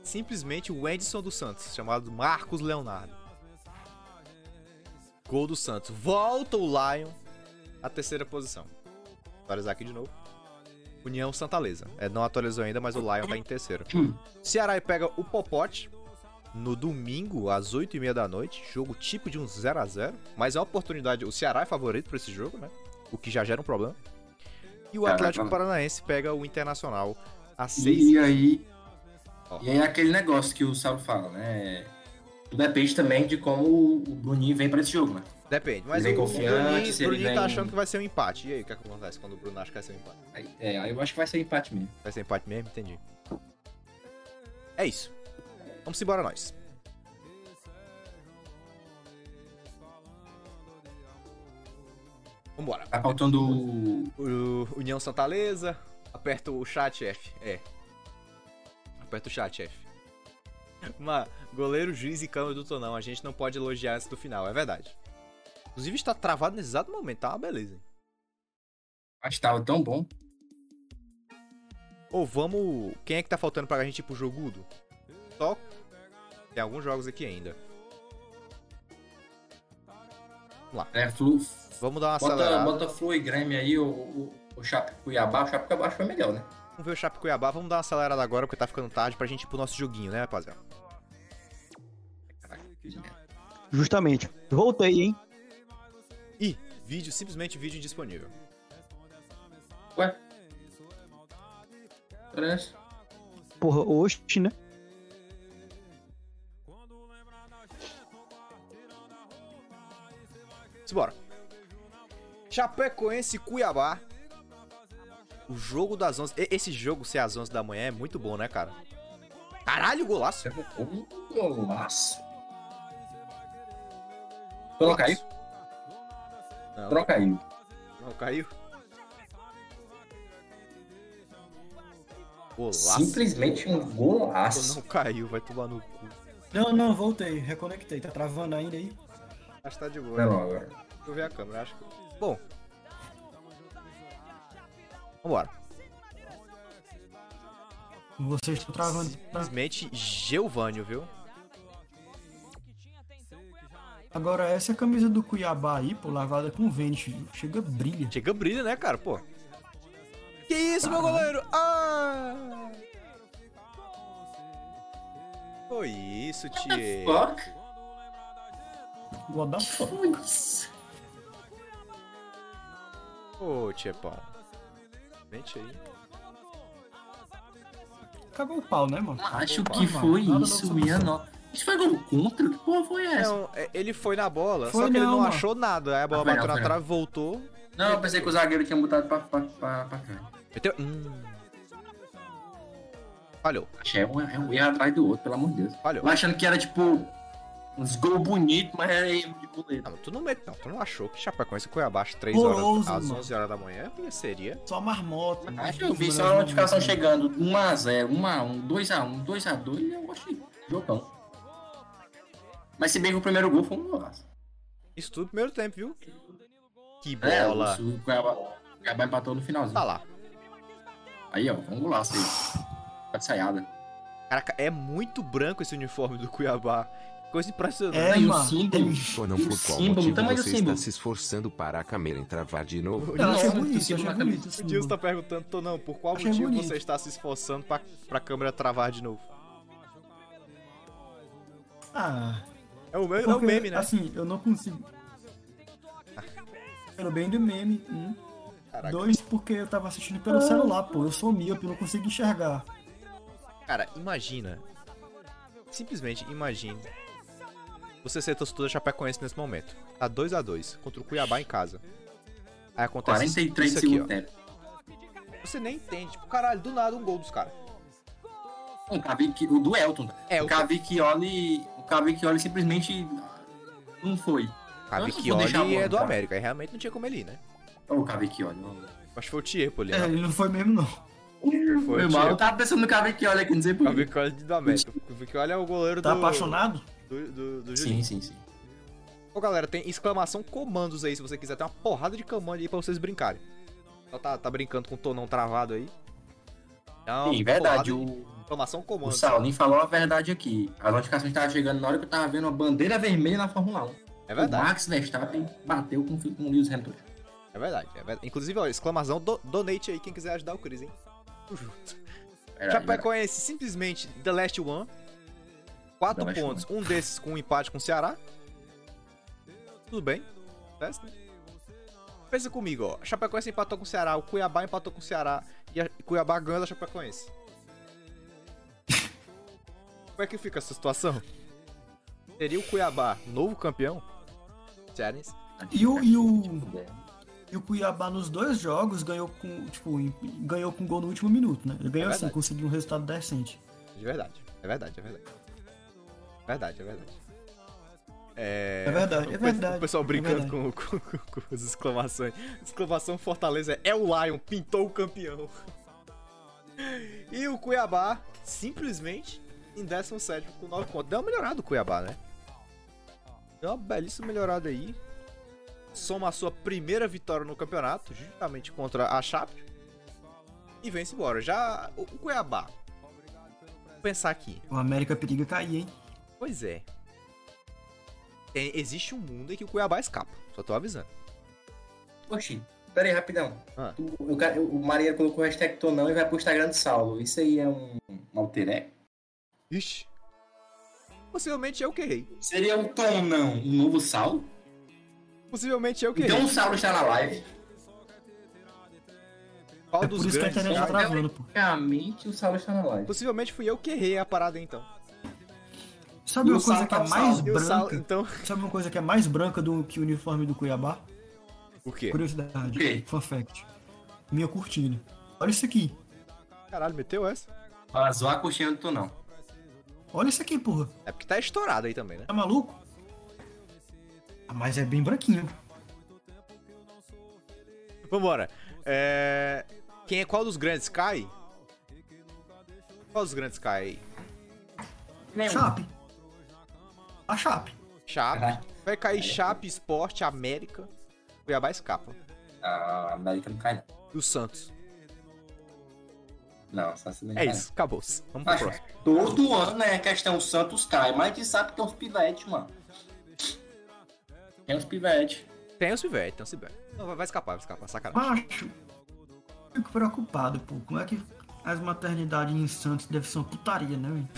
S1: Simplesmente o Edson do Santos, chamado Marcos Leonardo. Gol do Santos. Volta o Lion à terceira posição. Atualizar aqui de novo. União Santaleza. É, não atualizou ainda, mas o Lion tá em terceiro.
S2: Hum,
S1: Ceará pega o Popote no domingo, às 8h30 da noite. Jogo tipo de um 0x0. Mas é uma oportunidade. O Ceará é favorito pra esse jogo, né? O que já gera um problema. E o
S2: Caraca,
S1: Atlético
S2: mano.
S1: Paranaense pega o Internacional às 6
S2: E aí. E aí é aquele negócio que o Saulo fala, né? Tudo depende também de como o Bruninho vem pra esse jogo, né?
S1: Depende, mas
S2: ele
S1: o,
S2: vem
S1: o Bruninho,
S2: confiante,
S1: o
S2: se ele
S1: Bruninho
S2: vem...
S1: tá achando que vai ser um empate. E aí, o que, é que acontece quando o Bruno acha que vai ser um empate?
S2: É, aí eu acho que vai ser empate mesmo.
S1: Vai ser empate mesmo? Entendi. É isso. Vamos embora nós. Vambora.
S2: Tá faltando o...
S1: O União Santaleza. Aperta o chat F. É. Aperta o chat F. Mas, goleiro, juiz e câmera do Tonão, a gente não pode elogiar antes do final, é verdade. Inclusive está travado nesse exato momento, tá uma beleza.
S2: Mas tava tão bom.
S1: Ô, vamos. Quem é que tá faltando pra gente ir pro jogudo? Só. Tem alguns jogos aqui ainda. Vamos lá.
S2: É, Flu.
S1: Vamos dar uma
S2: Bota,
S1: acelerada.
S2: bota Flu e Grêmio aí, o, o, o Chape Cuiabá. O Chape Cuiabá foi melhor, né?
S1: Vamos ver o Chape Cuiabá. Vamos dar uma acelerada agora, porque tá ficando tarde pra gente ir pro nosso joguinho, né, rapaziada?
S9: Justamente. Voltei, hein?
S1: Ih, vídeo, simplesmente vídeo indisponível.
S2: Ué? Parece.
S9: Porra, hoje, né?
S1: Simbora. Chapecoense e Cuiabá. O jogo das 11. E- Esse jogo ser às 11 da manhã é muito bom, né, cara? Caralho, golaço.
S2: Golaço. Troca aí.
S1: Não.
S2: Troca aí.
S1: Não, caiu. Golaço.
S2: Simplesmente um golaço.
S10: Não caiu, vai tomar no cu.
S12: Não, não, voltei, reconectei. Tá travando ainda aí?
S10: Acho que tá de boa.
S2: Vai
S10: né?
S2: lá agora.
S10: Deixa eu ver a câmera, acho que.
S1: Bom. Vambora.
S12: Vocês estão travando.
S1: Simplesmente Geovânio, viu?
S12: Agora, essa camisa do Cuiabá aí, pô, lavada com Vênus, chega brilha.
S1: Chega brilha, né, cara? Pô. Que isso, meu goleiro? Ah! Foi isso,
S2: Tá
S1: Tchê.
S2: Fuck.
S12: What the fuck?
S1: Ô, Tchepão. Mente aí.
S12: Cagou o pau, né, mano?
S2: Acho
S12: Cagou o
S2: que
S12: pau,
S2: foi
S12: mano. Nada
S2: isso,
S12: novo
S2: minha
S12: sobre
S2: nota. Isso foi gol contra? Que porra foi essa?
S1: Não, é- ele foi na bola,
S12: Foi
S1: só que ele
S12: não,
S1: não
S12: mano.
S1: achou nada. Aí a bola
S2: Ah, foi
S1: bateu
S2: não,
S1: na
S2: foi não.
S1: trave, voltou.
S2: Não, eu pensei que o zagueiro tinha mudado pra, pra, pra, pra cá.
S1: Meteu. Hum. Falhou.
S2: Achei um, é um erro atrás do outro, pelo amor de Deus.
S1: Falhou.
S2: Eu achando que era tipo uns gols bonitos, mas era erro de goleiro.
S1: Não, Ah, tu não, met... não, tu não achou que Chapecoense e Cuiabá às 3 horas,
S12: Horroroso,
S1: às
S12: mano.
S1: 11 horas da manhã seria?
S12: Só
S7: Ah,
S12: marmota. né?
S2: Acho que eu vi só a notificação chegando. 1x0, 1x1, 2x1, 2x2, eu achei jogão. Mas se bem que o primeiro gol foi um golaço.
S1: Isso tudo no primeiro tempo, viu? Que
S2: É,
S1: bola.
S2: o o Cuiabá, o Cuiabá empatou no finalzinho.
S1: tá lá.
S2: Aí, ó, foi um golaço aí. Tá de saiada.
S1: Caraca, é muito branco esse uniforme do Cuiabá. Coisa impressionante.
S12: É,
S2: e o
S12: mano.
S2: um símbolo.
S7: Ou não
S2: E o
S7: por qual
S2: símbolo, o
S7: motivo
S2: tamanho do
S7: você está
S2: símbolo.
S7: se esforçando para a câmera entravar de novo?
S12: Eu achei
S2: Nossa,
S12: É bonito, eu
S2: tecido
S12: achei
S2: um na
S12: bonito.
S1: O
S12: assim,
S1: Dias tá
S12: mano.
S1: perguntando, Tonão, por qual
S12: Achei
S1: motivo
S12: é bonito.
S1: você está se esforçando pra, pra câmera travar de novo?
S12: Ah,
S1: É o, me- é o
S12: porque,
S1: meme, né?
S12: Assim, eu não consigo. Pelo bem do meme, um.
S1: Caraca.
S12: Dois, porque eu tava assistindo pelo celular, pô. Eu sou míope, eu não consigo enxergar.
S1: Cara, imagina. Simplesmente imagina. Você ser torcedor da Chapecoense nesse momento. Tá 2x2 contra o Cuiabá em casa. Aí
S7: Tá
S1: acontece
S2: 43
S1: isso
S2: de
S1: aqui,
S2: segundo
S1: ó.
S2: tempo.
S1: Você nem entende. Tipo, caralho, do nada um gol dos caras.
S2: O Cavicchi- Um o do Elton.
S1: É,
S2: o
S1: o
S2: Cavicchioli, o Cavicchioli simplesmente não foi. vou deixar a
S1: Cavicchioli
S2: bola,
S1: é do
S2: cara.
S1: América. Aí realmente não tinha como ele ir, né?
S2: Ô, o Cavicchioli. não.
S1: Acho que foi o Tierpo ali,
S12: É,
S1: né?
S12: ele não foi mesmo, não.
S1: Foi
S2: Foi
S1: o
S2: mal.
S1: Tierpo.
S2: Eu tava pensando no Cavicchioli aqui, não sei por quê.
S1: Cavicchioli do América. O Cavicchioli é o goleiro
S12: Tá
S1: do...
S12: apaixonado?
S1: Do, do, do Juninho.
S2: Sim, sim, sim.
S1: Ô, galera, tem exclamação comandos aí, se você quiser. Tem uma porrada de comando aí pra vocês brincarem. Só tá, tá brincando com o tonão travado aí. Não,
S2: Sim, verdade.
S1: porrada de
S2: O,
S1: Exclamação
S2: o
S1: comando.
S2: Saulinho falou a verdade aqui. As notificações estavam chegando na hora que eu tava vendo uma bandeira vermelha na Fórmula 1.
S1: É
S2: O
S1: verdade,
S2: Max Verstappen bateu com, com o Lewis Hamilton.
S1: é verdade, é verdade. Inclusive, ó, exclamação do, donate aí quem quiser ajudar o Cris, hein? Tamo junto.
S2: Era- era-
S1: Chapecoense simplesmente The Last One. Quatro
S2: The Last
S1: pontos, um desses com um empate com o Ceará. Tudo bem. Acontece, né? Pensa comigo, ó. A Chapecoense empatou com o Ceará, o Cuiabá empatou com o Ceará e a Cuiabá ganhou da
S2: [LAUGHS]
S1: Chapecoense. Como é que fica essa situação? Seria o Cuiabá novo campeão? Cearense?
S12: E o, e o, e o Cuiabá nos dois jogos ganhou com, tipo, em- ganhou com gol no último minuto, né? Ele ganhou assim,
S1: verdade.
S12: conseguiu um resultado decente.
S1: De verdade. É verdade, é verdade. Verdade, é verdade.
S12: É, verdade, é
S1: O pe-
S12: verdade.
S1: O pessoal
S12: é
S1: brincando
S12: verdade.
S1: com, [LAUGHS] com, com- com as exclamações. Exclamação Fortaleza é o Lion, pintou o campeão. [LAUGHS] E o Cuiabá, simplesmente, em 17 com 9 pontos. Deu uma melhorada o Cuiabá, né? Deu uma belíssima melhorada aí. Soma a sua primeira vitória no campeonato, justamente contra a Chape. E vence embora. Já o o Cuiabá. Vou pensar aqui.
S12: O América periga cair, hein?
S1: Pois é. Tem- existe um mundo em que o Cuiabá escapa. Só tô avisando.
S2: Oxi, pera aí, rapidão.
S1: Ah.
S2: O, o, cara- o Maria colocou o hashtag Tonão e vai pro Instagram do Saulo. Isso aí é um, um alter ego?
S1: Ixi. Possivelmente eu que errei.
S2: Seria um Tonão, um novo Saulo?
S1: Possivelmente eu que errei.
S2: Então o Saulo está na live.
S1: Qual
S12: É por
S1: dos
S12: isso que a
S1: grandes?
S12: internet tá
S1: sabe?
S2: né,
S12: travando, pô.
S2: Realmente Então, o Saulo está na live.
S1: Possivelmente fui eu que errei a parada então.
S12: Sabe
S2: E
S12: uma
S2: o
S12: coisa
S2: Sal
S12: que é
S2: tá no
S12: mais
S2: Sal.
S1: E o Saulo,
S12: branca?
S1: então.
S12: Sabe uma coisa que é mais branca do que o uniforme do Cuiabá?
S1: O quê?
S12: Curiosidade.
S2: O quê?
S12: Fun fact. Minha cortina. Olha isso aqui.
S1: Caralho, meteu essa?
S2: Vazou a coxinha do Tonão.
S12: Olha isso aqui, porra.
S1: É porque tá estourado aí também, né?
S12: Tá maluco? Ah, mas é bem branquinho.
S1: Vambora. É... Quem é qual dos grandes cai? Qual os grandes cai
S12: aí? Chape. A Chape.
S1: Chape. Vai cair Chape, Sport, América. Cuiabá escapa.
S2: A América não cai, não.
S1: E o Santos?
S2: Não, Santos não
S1: É isso, acabou-se. Vamos pro
S2: Mas
S1: próximo.
S2: Todo ano, né? Questão Santos cai, mas a gente sabe que tem uns pivetes, mano. Tem uns pivetes.
S1: Tem o Silvete, tem o Silvete. Não, vai vai escapar, vai escapar, sacanagem.
S12: Macho, fico preocupado, pô. Como é que as maternidades em Santos devem ser uma putaria, né, velho?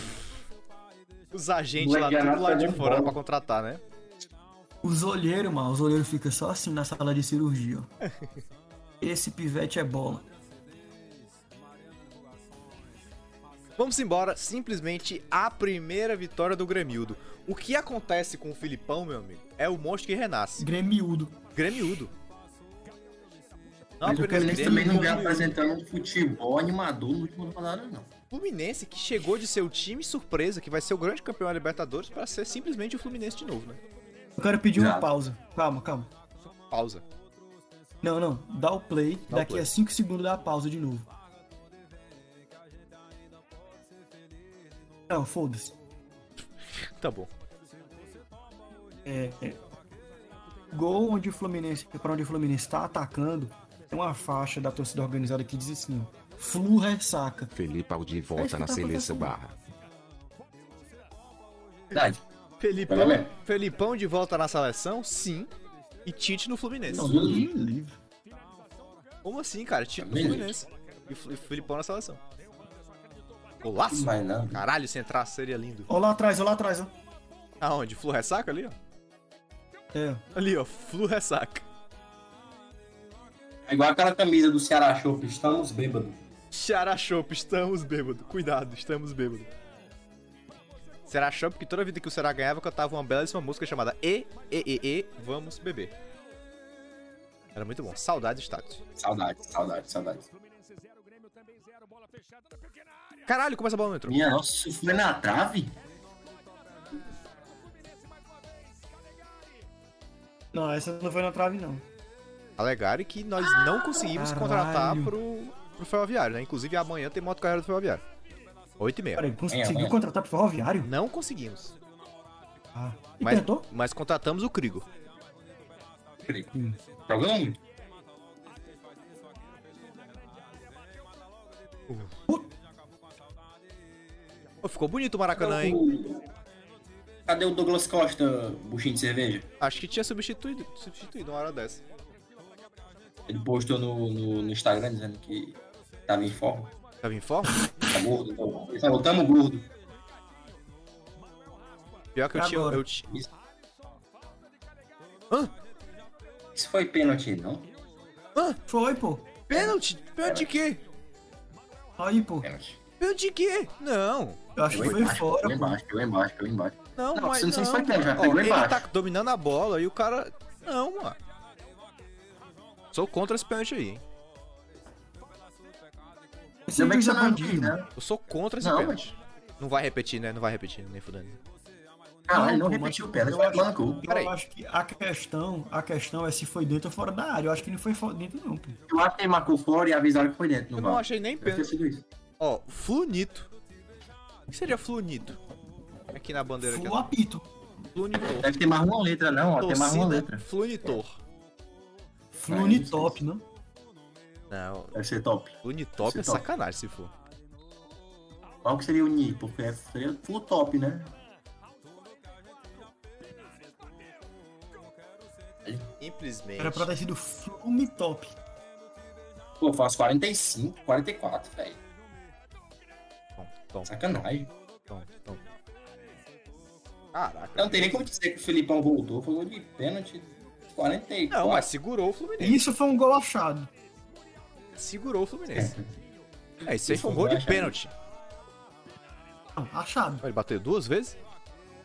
S2: Ah.
S1: Os agentes lá,
S2: é
S12: Moleque,
S1: tudo
S12: Renato
S1: lá
S12: tá
S1: de
S12: dando
S1: fora
S12: bola.
S1: pra contratar, né?
S12: Os olheiros, mano, os olheiros ficam só assim na sala de cirurgia, ó. Esse pivete é bola.
S1: Vamos embora, simplesmente a primeira vitória do Grêmildo. O que acontece com o Filipão, meu amigo, é o monstro que renasce.
S12: Grêmiudo.
S1: Grêmiudo. Não,
S2: mas o
S1: apenas
S2: Fluminense
S1: Grêmio,
S2: também não vem
S1: Grêmio.
S2: apresentando um futebol animador no último rodado, não.
S1: Fluminense que chegou de ser o time surpresa, que vai ser o grande campeão da Libertadores, pra ser simplesmente o Fluminense de novo, né?
S12: Eu quero pedir uma
S1: Nada.
S12: pausa. Calma, calma.
S1: Pausa.
S12: Não, não. Dá o play.
S1: Dá o
S12: Daqui
S1: play.
S12: a 5 segundos dá a pausa de novo. Não, foda-se.
S1: Tá bom.
S12: É, é. Gol onde o Fluminense, pra onde o Fluminense tá atacando, tem uma faixa da torcida organizada que diz assim, ó. Flu ressaca.
S7: Felipe Aldi
S12: É isso
S7: volta
S12: que
S7: na
S12: tá
S7: seleção barra.
S2: Verdade.
S1: Felipão,
S2: Vai, Lelé.
S1: Felipão de volta na seleção, sim. E Tite no Fluminense.
S12: Não, Deus me livre.
S1: Como assim, cara? Tite no
S2: Também.
S1: Fluminense. E o Fli- Felipão na seleção. Golaço?
S2: Vai não.
S1: Caralho, se entrasse seria lindo.
S12: Ó lá atrás, ó lá atrás, ó.
S1: Aonde? Flu ressaca ali, ó?
S12: É.
S1: Ali, ó. Flu ressaca.
S2: É igual aquela camisa do Ceará Chopp, estamos bêbados.
S1: Ceará Chopp, estamos bêbado. Cuidado, estamos bêbado. Ceará Chopp, que toda vida que o Ceará ganhava, cantava uma belíssima música chamada E, E, E, E, Vamos Beber. Era muito bom. Saudades, status.
S2: Saudades, saudades, saudades.
S1: Caralho, como essa bola não entrou?
S2: Minha nossa, isso foi na trave?
S12: Não, essa não foi na trave, não.
S1: Alegare que nós não conseguimos
S12: Caralho.
S1: contratar pro, pro Ferroviário, né? Inclusive, amanhã tem moto carreira do Ferroviário. 8 e meia.
S12: Peraí, conseguiu contratar pro Ferroviário?
S1: Não conseguimos.
S12: Ah, e
S1: Mas,
S12: tentou?
S1: mas contratamos o Krigo.
S2: Jogando?
S1: Pô, ficou bonito o Maracanã, hein?
S2: Cadê o Douglas Costa, buchinho de cerveja?
S1: Acho que tinha substituído, substituído uma hora dessa.
S2: Ele postou no, no, no Instagram dizendo que tava em forma.
S1: Tava em forma?
S2: Tá gordo, tá gordo. Ele falou, tamo gordo.
S1: Pior que eu
S2: E
S1: tinha.
S2: agora?
S1: Eu ti-
S2: Isso foi pênalti, não?
S12: Foi, pô.
S1: Pênalti? Pênalti de quê?
S12: Aí, pô.
S1: Pênalti de quê? Não.
S12: Eu acho que É, foi fora,
S2: Pelo embaixo, pelo embaixo, pelo embaixo.
S1: Não,
S2: Não,
S1: mas
S2: você não
S1: não.
S2: sei se foi pênalti, já
S1: Ó,
S2: pegou
S1: ele
S2: embaixo.
S1: tá dominando a bola e o cara. Não, mano. Sou contra esse pênalti aí, hein?
S12: Esse juiz é bandido, né?
S1: Eu sou contra esse
S12: Não,
S1: pênalti. Não vai repetir, né? Não vai repetir, nem fudendo.
S2: Caralho, não
S12: pô,
S2: repetiu
S12: mas
S2: o pênalti,
S12: eu
S2: vai
S12: acho-
S2: tomar no cu.
S12: Eu acho que a questão, a questão é se foi dentro ou fora da área. Eu acho que não foi fo- dentro, não, pô.
S2: Eu acho que ele marcou fora e avisaram que foi dentro.
S1: Eu
S2: VAR.
S1: não achei nem
S2: Deve ter
S1: pênalti.
S2: sido isso.
S1: Ó, Flunito. O que seria Flunito? Aqui na bandeira aqui.
S12: Flu apito.
S1: Flunitor.
S2: Deve ter mais uma letra, não, ó. Tem É, mais uma
S1: Torcida
S2: letra.
S1: Flunitor.
S12: Flunitop, né?
S1: Não.
S2: Deve ser top.
S1: Flunitop
S2: Deve ser
S1: é
S2: top.
S1: sacanagem se for.
S2: Qual que seria o Ni? Porque é- seria full top, né?
S1: Simplesmente.
S12: Era pra ter sido Flumitop.
S2: Pô, eu faço 45, 44, velho.
S1: Tom, tom,
S2: Sacanagem.
S1: Tom, tom. Caraca.
S2: Não tem nem como dizer que o Felipão voltou, foi um gol de pênalti. 44.
S1: Não, mas segurou o Fluminense.
S12: Isso foi um gol achado.
S1: Segurou o Fluminense. É, isso aí
S2: Isso
S1: foi um gol
S2: vai
S1: de
S2: achar, né?
S1: pênalti.
S12: Não, achado.
S1: Ele bateu duas vezes?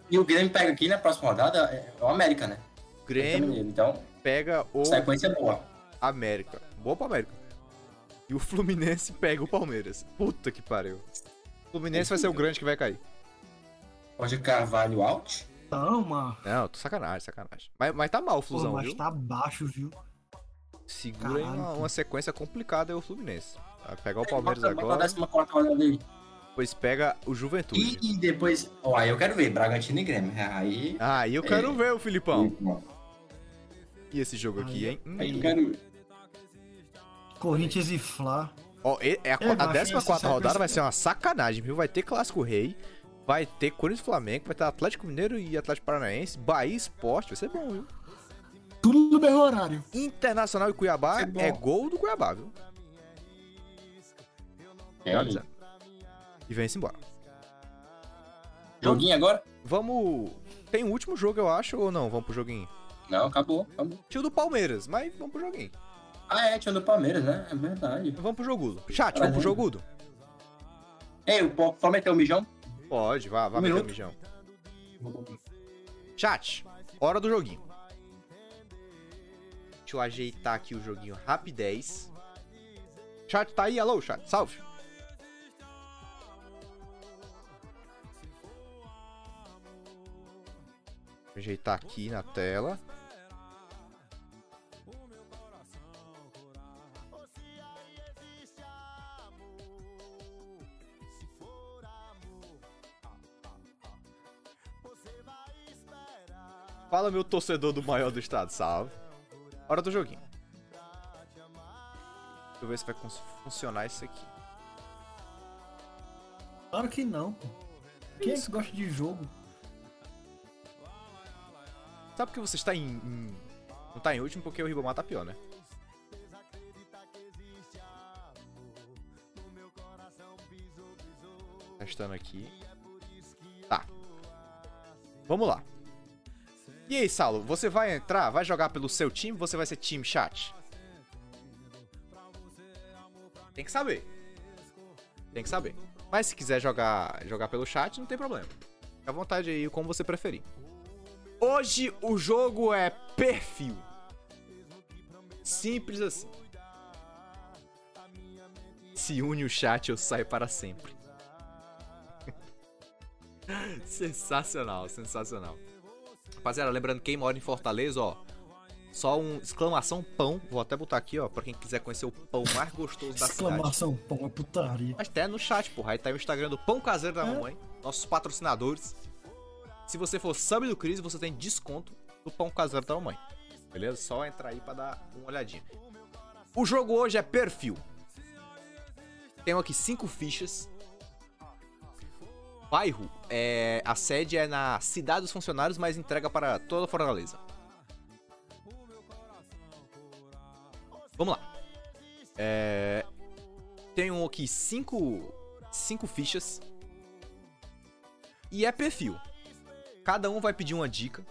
S2: E o Grêmio pega aqui na próxima rodada, é é o América, né?
S1: Grêmio
S2: Então,
S1: pega o
S2: sequência boa.
S1: América. Boa pro América. E o Fluminense [LAUGHS] pega o Palmeiras. Puta que pariu. O Fluminense vai ser o grande que vai cair.
S2: Roger Carvalho out.
S12: Não, mano.
S1: Não, tô sacanagem, sacanagem. Mas, mas tá mal o
S12: Pô,
S1: Flusão,
S12: mas
S1: viu?
S12: tá baixo, viu?
S1: Segura aí
S12: Caralho,
S1: uma,
S12: cara.
S1: uma sequência complicada aí o Fluminense. Vai pegar o
S2: É, Bota-
S1: Palmeiras
S2: bota a
S1: agora.
S2: décima quarta rodada dele.
S1: Depois pega o Juventude.
S2: E depois. Ó, aí eu quero ver, Bragantino e Grêmio. É,
S1: Aí
S2: Aí.
S1: Ah, eu quero
S2: É.
S1: ver o Filipão. E esse jogo aqui, hein? Hum.
S2: Aí eu quero ver.
S12: Corinthians e Fla.
S1: Ó, e- é a, a
S12: É, mas
S1: 14
S12: essa-
S1: rodada
S12: essa-
S1: vai ser uma sacanagem, viu? Vai ter Clássico Rei, vai ter Corinthians e Flamengo, vai ter Atlético Mineiro e Atlético Paranaense, Bahia e Esporte, vai ser bom, viu?
S12: Tudo no mesmo horário.
S1: Internacional e Cuiabá
S12: Vai ser bom.
S1: é gol do Cuiabá, viu?
S2: É, olha.
S1: Exato. E vem-se embora.
S2: Joguinho agora?
S1: Vamos. Tem o último jogo, eu acho, ou não? Vamos pro joguinho?
S2: Não, acabou, acabou.
S1: Tio do Palmeiras, mas vamos pro joguinho.
S2: Ah, é, tinha do Palmeiras, né? É verdade.
S1: Vamos pro jogudo. Chat, vamos pro jogudo?
S2: Ei, o Pó pode meter o mijão?
S1: Pode, vá, vá
S2: Um
S1: meter o
S2: minuto.
S1: mijão. Chat, hora do joguinho. Deixa eu ajeitar aqui o joguinho rapidez. Chat, tá aí? Alô, chat, salve. Vou ajeitar aqui na tela. Fala, meu torcedor do maior do estado, salve. Hora do joguinho. Deixa eu ver se vai cons- funcionar isso aqui.
S12: Claro que não, pô. Quem é que gosta de jogo?
S1: Sabe porque você está em, em- Não tá em último porque o Ribamar tá pior, né? Testando aqui. Tá. Vamos lá. E aí, Saulo, você vai entrar, vai jogar pelo seu time ou você vai ser time chat? Tem que saber. Tem que saber. Mas se quiser jogar, jogar pelo chat, não tem problema. Fique à vontade aí, como você preferir. Hoje o jogo é perfil. Simples assim. Se une o chat, eu saio para sempre. [LAUGHS] sensacional, sensacional. Rapaziada, lembrando quem mora em Fortaleza, ó. Só um exclamação pão. Vou até botar aqui, ó, pra quem quiser conhecer o pão mais gostoso da cidade.
S12: Exclamação, pão, é putaria.
S1: Mas até no chat, porra. Aí tá aí o Instagram do Pão Caseiro da
S12: É.
S1: Mamãe, nossos patrocinadores. Se você for sub do Cris, você tem desconto do Pão Caseiro da Mamãe. Beleza? Só entrar aí pra dar uma olhadinha. O jogo hoje é perfil. Tenho aqui cinco fichas. Bairro, é, a sede é na Cidade dos Funcionários, mas entrega para toda Fortaleza. Vamos lá. É, tenho um aqui cinco, cinco fichas. E é perfil. Cada um vai pedir uma dica,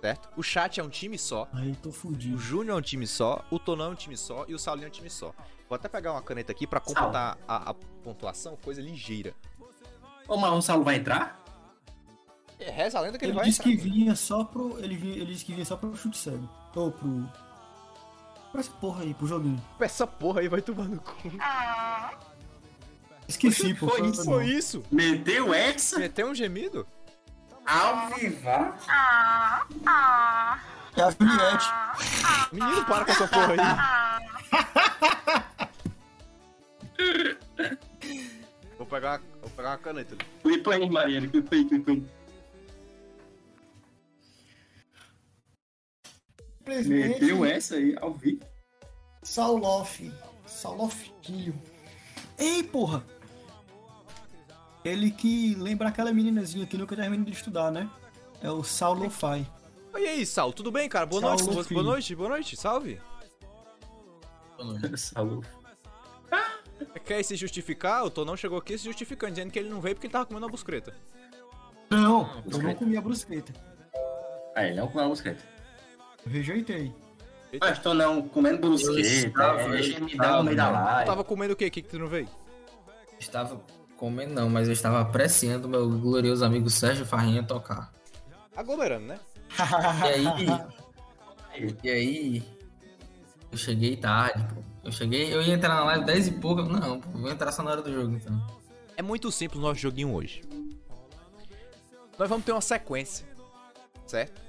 S1: certo? O chat é um time só.
S12: Aí tô fudido.
S1: O Júnior é um time só, o Tonão é um time só e o Saulinho é um time só. Vou até pegar uma caneta aqui pra computar a, a pontuação, coisa ligeira.
S2: Ô, mas o Saulo vai entrar?
S1: É, reza a lenda que ele,
S12: Ele,
S1: vai
S12: disse
S1: entrar. né?
S12: que vinha só pro. Ele, vinha, ele disse que vinha só pro chute cego. Ou pro. Pra essa porra aí, pro joguinho.
S1: Essa porra aí vai tomar no cu.
S12: Esqueci, pô.
S1: Foi
S12: foi-
S1: isso,
S12: foi mal.
S1: foi isso.
S2: Meteu essa? ah.
S1: Meteu um gemido?
S2: Alvivar?
S12: É a Juliette. [LAUGHS]
S1: Menino, para com essa porra aí. vou, pegar, vou pegar uma caneta ali.
S2: Clipa aí, Mariana, clipa aí, clipa aí. Meteu essa aí, ao vivo.
S12: Sauloff. Saulofinho. Ei, porra! Ele que lembra aquela meninazinha que nunca termina de estudar, né? É o Saulofai.
S1: E aí, Sal, tudo bem, cara? Boa noite,
S12: Saulo,
S1: boa,
S12: filho.
S1: boa noite, boa noite, salve.
S2: Saulo.
S1: Quer se justificar? O Tonão chegou aqui se justificando, dizendo que ele não veio porque ele tava comendo uma buscreta.
S12: Não, eu não comi a brusqueta.
S2: Aí, Ah, não com a busqueta.
S12: Eu rejeitei.
S2: Mas tô não, comendo brusqueta, é, gemidão no meio da
S1: Tu
S2: live.
S1: tava comendo o quê? O que que tu não veio?
S13: Estava comendo não, mas eu estava apreciando meu glorioso amigo Sérgio Farrinha tocar.
S1: Aglomerando, né?
S13: E aí. e aí. Eu cheguei tarde, pô. Eu cheguei. Eu ia entrar na live 10 e pouco. Não, pô, vou entrar só na hora do jogo então.
S1: É muito simples o nosso joguinho hoje. Nós vamos ter uma sequência, certo?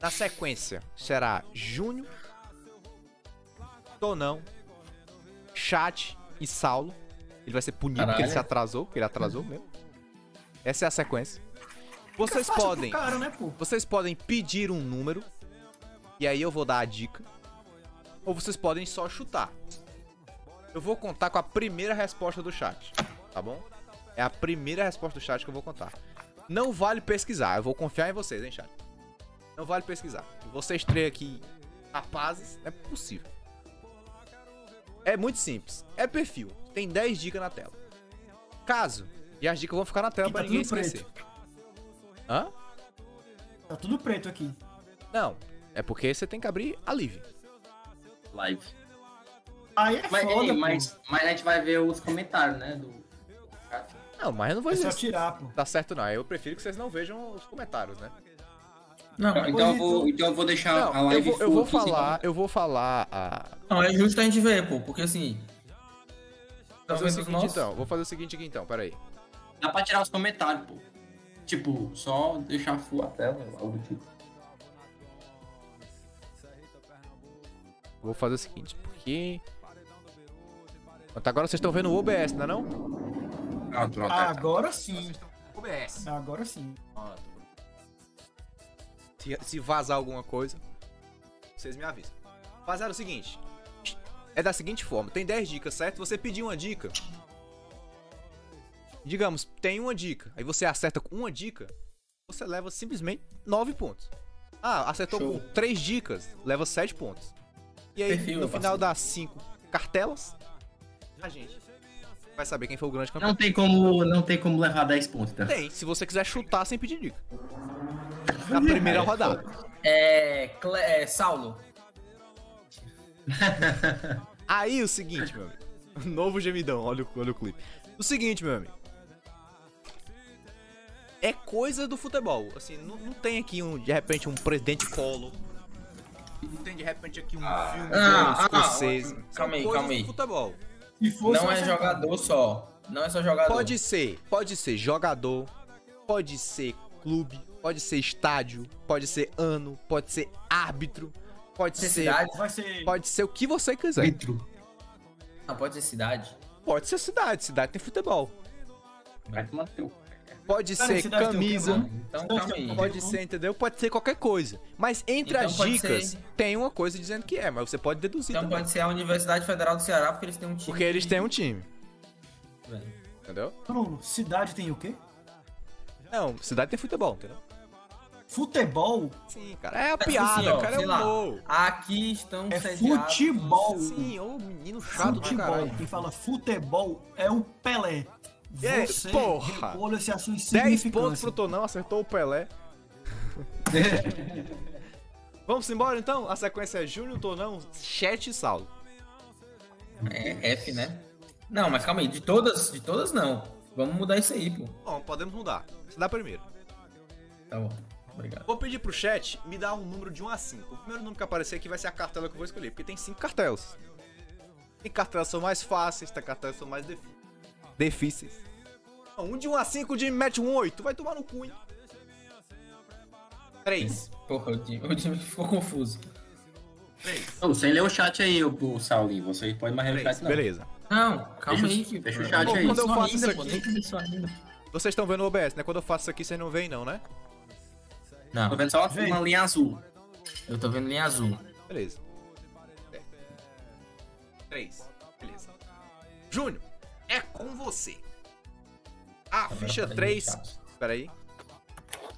S1: Na sequência será Júnior, Tonão, Chat e Saulo. Ele vai ser punido porque
S13: Caralho.
S1: ele se atrasou, porque ele atrasou mesmo. Essa é a sequência. Vocês
S13: fácil pro
S1: podem.
S13: cara, né,
S1: Vocês podem pedir um número. E aí eu vou dar a dica. Ou vocês podem só chutar. Eu vou contar com a primeira resposta do chat. Tá bom? É a primeira resposta do chat que eu vou contar. Não vale pesquisar. Eu vou confiar em vocês, hein, chat? Não vale pesquisar. Vocês três aqui, rapazes, não é possível. É muito simples. É perfil. Tem 10 dicas na tela. Caso. E as dicas vão ficar na tela
S12: E
S1: pra
S12: tá
S1: ninguém
S12: tudo preto.
S1: esquecer. Hã?
S12: Tá tudo preto aqui.
S1: Não. É porque você tem que abrir a live.
S2: Live.
S12: Aí é
S2: Mas,
S12: foda,
S2: ei,
S12: pô.
S2: mas, mas a gente vai ver os comentários, né? Do...
S1: Não, mas eu não vou
S2: É só
S1: dizer.
S12: tirar, pô.
S1: Tá certo, não. Eu prefiro que vocês não vejam os comentários, né?
S13: Não, mas-
S2: então, eu vou, então eu vou deixar
S1: Não,
S2: a live
S1: eu vou, eu vou
S2: full,
S1: falar, eu vou falar a.
S13: então. Não, é justo a gente ver, pô, porque assim.
S1: Vou
S13: Tá
S1: fazer o
S13: vendo
S1: seguinte
S13: os nossos?
S1: então, vou fazer o seguinte aqui então, peraí.
S2: assim. Dá pra tirar os comentários, pô. Tipo, só deixar full a tela, algo do tipo.
S1: Vou fazer o seguinte, porque. Até agora vocês estão vendo o OBS, não é não?
S2: Ah, pronto.
S12: Agora sim.
S1: OBS.
S12: Agora sim.
S1: Se, se vazar alguma coisa, vocês me avisam. Rapaziada, é o seguinte. É da seguinte forma, tem 10 dicas, certo? Você pediu uma dica. Digamos, tem uma dica. Aí você acerta com uma dica, você leva simplesmente 9 pontos. Ah, acertou
S13: Show.
S1: com 3 dicas, leva 7 pontos. E aí,
S13: Perfil,
S1: no
S13: meu
S1: final das 5 cartelas, a gente vai saber quem foi o grande campeão.
S2: Não tem como, não tem como levar 10 pontos, tá?
S1: Tem, se você quiser chutar sem pedir dica. Na primeira
S13: É,
S1: rodada.
S13: É, Cle... é. Saulo.
S1: Aí o seguinte, meu amigo. [LAUGHS] Novo gemidão, olha o, olha o clipe. O seguinte, meu amigo. É coisa do futebol. Assim, não, não tem aqui um, de repente, um presidente colo. Não tem de repente aqui um filme
S13: ah, ah,
S1: escocês.
S13: calma
S1: São
S13: aí,
S1: coisas
S13: calma aí.
S1: do futebol.
S13: Não é jogador só. Não é só jogador.
S1: Pode ser, pode ser jogador, pode ser clube, pode ser estádio, pode ser ano, pode ser árbitro, pode
S13: Pode ser
S1: ser,
S13: cidade.
S12: Vai ser.
S1: pode ser o que você quiser.
S13: Não, pode ser cidade.
S1: Pode ser cidade, cidade tem futebol.
S2: Vai tomar teu.
S1: Pode
S13: Cara,
S1: ser
S13: cidade tem o quê,
S1: camisa,
S13: mano? Então, calma aí.
S1: pode ser, entendeu? Pode ser qualquer coisa. Mas entre
S13: Então
S1: as
S13: pode
S1: dicas,
S13: ser-
S1: tem uma coisa dizendo que é, mas você pode deduzir
S13: Então
S1: também.
S13: pode ser a Universidade Federal do Ceará, porque eles têm um time.
S1: Porque eles têm um time,
S13: Velho.
S1: entendeu?
S12: Bruno, cidade tem o quê?
S1: Não, cidade tem futebol, entendeu?
S12: Futebol?
S1: Sim, cara. É a
S13: Tipo
S1: piada,
S13: assim, ó,
S1: cara, é
S13: sei lá,
S1: humor.
S13: Aqui estão
S12: É
S13: sediados-
S12: futebol.
S1: Sim, ô menino chato pra
S12: Futebol.
S1: caralho.
S12: Quem fala futebol é o Pelé.
S1: É,
S12: Você
S1: porra.
S12: recolha-se a sua
S1: 10 pontos
S12: insignificância.
S1: pro Tonão, acertou
S13: [LAUGHS]
S1: o Pelé. Vamos embora então? A sequência é Júnior, Tonão, Chat e Saulo.
S13: É F, né? Não, mas calma aí. De todas, de todas não. Vamos mudar isso aí, pô.
S1: Bom, podemos mudar. Você dá primeiro.
S13: Tá bom. Obrigado.
S1: Vou pedir pro chat me dar um número de 1 a 5. O primeiro número que aparecer aqui vai ser a cartela que eu vou escolher, porque tem 5 cartelas. Tem cartelas que são mais fáceis, tem cartelas que são mais defi- difíceis. Não, um de 1 a 5, o Jimmy mete um 8. Vai tomar no cu, hein? 3.
S13: Porra, o time, o time [LAUGHS] ficou confuso.
S2: Ô, sem ler o chat aí, ô, ô, Saulinho. Você pode mais ler o chat, não.
S1: Beleza.
S13: Não, calma
S2: Deixa-
S13: aí. Que...
S2: deixa o chat
S13: Pô,
S2: aí.
S13: Quando eu
S1: Só
S13: faço
S1: ainda,
S13: isso
S1: pô,
S13: aqui...
S1: tem Vocês estão vendo o OBS, né? Quando eu faço isso aqui, vocês não veem, não, né?
S13: Não,
S2: Tô vendo só uma,
S12: Vem.
S2: uma linha azul.
S13: eu tô vendo linha azul.
S1: Beleza. 3. Beleza. Júnior, é com você. A ficha
S13: tá
S1: 3.
S13: meio
S1: Peraí.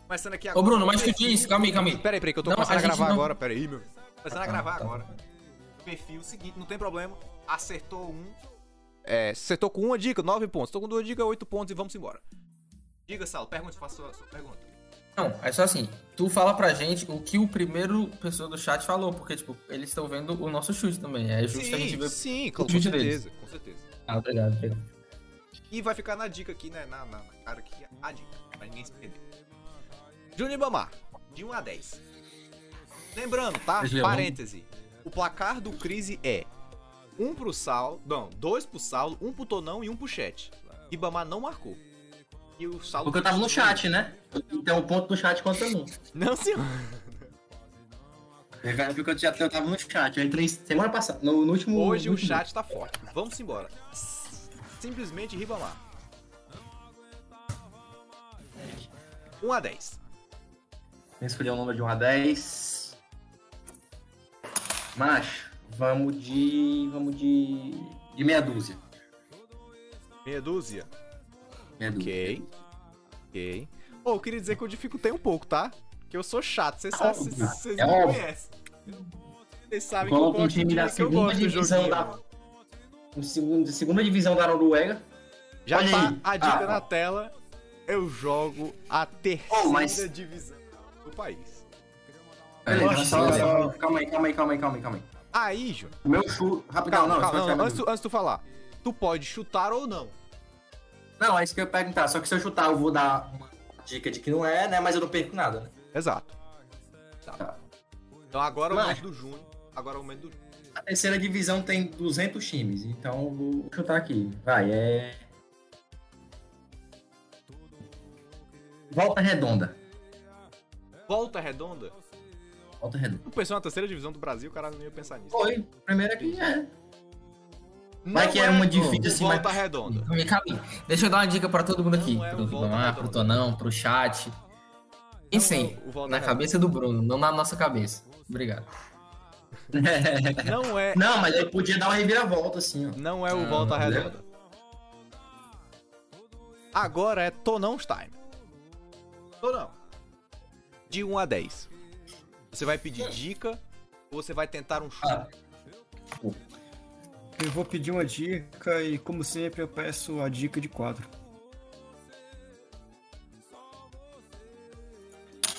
S1: Começando aqui
S13: Ô, Bruno, mas tu disse, calma aí, calma aí.
S1: Peraí, peraí, que eu tô
S13: Não,
S1: começando
S13: a
S1: a
S13: gente
S1: gravar
S13: não-
S1: agora. Peraí, meu. Começando
S13: tá,
S1: a gravar
S13: tá.
S1: agora. Perfil seguinte, não tem problema. Acertou um. É, acertou com uma dica, 9 pontos. Tô com duas dicas, 8 pontos e vamos embora. Diga, Sal, pergunta, faça a sua pergunta.
S13: Não, é só assim, tu fala pra gente o que o primeiro pessoa do chat falou, porque, tipo, eles estão vendo o nosso chute também. É justo a gente ver
S1: sim,
S13: o
S1: com
S13: chute
S1: certeza,
S13: deles.
S1: com certeza.
S13: Ah, obrigado, obrigado.
S1: E vai ficar na dica aqui, né? Na, na, na cara aqui, a dica, pra ninguém se perder. Júnior Bamar, de 1 a 10. Lembrando, tá?
S2: Mas, Leão-
S1: Parêntese. O placar do Crise é 1 pro Saulo, não, 2 pro Saulo, 1 pro Tonão e 1 pro Chat. Ibamar não marcou. E o Saulo...
S2: Porque eu tava no chat, né? Então o ponto do chat conta não.
S1: Não, senhor.
S2: Porque eu, já, eu tava no chat. Eu entrei semana passada, no, no último.
S1: Hoje
S2: no
S1: o
S2: último
S1: chat tá forte. Vamos embora. simplesmente Ribamar. 1 a 10.
S2: Vamos escolher um número de 1 a 10. Macho, vamos de. Vamos de. De meia dúzia.
S1: Meia dúzia?
S2: Meia
S1: ok. Ok. Ô, eu queria dizer que eu dificultei um pouco, tá? Que eu sou chato, vocês sabem, vocês-
S2: óbvio,
S1: vocês
S2: é
S1: me
S2: óbvio.
S1: conhecem. Vocês sabem que eu
S2: Coloca um
S1: gosto de
S2: time da
S1: que eu
S2: segunda
S1: gosto do
S2: divisão
S1: joguinho.
S2: da. um segundo- segunda divisão da Noruega.
S1: Já
S2: Olha
S1: tá
S2: aí.
S1: a dica
S2: Ah,
S1: na tela. Eu jogo a terceira
S2: Oh, mas-
S1: divisão do país.
S2: Peraí,
S1: Nossa,
S2: só-
S1: cara.
S2: só- calma aí, calma aí, calma aí, calma aí, calma aí.
S1: Aí, Ju.
S2: O meu chute. Rapidão,
S1: Calma,
S2: não,
S1: calma,
S2: isso
S1: não,
S2: vai ser
S1: antes, tu- antes tu falar. Tu pode chutar ou não.
S2: Não, é isso que eu ia perguntar. Só que se eu chutar, eu vou dar uma dica de que não é, né? Mas eu não perco nada, né?
S1: Exato.
S2: Tá.
S1: Então agora é o
S2: Mas-
S1: momento do Júnior. Agora é o momento do Júnior.
S2: A terceira divisão tem 200 times, então eu vou chutar aqui. Vai, é. Volta redonda.
S1: Volta redonda?
S2: Volta redonda.
S1: Tu pensou na terceira divisão do Brasil, o cara não ia pensar nisso.
S2: Foi, primeira que é.
S1: Não
S2: Vai que é uma difícil
S1: o
S2: assim,
S1: Volta
S2: mas-
S1: redonda.
S13: Calma aí, calma aí. Deixa eu dar uma dica pra todo mundo aqui. pro Ribamar, pro Tonão, pro chat. Pensem,
S1: é o Volta
S13: na
S1: Redonda.
S13: cabeça do Bruno, não na nossa cabeça. Obrigado.
S1: Não é.
S2: Não, mas ele podia dar uma reviravolta, assim, ó.
S1: Não é o Volta Redonda. Agora é Tonão's Time. Tonão. De 1 a 10. Você vai pedir dica ou você vai tentar um chute?
S12: Eu vou pedir uma dica e, como sempre, eu peço a dica de quadro.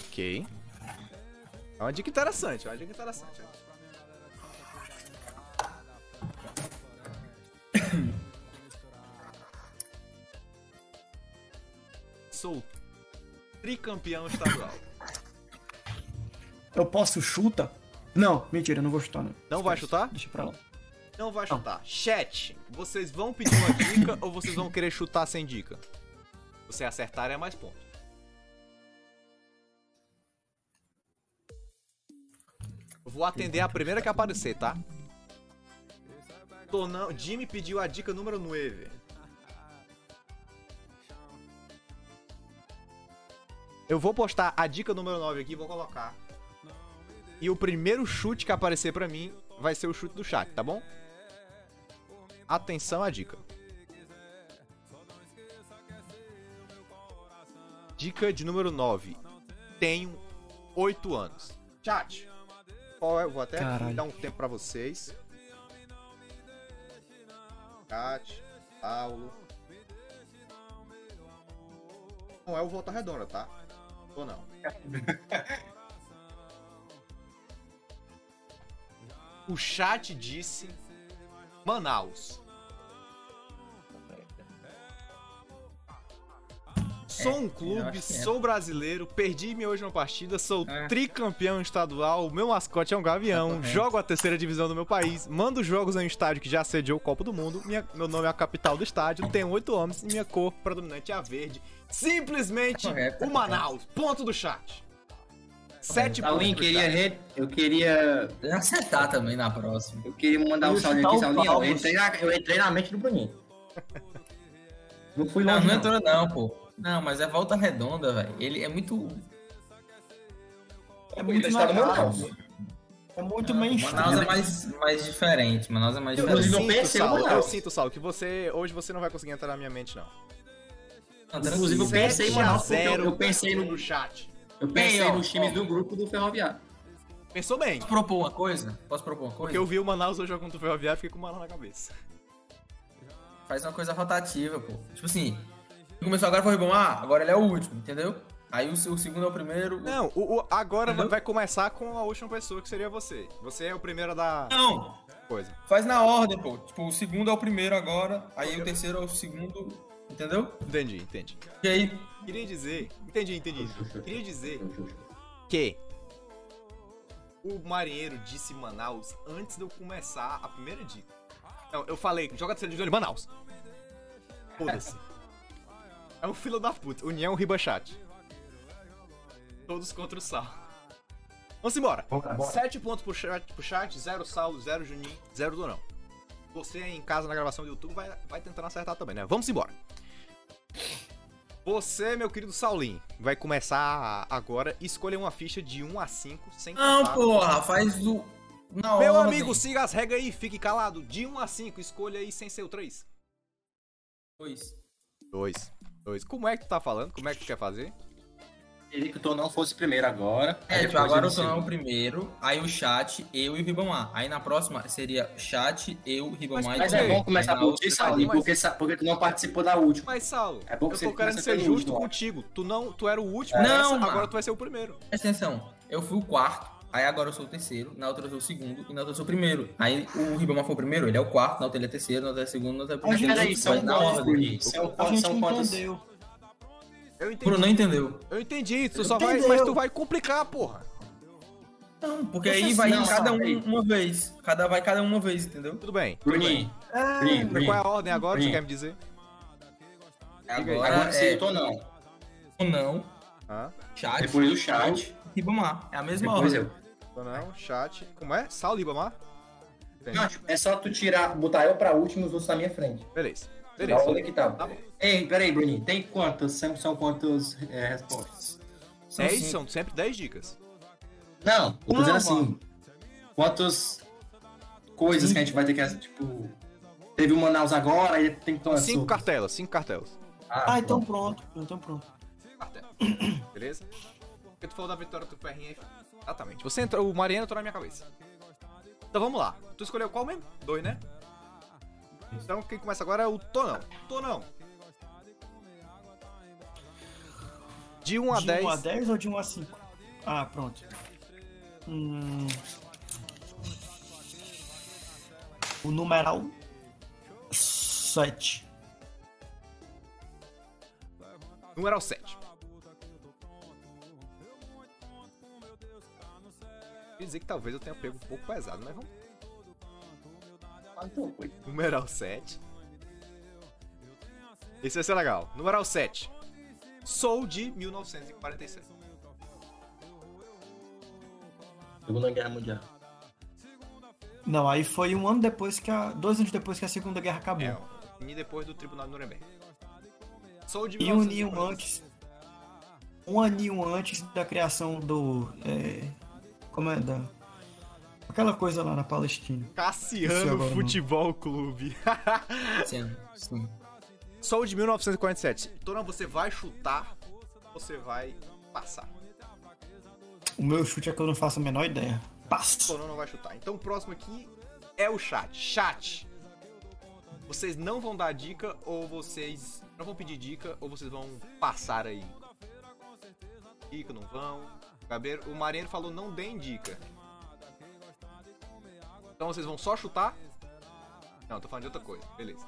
S1: Ok. É uma dica interessante, é uma dica interessante. Sou tricampeão estadual.
S12: Eu posso chuta? Não, mentira, eu não vou chutar, não.
S1: Não vai chutar?
S12: Deixa pra lá.
S1: Não vai chutar. Chat, vocês vão pedir uma dica ou vocês vão querer chutar sem dica? Se você acertar é mais ponto. Eu Vou atender a primeira que aparecer, tá? Tonão, Jimmy pediu a dica número 9. Eu vou postar a dica número 9 aqui e vou colocar. E o primeiro chute que aparecer pra mim vai ser o chute do chat, tá bom? Atenção à dica. Dica de número 9. Tenho 8 anos. Chat. Qual é? Vou até
S12: Caralho.
S1: dar um tempo pra vocês. Chat, Paulo. Não é o Volta Redonda, tá? Ou não? o chat disse Manaus. Sou um
S13: eu
S1: clube,
S13: acho que é.
S1: sou brasileiro, perdi minha última partida, sou tricampeão estadual, o meu mascote é um gavião, jogo a terceira divisão do meu país, mando jogos em um estádio que já sediou o Copa do Mundo, minha- meu nome é a capital do estádio, tenho oito anos e minha cor predominante é a verde.
S13: Tá
S1: Simplesmente o Manaus. Ponto do chat. Sete pontos.
S2: Salim,
S1: pro
S2: queria
S1: chat.
S2: re... eu queria.
S13: acertar também na próxima.
S2: Eu queria mandar
S13: Eu
S2: um
S13: ia
S2: salve
S13: chutar
S2: aqui,
S13: o
S2: Salim. Eu
S13: Paulo.
S2: entrei, na... eu entrei na mente do Bruninho. Não fui
S13: Não,
S2: longe.
S13: não
S2: Não,
S13: entrou não, pô. Não, mas é volta redonda, velho. Ele é muito.
S12: É muito
S13: Está
S2: tá
S12: na
S13: no
S12: cara.
S13: Manaus.
S12: É muito mainstream.
S13: Manaus é mais, mais diferente. Manaus é mais
S1: Eu, eu
S13: diferente.
S1: sinto, Saulo, eu sinto, Saulo, que você hoje você não vai conseguir entrar na minha mente, não.
S13: Não,
S2: Inclusive, eu
S13: tranquilo.
S2: pensei em
S13: um
S2: Manaus, porque eu, eu pensei
S1: no
S2: no.
S1: chat.
S2: Eu pensei
S1: Bem, ó,
S2: nos times do grupo do Ferroviário.
S1: Pensou bem.
S13: Posso propor uma coisa? Posso propor uma coisa?
S1: Porque eu vi o Manaus hoje jogando o Ferroviário e fiquei com o Manaus na cabeça.
S13: Faz uma coisa rotativa, pô. Tipo assim, começou agora foi o Ribamar, agora ele é o último, entendeu? Aí o, seu- o segundo é o primeiro. o-
S1: Não, o, o- agora vai, vai começar com a última pessoa, que seria você. Você é o primeiro a dar
S13: Não,
S1: coisa.
S13: faz na ordem, pô. Tipo, o segundo é o primeiro agora, aí o terceiro é o segundo, entendeu?
S1: Entendi, entendi.
S13: E aí,
S1: Queria dizer. Entendi, entendi. Queria dizer que o marinheiro disse Manaus antes de eu começar a primeira dica. Não, eu falei, joga a terceira divisão de Manaus. [LAUGHS] Foda-se. É um filo da puta. União Ribachat. Todos contra o Sal. Vamos embora.
S2: Bora, bora.
S1: 7 pontos pro chat, pro chat, 0 Saulo, 0 Juninho, 0 Donão. Você em casa na gravação do YouTube vai, vai tentando acertar também, né? Vamos embora. Você, meu querido Saulinho, vai começar agora. Escolha uma ficha de 1 a 5 sem
S13: Não,
S1: contar-
S13: porra, faz o. Na
S1: Meu
S13: ordem.
S1: amigo, siga as regras aí, fique calado. De 1 a 5, escolha aí sem ser o 3.
S13: Dois.
S1: Dois. Dois. Como é que tu tá falando? Como é que tu quer fazer?
S2: Queria que o Tonão fosse primeiro agora.
S13: É, tipo, agora o Tonão é o primeiro, aí o chat, eu e o Ribamar. Aí na próxima seria chat, eu, Ribamar e
S2: Mas
S13: tu.
S2: é bom
S13: Aí
S2: começar
S13: na
S2: por
S13: outra-
S2: ti, Saulinho,
S1: mas-
S2: porque, sa- porque tu não participou da última.
S1: Mas, Saulo,
S2: É bom que
S1: eu
S2: você um
S1: tô querendo
S2: começa
S1: ser
S2: pelo
S1: justo
S2: último,
S1: contigo. Tu não, tu era o último,
S13: É.
S1: nessa,
S13: Não, mano.
S1: agora tu vai ser o primeiro.
S13: Presta atenção, eu fui o quarto, aí agora eu sou o terceiro, na outra eu sou o segundo e na outra eu sou o primeiro. Aí o Ribamar foi o primeiro, ele é o quarto, na outra ele é terceiro, na outra é segundo, na outra é
S2: Mas
S13: primeiro.
S2: peraí, são
S13: Vai na
S2: quantos,
S13: ordem.
S2: Bruninho? São
S13: A gente
S2: quantos? São quantos?
S13: entendeu.
S1: Eu entendi.
S13: Bruno não entendeu.
S1: Eu entendi, tu
S13: Eu
S1: só vai,
S13: entendeu.
S1: mas tu vai complicar, porra.
S13: Não, Porque
S1: Deixa
S13: aí
S1: assim,
S13: vai
S1: não,
S13: cada
S1: sabe?
S13: um uma vez. Cada vai cada um uma vez, entendeu?
S1: Tudo bem.
S2: Bruninho. Bruninho,
S1: Mas
S2: Bruninho.
S1: qual é a ordem agora? Você
S2: Bruninho.
S1: quer me dizer? Diga aí.
S13: Agora,
S2: Agora sim,
S13: é...
S2: eu tô não.
S13: Ou não. Chat.
S2: Depois do chat.
S13: eu, Ribamar. É a mesma
S2: Depois
S13: ordem.
S1: Tonão, chat. Como é? Saulo Ibamar?
S2: Não, tipo, é só tu tirar, botar eu pra último e os outros na minha frente.
S1: Beleza.
S2: Beleza.
S1: Beleza.
S2: Olha que tá.
S1: Tá bom.
S2: Ei, peraí, Bruninho, tem quantas? São, são quantas é, respostas?
S1: São, É são sempre 10 dicas.
S2: Não, eu tô
S1: Não,
S2: dizendo assim. Quantas coisas que a gente vai ter que, tipo. Teve o Manaus agora, aí tem que tomar.
S1: Cinco
S2: suco.
S1: cartelas, cinco cartelas.
S12: Ah, então pronto. Então pronto.
S1: Beleza? Porque tu falou da vitória do Ferrinha aí. Exatamente. Você entrou, o Mariano entrou na minha cabeça. Então vamos lá. Tu escolheu qual mesmo? Dois, né? Então quem começa agora é o Tonão. Tonão. De 1 a
S12: De 1 a
S1: 10.
S12: 10 ou de 1 a 5? Ah, pronto. Hum. O numeral 7.
S1: Número 7. Quer dizer que talvez eu tenha pego um pouco pesado, mas vamos. Numeral 7. Esse vai ser legal. Numeral 7. Sou de 1947.
S2: Segunda Guerra Mundial.
S12: Não, aí foi um ano depois que a. Dois anos depois que a Segunda Guerra acabou.
S1: É, um, E depois do Tribunal de Nuremberg. Sou de
S12: E um aninho
S1: 1947.
S12: antes. Um aninho antes da criação do. é, como é? Da, aquela coisa lá na Palestina. Esqueci agora o
S1: Cassiano
S12: nome.
S1: Futebol Clube. [LAUGHS]
S13: Sim, sim.
S1: Sou de 1947. Então você vai chutar, você vai passar.
S12: O meu chute é que eu não faço a menor ideia. Passa.
S1: Torão não vai chutar. Então o próximo aqui é o chat. Chat. Vocês não vão dar dica ou vocês não vão pedir dica ou vocês vão passar aí. Dica, não vão. Gabeiro, o Marinheiro falou não deem dica. Então vocês vão só chutar? Não, tô falando de outra coisa. Beleza.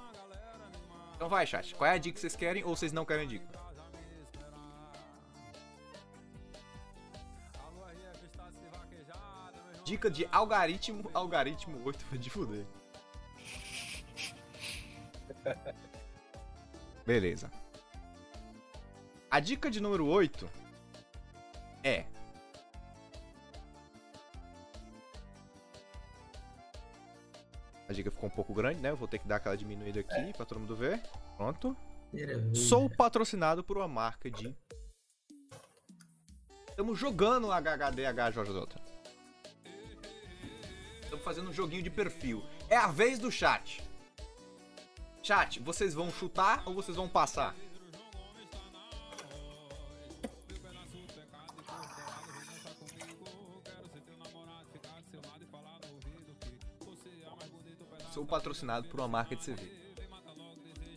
S1: Então vai, chat. Qual é a dica que vocês querem ou vocês não querem dica? Dica de algoritmo, algoritmo 8 vai de fuder. Beleza. A dica de número 8 é. A dica ficou um pouco grande, né? Eu vou ter que dar aquela diminuída aqui pra todo mundo ver. Pronto. Sou patrocinado por uma marca de. Estamos jogando HHDHJJ. Estamos fazendo um joguinho de perfil. É a vez do chat. Chat, vocês vão chutar ou vocês vão passar? Sou patrocinado por uma marca de cerveja.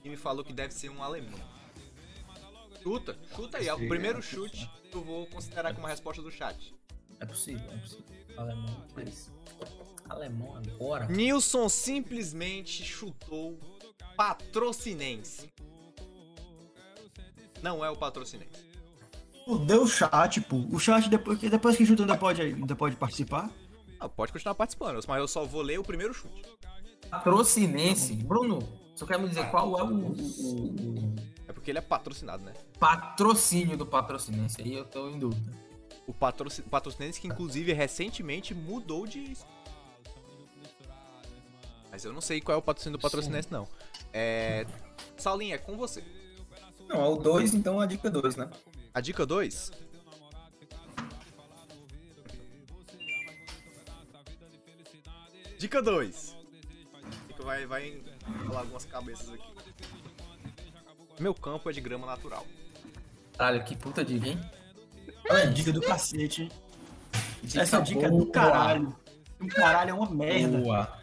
S1: E me falou que deve ser um alemão. Chuta, chuta aí. É o
S13: Sim,
S1: primeiro
S13: é
S1: chute que eu vou considerar como resposta do chat.
S13: É possível, é possível. Alemão. é Alemão agora?
S1: Nilson simplesmente chutou patrocinense. Não é o patrocinense.
S12: Fudeu o chat, pô. O chat depois, que- depois que chuta ainda pode, ainda pode participar?
S1: Não, Ah, pode continuar participando, mas eu só vou ler o primeiro chute.
S13: Patrocinense. Bruno, você quer me dizer qual é o, o- o
S1: É porque ele é patrocinado, né?
S13: patrocínio do patrocinense? Aí eu tô em dúvida.
S1: O patrocin... patrocinense que, inclusive, recentemente mudou de. Mas eu não sei qual é o patrocínio do patrocinense, não. É. Saulinha, é com você.
S13: Não, é o 2, então a dica 2, né?
S1: A dica 2? Dica 2. Vai, vai falar algumas cabeças aqui. Meu campo é de grama natural.
S13: Caralho, que puta dica, hein?
S12: É, dica do cacete, hein? Essa dica é do caralho. O caralho é uma merda.
S13: Boa.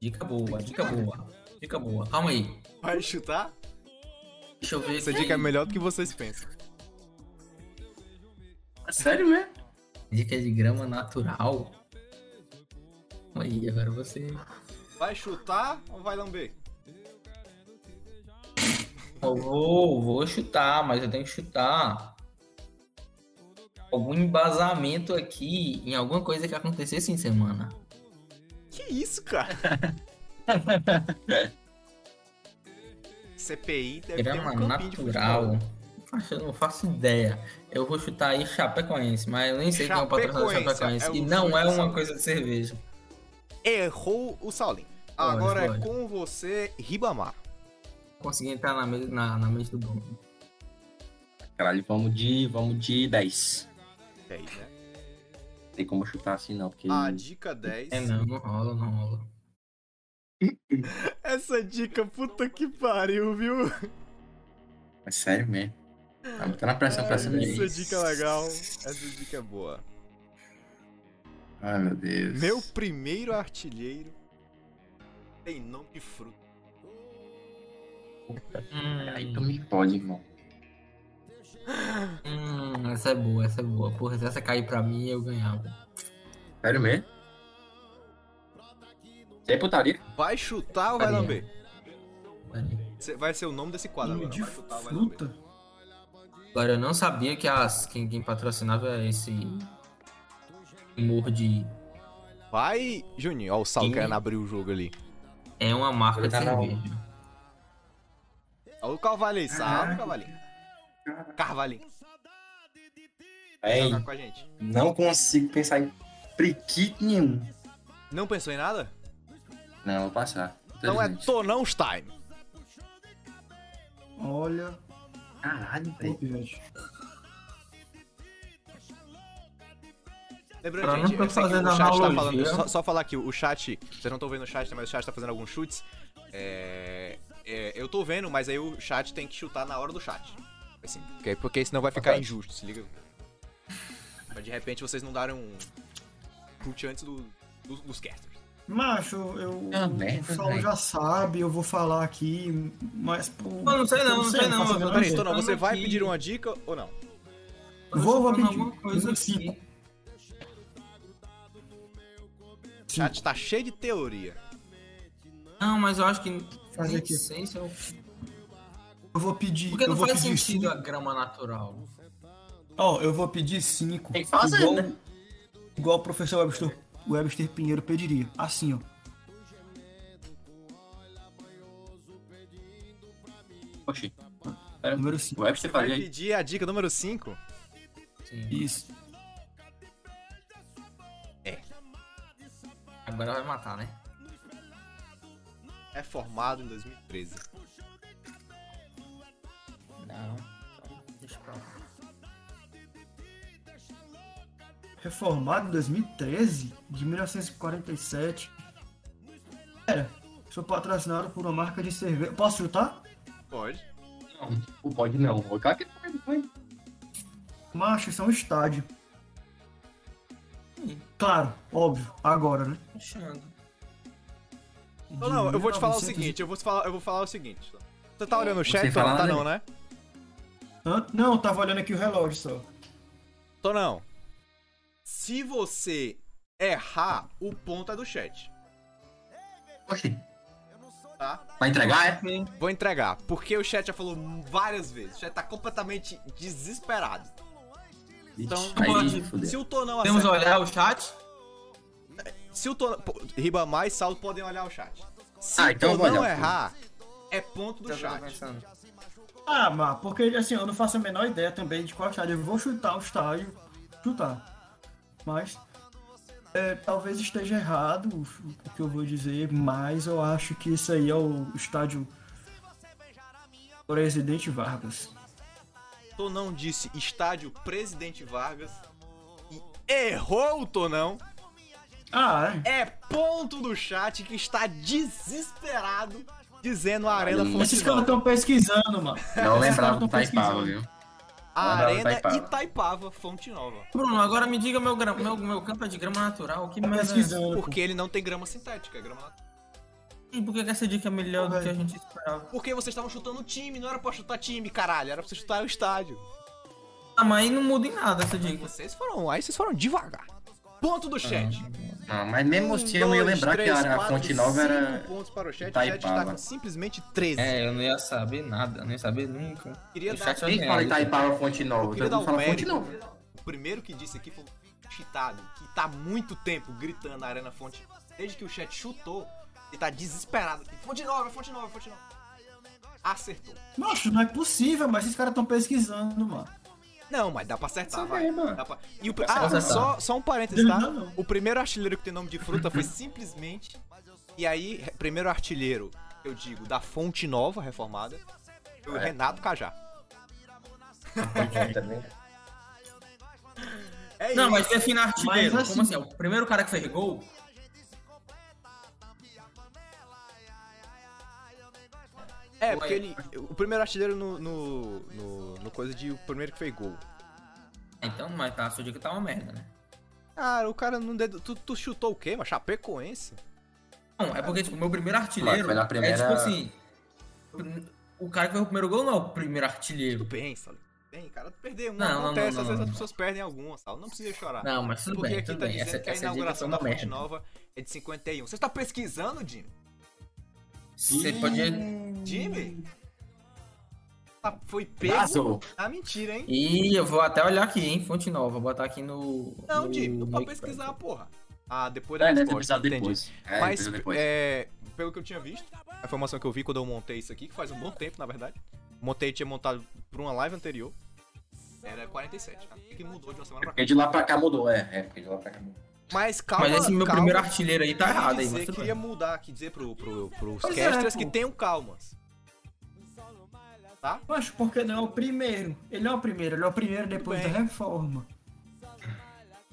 S13: Dica boa, dica boa. Dica boa. Calma aí.
S1: Vai chutar?
S13: Deixa eu ver.
S1: Essa dica é melhor do que vocês pensam.
S13: Sério mesmo? Dica de grama natural? Calma aí, agora você.
S1: Vai chutar ou vai lamber?
S13: Eu vou, vou chutar, mas eu tenho que chutar algum embasamento aqui em alguma coisa que acontecesse em semana.
S1: Que isso,
S13: [LAUGHS]
S1: cara? CPI deve
S13: Grama
S1: ter um campinho de
S13: é natural.
S1: futebol.
S13: Não faço- Eu não faço ideia. Eu vou chutar aí Chapecoense, mas eu nem sei quem é o patrocinador do
S1: Chapecoense,
S13: Chapecoense.
S1: é
S13: e
S1: o
S13: não
S1: Júlio
S13: é uma
S1: Saldanha.
S13: coisa de cerveja.
S1: Errou o Saulinho.
S13: Olha,
S1: Agora é
S13: olha.
S1: com você, Ribamar.
S13: Consegui entrar na, mesa- na, na mente do dono.
S2: Caralho, vamos de. Vamos de 10.
S1: 10, né?
S2: Não tem como chutar assim não, porque.
S1: A dica 10.
S13: É não, não rola, não rola.
S1: [LAUGHS] Essa dica, puta que pariu, viu?
S2: É sério mesmo. Tá botando a pressão pra cima de
S1: Essa
S2: mim.
S1: dica é legal. Essa dica é boa.
S2: Ai, meu Deus.
S1: Meu primeiro artilheiro tem nome de fruta.
S2: Aí tu me pode, irmão.
S13: Hum, essa é boa, essa é boa. Porra, se essa cair pra mim, eu ganhava.
S2: Sério mesmo? Tem putaria?
S1: Vai chutar ou vai
S13: Putaria.
S1: lamber? Cê- Vai ser o nome desse quadro agora. Vai chutar ou vai lamber?
S13: Agora, eu não sabia que as, quem, quem patrocinava esse humor de...
S1: Vai, Juninho. Ó, o Saulo
S13: Quem?
S1: querendo abrir o jogo ali.
S13: É uma marca de
S1: Tá na hora.
S13: cerveja.
S1: Ó, o Carvalho, Saulo,
S2: Caraca.
S1: o Carvalho. Carvalho. Vai
S2: Ei,
S1: jogar com a gente.
S2: não consigo pensar em priquito nenhum.
S1: Não pensou em nada?
S2: Não, vou passar.
S1: Então é Tonão's Time.
S12: Olha.
S2: Caralho,
S12: velho.
S1: Lembrando,
S13: Pra
S1: gente,
S13: não
S1: eu sei que
S13: fazer
S1: o chat tá
S13: analogia.
S1: falando. Só, só falar aqui, o chat. Vocês não estão vendo o chat, mas o chat tá fazendo alguns chutes. É, é, eu tô vendo, mas aí o chat tem que chutar na hora do chat. Assim, porque, porque senão vai ficar injusto, se liga. Mas de repente vocês não darem um chute antes do, do- dos casters.
S12: Macho, eu.
S13: É
S2: Ah,
S12: o
S2: merda,
S12: Saulo
S2: velho.
S12: já sabe, eu vou falar aqui, mas. Pô,
S13: não sei não, não sei não,
S12: faço a
S13: eu
S12: menor
S1: Peraí,
S12: ideia.
S1: Tonão, você vai pedir uma dica ou não?
S12: Vou, vou pedir.
S13: Alguma coisa assim.
S1: O chat tá cheio de teoria.
S13: Não, mas eu acho que. é
S12: Fazer
S13: nem
S12: aqui.
S13: sei se eu.
S12: Eu vou pedir.
S13: Porque
S12: eu
S13: não
S12: vou
S13: faz
S12: pedir
S13: sentido
S12: cinco.
S13: a grama natural.
S12: Ó, eu vou pedir 5.
S2: Tem que fazer,
S12: igual,
S2: né?
S12: igual o professor Webster, Webster Pinheiro pediria. Assim, ó.
S2: Oxi.
S12: Número 5.
S2: O Webster
S1: É, Vai
S2: fazia aí.
S1: pedir a dica número 5?
S12: Isso.
S13: Agora vai matar, né?
S1: É formado em 2013.
S13: Não. Deixa pra lá.
S12: Reformado em 2013, de 1947. Pera, sou patrocinado por uma marca de cerveja. Posso chutar?
S1: Pode.
S2: Não, pode não. O cara que pode, pode.
S12: Macho, isso é um estádio. Claro, óbvio, agora, né?
S13: Achando.
S1: Não, não, eu vou te falar o seguinte, eu vou, te falar, eu vou falar o seguinte. Você tá olhando o
S12: Sem
S1: chat, Tonão?
S12: falar
S1: Tá
S12: nada.
S1: não, né?
S12: Hã? Não, eu tava olhando aqui o relógio só.
S1: Tonão, se você errar, o ponto é do chat.
S2: Oxi.
S1: Tá?
S2: Vai entregar, é?
S1: Vou entregar, porque o chat já falou várias vezes. O chat tá completamente desesperado. Então,
S2: aí
S1: pode-
S2: fudeu.
S1: se o Tonão
S13: Temos a
S12: Tá
S1: acertar-
S13: olhar o chat?
S1: Se o Tonão... pô, Ribamar e Saulo podem olhar o chat. Se
S2: Ah,
S1: o
S2: então eu vou
S1: Tonão
S2: olhar.
S1: errar, é ponto
S13: Então
S1: do chat.
S12: Ah, mas porque assim, eu não faço a menor ideia também de qual estádio. Eu vou chutar o estádio, chutar. Mas É, talvez esteja errado o que eu vou dizer, mas eu acho que isso aí é o estádio Presidente Vargas.
S1: Tonão disse estádio Presidente Vargas e errou o Tonão.
S12: Ah,
S1: é? É ponto do chat que está desesperado dizendo a Arena Fonte
S12: Esses caras estão pesquisando, mano.
S2: Não
S12: Esses
S2: lembrava
S12: caras
S2: do
S12: tão
S2: Taipava,
S12: pesquisando.
S2: viu?
S1: A
S2: Lembrava
S1: Arena
S2: Itaipava.
S1: Itaipava, Fonte Nova.
S13: Bruno, agora me diga meu, gra- meu, meu campo é de grama natural. Que merda é essa?
S1: Porque ele não tem grama sintética, é grama natural.
S13: E por que que essa dica é melhor do que a gente esperava?
S1: Porque vocês estavam chutando time, não era pra chutar time, caralho. Era pra você chutar o estádio.
S13: Ah, mas aí não muda em nada essa dica.
S1: Vocês foram, aí vocês foram devagar. Ponto do chat.
S2: Não, mas mesmo
S1: Um,
S2: assim eu ia
S1: dois,
S2: lembrar
S1: três,
S2: que a, a
S1: quatro,
S2: Fonte Nova era.
S1: cinco pontos para o chat, o chat
S2: Itaipava.
S1: está com simplesmente 13.
S13: É, eu não ia saber nada, não ia saber nunca.
S1: Queria
S13: O
S1: dar-
S13: chat é
S2: Quem
S13: uma
S2: fala
S13: merda.
S2: Itaipava Fonte
S1: Eu
S2: Nova?
S1: queria
S2: Todo
S1: dar
S2: mundo
S1: um
S2: fala Fonte
S1: mérito.
S2: Nova.
S1: O primeiro que disse aqui foi o Chitado, que tá há muito tempo gritando na Arena Fonte. Desde que o chat chutou, ele tá desesperado aqui. Fonte nova, fonte nova, fonte nova. Acertou.
S12: Nossa, não é possível, mas esses caras estão pesquisando, mano.
S1: Não, mas dá pra acertar, vai. Dá pra- E o... pri-
S12: pra
S1: Ah,
S12: acertar.
S1: só, só um parênteses, tá?
S12: Não, não.
S1: O primeiro artilheiro que tem nome de fruta foi simplesmente. E aí, re- primeiro artilheiro, eu digo, da Fonte Nova, reformada, foi o
S2: É.
S1: Renato Cajá. É
S13: Não,
S1: isso.
S13: mas defina artilheiro.
S1: Mas,
S13: Como assim? É O primeiro cara que fez gol?
S1: É, porque ele. O primeiro artilheiro no. no, no, no coisa de o primeiro que fez gol.
S13: Então, mas tá, a sua dica tá uma merda, né?
S1: Cara, o cara não. dedo- Tu, tu chutou o quê, mano? Chapecoense?
S13: Não, é porque, tipo, meu primeiro artilheiro
S1: foi na
S13: é,
S1: primeira-
S13: tipo assim... O cara que fez o primeiro gol não é o primeiro artilheiro.
S1: Tudo bem, Sal. Bem, cara, tu perdeu um.
S13: Não, não,
S1: acontece,
S13: não,
S1: às
S13: não,
S1: vezes
S13: não,
S1: as
S13: não.
S1: pessoas perdem algumas, Sal. Não precisa chorar.
S13: Não, mas tudo
S1: Porque
S13: bem,
S1: aqui
S13: tudo
S1: tá
S13: bem.
S1: dizendo
S13: Essa-
S1: que a
S13: essa dica
S1: inauguração
S13: foi uma
S1: da Fonte
S13: merda.
S1: Nova é de 51. Vocês tá pesquisando, Jimmy?
S13: Você
S2: é,
S13: podia...
S1: Jimmy? Tá- Foi pego
S13: Vazou.
S1: na mentira, hein?
S13: Ih, eu vou até olhar aqui, hein? Fonte nova. Vou botar aqui no...
S1: Não,
S13: no...
S1: Jimmy, não pode
S13: no-
S1: pesquisar, porra. Ah, depois da
S2: É, né?
S1: resposta,
S2: Precisa
S1: entendi.
S2: depois. É,
S1: Mas,
S2: precisa depois.
S1: é, pelo que eu tinha visto, a informação que eu vi quando eu montei isso aqui, que faz um bom tempo, na verdade. Montei, tinha montado pra uma live anterior. Era 47. Até que mudou de uma semana pra cá.
S2: Porque de lá pra cá mudou, é. É, porque de lá pra cá mudou.
S1: Mas calma,
S13: Mas esse meu
S1: calma.
S13: primeiro artilheiro aí tá
S1: Queria
S13: errado aí,
S1: dizer,
S13: mas tudo
S12: é
S1: Queria mudar aqui, dizer pro, pro, pros
S12: Pois é,
S1: casters
S12: pô.
S1: que tenham calmas. Tá?
S12: Mas por que não? É o primeiro. Ele não é o primeiro, ele é o primeiro depois da
S1: bem. É
S12: reforma.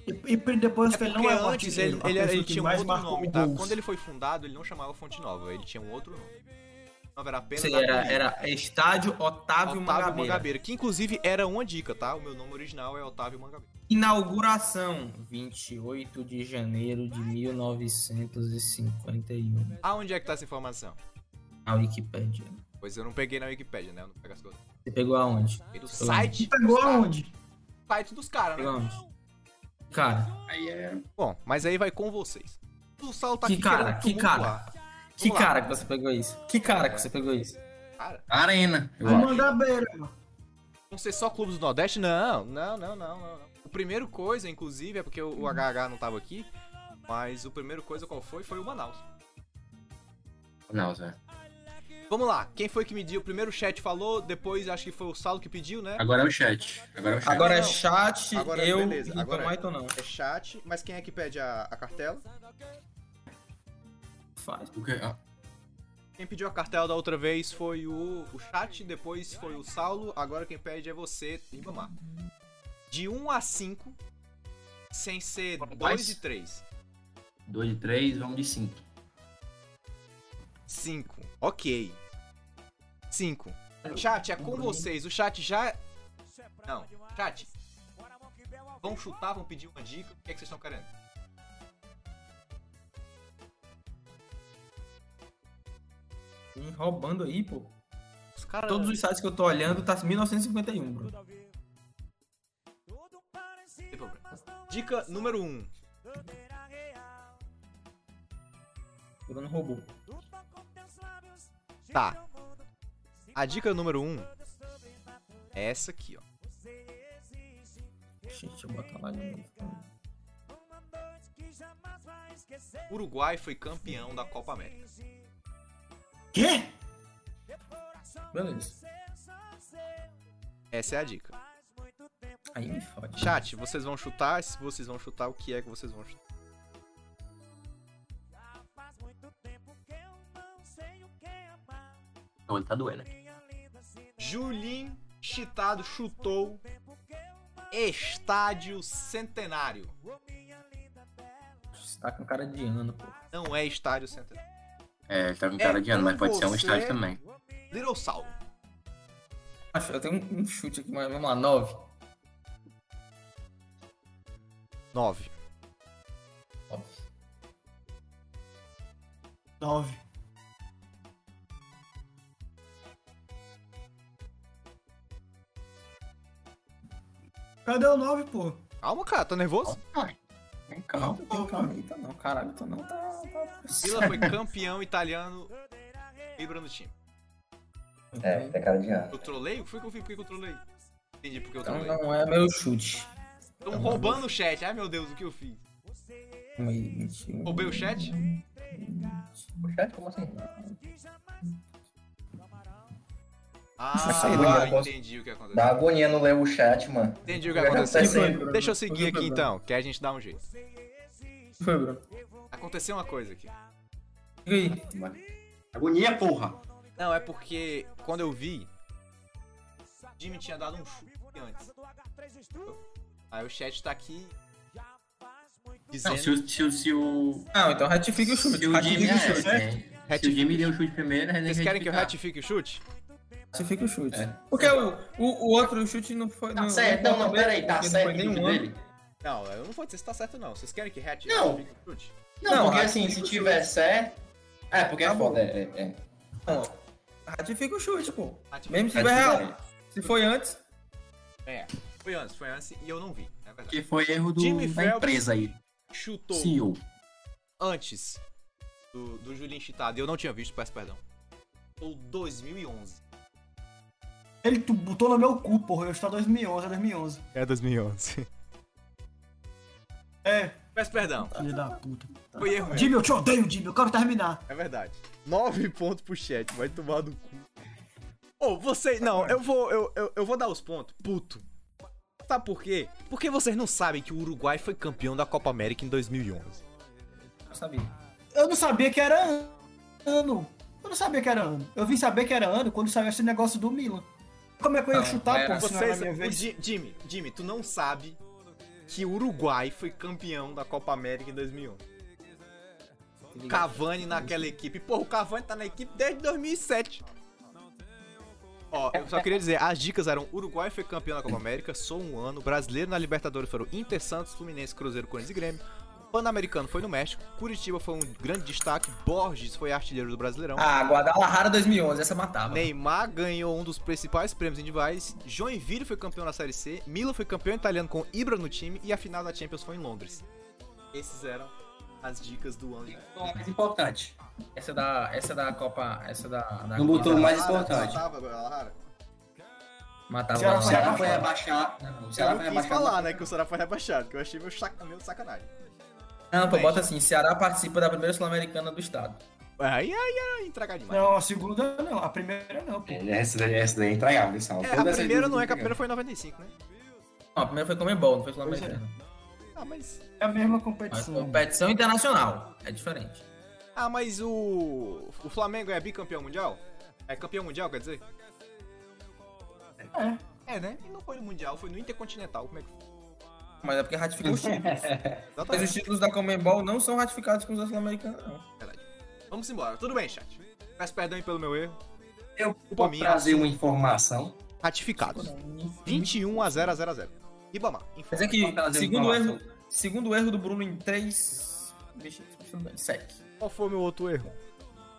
S12: E, e pre- depois que ele
S1: Porque
S12: não é o
S1: antes ele,
S12: artilheiro, a
S1: ele, ele
S12: pessoa que
S1: tinha um
S12: mais
S1: outro
S12: marcou
S1: nome, tá?
S12: gols.
S1: Quando ele foi fundado, ele não chamava Fonte Nova, ele tinha um outro nome. O nome era apenas
S13: Sei, era,
S1: Acolhida.
S13: era Estádio Otávio,
S1: Otávio
S13: Mangabeira.
S1: Mangabeira. que inclusive era uma dica, tá? O meu nome original é Otávio Mangabeira.
S13: Inauguração, 28 de janeiro de 1951.
S1: Aonde é que tá essa informação?
S13: A um. Wikipédia.
S1: Pois eu não peguei na Wikipédia, né? Eu não pego as coisas.
S13: Você pegou aonde?
S1: Peguei do
S13: Você
S1: site,
S12: Pegou aonde?
S1: site dos caras,
S13: Pegou
S1: né?
S13: aonde? Cara,
S2: Aí é.
S1: Bom, mas aí vai com vocês. O Sal tá
S13: que
S1: aqui
S13: cara,
S1: querendo
S13: que cara.
S1: tumultuar.
S13: Que
S1: Vamos lá.
S13: cara que você pegou isso? Que cara que você pegou isso?
S1: Cara,
S2: Arena. eu
S12: Vai
S2: acho.
S12: mandar beira, mano.
S1: vão ser só clubes do Nordeste? Não, não, não, não, não. não. O primeiro coisa, inclusive, é porque o o HH não tava aqui, mas o primeiro coisa qual foi? Foi o Manaus.
S2: Não, Zé.
S1: Vamos lá, quem foi que me mediu? Primeiro o chat falou, depois acho que foi o Saulo que pediu, né?
S2: Agora é o chat. Agora é o chat.
S13: Agora é
S1: Não.
S13: chat,
S1: Agora,
S13: eu
S1: beleza,
S13: e
S1: agora é.
S13: Tomaito não.
S1: É chat, mas quem é que pede a, a cartela?
S13: Faz.
S2: O quê? Ah,
S1: Quem pediu a cartela da outra vez foi o, o chat, depois foi o Saulo, agora quem pede é você, Ribamar. De 1 a 5, sem ser 2 e 3.
S2: 2 de 3, vamos de 5.
S1: 5, ok. 5. Chat, é com vocês, o chat já... Não, chat. Vão chutar, vão pedir uma dica, o que, é que vocês estão querendo?
S13: Me roubando aí, pô.
S1: Os caras...
S13: Todos os sites que eu tô olhando tá 1951, bro.
S1: Não tem problema. Dica número 1. Um.
S13: Bruno roubou.
S1: Tá. A dica número 1 um é essa aqui, ó.
S13: Gente, deixa eu botar lá de novo.
S1: Uruguai foi campeão da Copa América.
S12: Quê?
S13: Beleza.
S1: Essa é a dica.
S13: Aí me fode.
S1: Chat, vocês vão chutar, se vocês vão chutar, o que é que vocês vão chutar?
S2: olho tá doendo. aqui.
S1: Julinho Chitado chutou Estádio Centenário.
S13: Tá com cara de ano, pô.
S1: Não é Estádio Centenário. É
S2: É, ele tá com cara de ano, mas pode ser um
S1: você-
S2: estádio também.
S1: Little Sal.
S13: Acho- Eu tenho um, um chute aqui, mas vamos lá, 9.
S1: 9.
S12: 9. Cadê o 9, pô?
S1: Calma, cara, tô nervoso?
S13: Calma, calma, calma. Eita, não, caralho, tô não. Tá, tá.
S1: Vila foi campeão italiano. Vibra no time.
S2: É, tá cara de ano.
S1: Eu trolei? O que foi que eu fiz? Por que que eu trolei? Entendi porque eu
S13: Então
S1: trolei.
S13: não é meu chute. Então
S1: Estão roubando o chat. Ai meu Deus, o que eu fiz?
S13: Calma aí, mentira.
S1: Roubei
S13: [LAUGHS]
S1: o chat?
S2: O chat, como assim?
S1: Ah,
S2: Sei lá, eu posso-
S1: entendi o que aconteceu.
S2: Dá agonia não ler o chat, mano.
S1: Entendi o que
S2: Já tá
S1: aconteceu.
S2: saindo.
S13: né?
S1: Deixa eu seguir aqui
S2: Bruno?
S1: então, que a gente dá um jeito.
S13: Foi, Bruno.
S1: Aconteceu uma coisa aqui.
S2: Agonia, porra!
S1: Não, é porque quando eu vi, Jimmy tinha dado um chute antes. Aí o chat tá aqui
S2: Não,
S1: dizendo.
S2: se o. Se o, se o...
S13: Não, então ratifica o chute.
S2: Se o Jimmy,
S13: Ratifica o chute,
S2: é,
S13: né?
S2: é. Se o Jimmy deu o chute primeiro, ele
S1: Vocês querem que eu
S2: retificar.
S1: ratifique o chute?
S13: Ratifica o chute. Porque o, o, o outro chute não foi.
S2: É. Tá certo, não, não, peraí, tá
S13: porque
S2: certo
S13: Não
S2: o
S13: foi
S2: chute
S13: nenhum ano.
S2: dele?
S1: Não, eu não vou dizer se tá certo não. Vocês querem que ratifique
S2: Não.
S1: o chute?
S2: Não,
S13: Não,
S2: porque
S13: ratifica
S2: assim, se
S13: o chute.
S2: tiver certo. É, porque é foda, é, é, é.
S13: Não, ratifica o chute, pô.
S1: Ratifica.
S13: Mesmo se tiver
S2: Ratifica.
S13: real. Se foi antes.
S1: É, foi antes, foi antes e eu não vi, é verdade.
S2: Porque foi erro do,
S1: Jimmy
S2: da
S1: Phelps
S2: empresa aí.
S1: Chutou
S2: CEO.
S1: antes do, do Julinho Chitado e eu não tinha visto, peço perdão. Ou 2011.
S12: Ele tu botou no meu cu, porra. Eu estou 2011, é 2011.
S1: É 2011.
S12: É,
S1: Peço perdão.
S12: filho da puta.
S1: Foi erro meu.
S12: Jimmy, eu te odeio, Jimmy. Eu quero terminar.
S1: É verdade. 9 pontos pro chat, vai tomar do cu. Ô, você. Não, eu vou. Eu, eu, eu vou dar os pontos. Puto. Sabe por quê? Porque vocês não sabem que o Uruguai foi campeão da Copa América em 2011.
S13: Eu sabia.
S12: Eu não sabia que era ano. Eu não sabia que era ano. Eu vim saber que era ano quando saiu esse negócio do Milan. Como é que eu ia
S13: Não,
S12: chutar,
S13: era-
S12: porra, se não era
S1: Vocês,
S12: a minha
S1: o
S12: vez?
S1: Ji- Jimmy, Jimmy, tu não sabe que o Uruguai foi campeão da Copa América em 2011. Cavani naquela equipe. Porra, o Cavani tá na equipe desde 2007. Ó, eu só queria dizer, as dicas eram Uruguai foi campeão da Copa América, só um ano, brasileiro na Libertadores foram Inter, Santos, Fluminense, Cruzeiro, Corinthians e Grêmio, Pan-Americano foi no México, Curitiba foi um grande destaque, Borges foi artilheiro do Brasileirão,
S13: Ah, Guadalajara 2011, essa matava.
S1: Neymar ganhou um dos principais prêmios individuais. Joinville foi campeão na Série C. Milan foi campeão italiano com Ibra no time. E a final da Champions foi em Londres. Esses eram as dicas do ano.
S2: Não é mais importante.
S13: Essa é da, essa é da Copa. Essa é da. da
S2: Não botou
S13: Copa-
S2: mais
S1: Ah,
S2: importante.
S13: Matava.
S12: Ceará
S13: não.
S2: O Ceará foi rebaixar. não, O Ceará
S1: Eu
S2: foi
S1: não quis
S2: rebaixar.
S1: falar, né, que o Ceará foi rebaixado, que eu achei meu, sac... meu sacanagem. É
S13: Não, pô, bota assim: Ceará participa da primeira Sul-Americana do Estado.
S1: Aí, aí era entregar demais.
S12: Não, a segunda não. A primeira não, pô.
S2: É, Essa daí, essa daí é intragável, Sal.
S1: É,
S2: Toda
S1: a
S2: essa
S1: primeira
S2: daí
S1: não é, que a
S2: intragável.
S1: primeira foi em 95, né?
S13: Não, a primeira foi Comembol, não foi Sul-Americana.
S1: Ah, mas...
S12: É a mesma
S13: Mas
S12: competição.
S13: é. competição internacional. É diferente.
S1: Ah, mas o... O Flamengo é bicampeão mundial? É campeão mundial, quer dizer?
S12: É.
S1: É, né? E não foi no mundial, foi no intercontinental. Como é que foi?
S13: [LAUGHS] Mas é porque ratificou os títulos. Mas os
S1: Exatamente.
S13: títulos da Comembol não são ratificados com os da Sul-Americana, não.
S1: Vamos embora. Tudo bem, chat. Peço perdão aí pelo meu erro.
S2: Eu
S1: Culpa
S2: vou
S1: minha.
S2: trazer uma informação.
S1: Ratificados. 21 a 0 a 0 a 0. Ribamar,
S13: Mas
S1: informa.
S13: é que,
S2: trazer
S13: segundo
S2: informação.
S13: erro, segundo erro do Bruno em 3. Deixa tudo bem, segue.
S1: Qual foi o meu outro erro?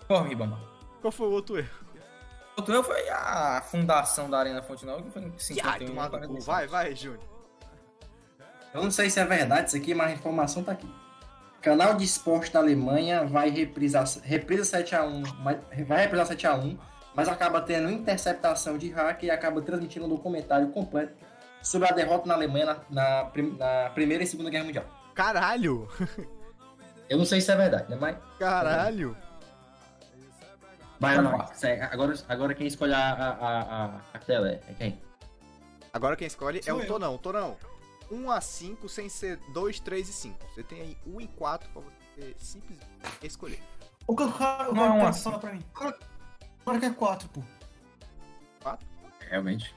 S13: Forma, Ribamar.
S1: Qual foi o outro erro?
S13: Outro erro foi a fundação da Arena Fonte Nova, que foi em
S1: Ai,
S13: 51
S1: tomar no cu.
S13: 45.
S1: Vai, vai, Júnior.
S2: Eu não sei se é verdade isso aqui, mas a informação tá aqui. Canal de esporte da Alemanha vai reprisar reprisa 7x1, mas- vai reprisar 7x1, mas acaba tendo interceptação de hacker e acaba transmitindo um documentário completo sobre a derrota na Alemanha na, na prim- na Primeira e Segunda Guerra Mundial.
S1: Caralho.
S2: Eu não sei se é verdade, né? Mas.
S1: Caralho.
S2: Vai, vai, segue. agora, agora quem escolhe a, a, a, a- a tela é, é quem?
S1: Agora quem escolhe é
S12: Sou
S1: o
S12: eu.
S1: Tonão. Tonão. 1 a 5 sem ser 2, 3 e 5. Você tem aí 1 e 4 pra você simplesmente escolher.
S12: O que o cara o
S13: Não,
S12: cara
S13: assim.
S12: fala pra mim? Agora que é 4, pô.
S2: 4? Realmente.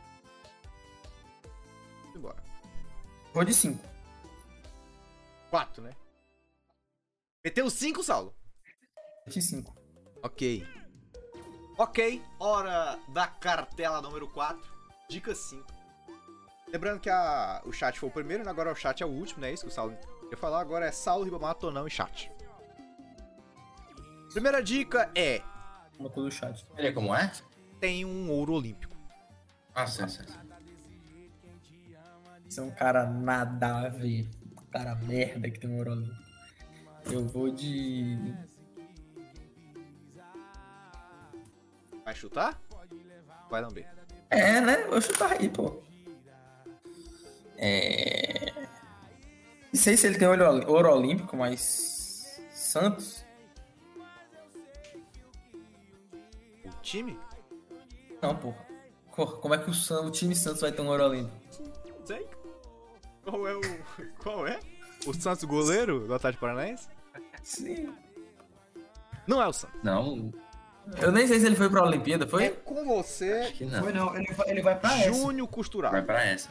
S10: Vamos embora.
S12: Vou de 5.
S10: 4, né?
S1: Meteu 5, Saulo?
S12: Meti 5.
S1: Ok. Ok, hora da cartela número 4. Dica 5.
S10: Lembrando que a, o chat foi o primeiro, né? agora o chat é o último, né? Isso que o Saulo ia falar. Agora é Saulo, Ribamar, Tonão e chat.
S1: Primeira dica é.
S13: Uma coisa do chat.
S2: Olha como é?
S1: Tem um ouro olímpico.
S2: Ah, sim, sim. sim.
S13: Você é um cara nada a ver. Um cara merda que tem um ouro olímpico. Eu vou de.
S1: Vai chutar? Vai lamber.
S13: É, né? Vou chutar aí, pô. É. Não sei se ele tem ouro, ouro olímpico, mas. Santos?
S1: O time?
S13: Não, pô. Co- Como é que o, San- o time Santos vai ter um ouro olímpico?
S1: Sei. Qual é o. [LAUGHS] Qual é? O Santos goleiro do Atlético Paranaense?
S13: Sim.
S1: Não é o Santos. É
S2: Não,
S13: Eu nem sei se ele foi pra Olimpíada, foi?
S1: Com você,
S2: que não.
S12: Foi não, ele vai, ele
S13: Ah,
S12: vai pra
S13: é
S12: essa.
S1: Júnior Costural.
S2: Vai pra essa.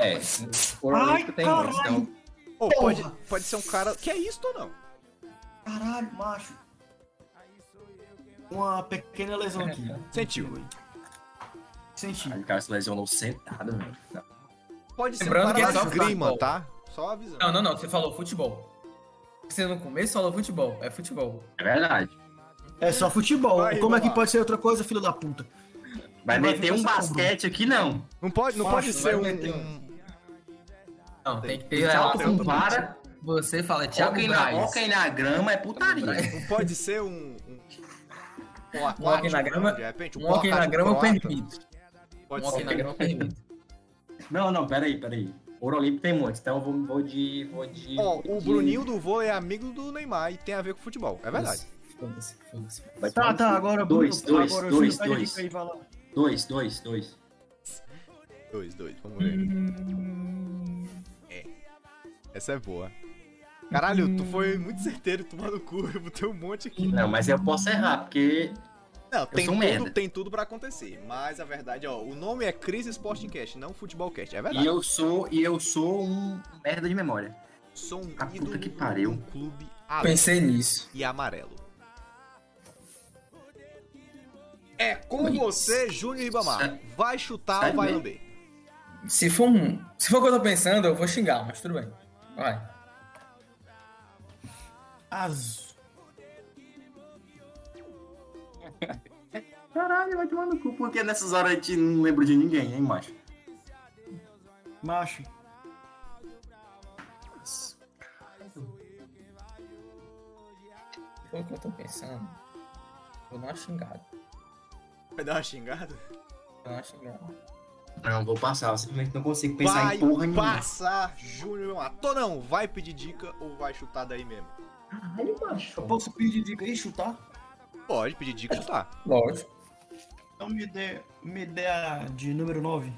S2: É, o ouro
S12: Ah. Ai,
S2: olímpico tem
S12: caralho!
S2: dois, então.
S1: Ou
S12: Porra!
S1: pode, pode ser um cara. Que é isto ou não?
S12: Caralho, macho. Uma pequena lesão
S2: [LAUGHS]
S12: aqui.
S1: Sentiu.
S12: Senti.
S2: Aí o cara se lesionou sentado, velho. Não.
S1: Pode ser
S13: Lembrando
S1: um
S13: que
S1: cara
S13: é só
S1: da esgrima,
S13: futebol.
S1: tá? Só avisando.
S13: Não, não, não. Você falou futebol. Você no começo falou futebol. É futebol.
S2: É verdade.
S12: É só futebol.
S1: Vai,
S12: Como é que
S1: vamos lá.
S12: pode ser outra coisa, filho da puta?
S2: Vai
S12: Vai
S2: meter
S12: ficar
S2: um
S12: só
S2: basquete aqui, não.
S1: Não pode, não
S12: Macho,
S1: pode
S12: vai
S1: ser um.
S12: meter
S1: um-
S13: Não, tem que ter
S2: Salto
S13: relação com
S2: com vara,
S13: Você fala Thiago
S2: hóquei na,
S13: Braz.
S2: hóquei na grama, é putaria.
S1: Não pode ser um. Um, um aquático,
S13: hóquei na grama-
S1: De repente,
S13: Um ok na
S1: aquático
S13: grama eu
S1: croata.
S13: permito. Um
S1: Pode
S13: ok
S1: ser.
S13: na grama eu permito.
S2: [LAUGHS] Não, não, peraí, peraí. Ouro Olímpico tem muitos, então eu vou, vou de. Vou de
S1: Ó,
S2: vou
S1: o
S2: de-
S1: Bruninho do vôlei é amigo do Neymar e tem a ver com futebol. É verdade.
S13: Foda-se, foda-se.
S2: Vai tomar
S12: Tá, tá,
S2: no cu.
S12: agora
S2: Dois,
S12: Bruno,
S2: dois,
S12: agora,
S2: dois,
S12: Júnior, pega a
S2: dois.
S12: dica aí, vai lá.
S2: Dois, dois, dois.
S1: Dois, dois, vamos ver. É. Essa é boa. Caralho, tu foi muito certeiro tomando [LAUGHS] cu, eu botei um monte aqui.
S2: Não, mas eu posso errar, porque.
S1: Não, tem
S2: sou um
S1: tudo,
S2: merda.
S1: tem tudo pra acontecer. Mas a verdade, ó, o nome é Crise Sporting Cast, não Futebolcast. É
S2: E
S1: verdade.
S2: eu sou, e eu sou um merda de memória.
S1: Sou um
S2: Ah, puta
S1: ídolo
S2: que pariu.
S1: do clube alegre
S13: Pensei nisso.
S1: e amarelo. É com você, Júnior Ribamar. Vai chutar ou
S2: Sério
S1: vai
S2: mesmo?
S1: lamber?
S13: Se for um. Se for o que eu tô pensando, eu vou xingar, mas tudo bem. Vai.
S12: Azul.
S2: Caralho, vai tomar no cu, porque nessas horas a gente não lembra de ninguém, hein, macho?
S12: Macho.
S13: Se for o que eu tô pensando, vou dar uma xingada.
S1: Vai dar uma xingada?
S13: Vou dar uma xingada.
S2: Não, vou passar, eu simplesmente não consigo pensar
S1: vai
S2: em porra nenhuma.
S1: passar, Júnior Ribamar. Tô não, vai pedir dica ou vai chutar daí mesmo?
S2: Caralho, macho.
S12: Eu posso pedir tá? dica e chutar?
S1: Pode pedir dica e chutar.
S13: Lógico.
S12: Então me dê, me dê a de número 9.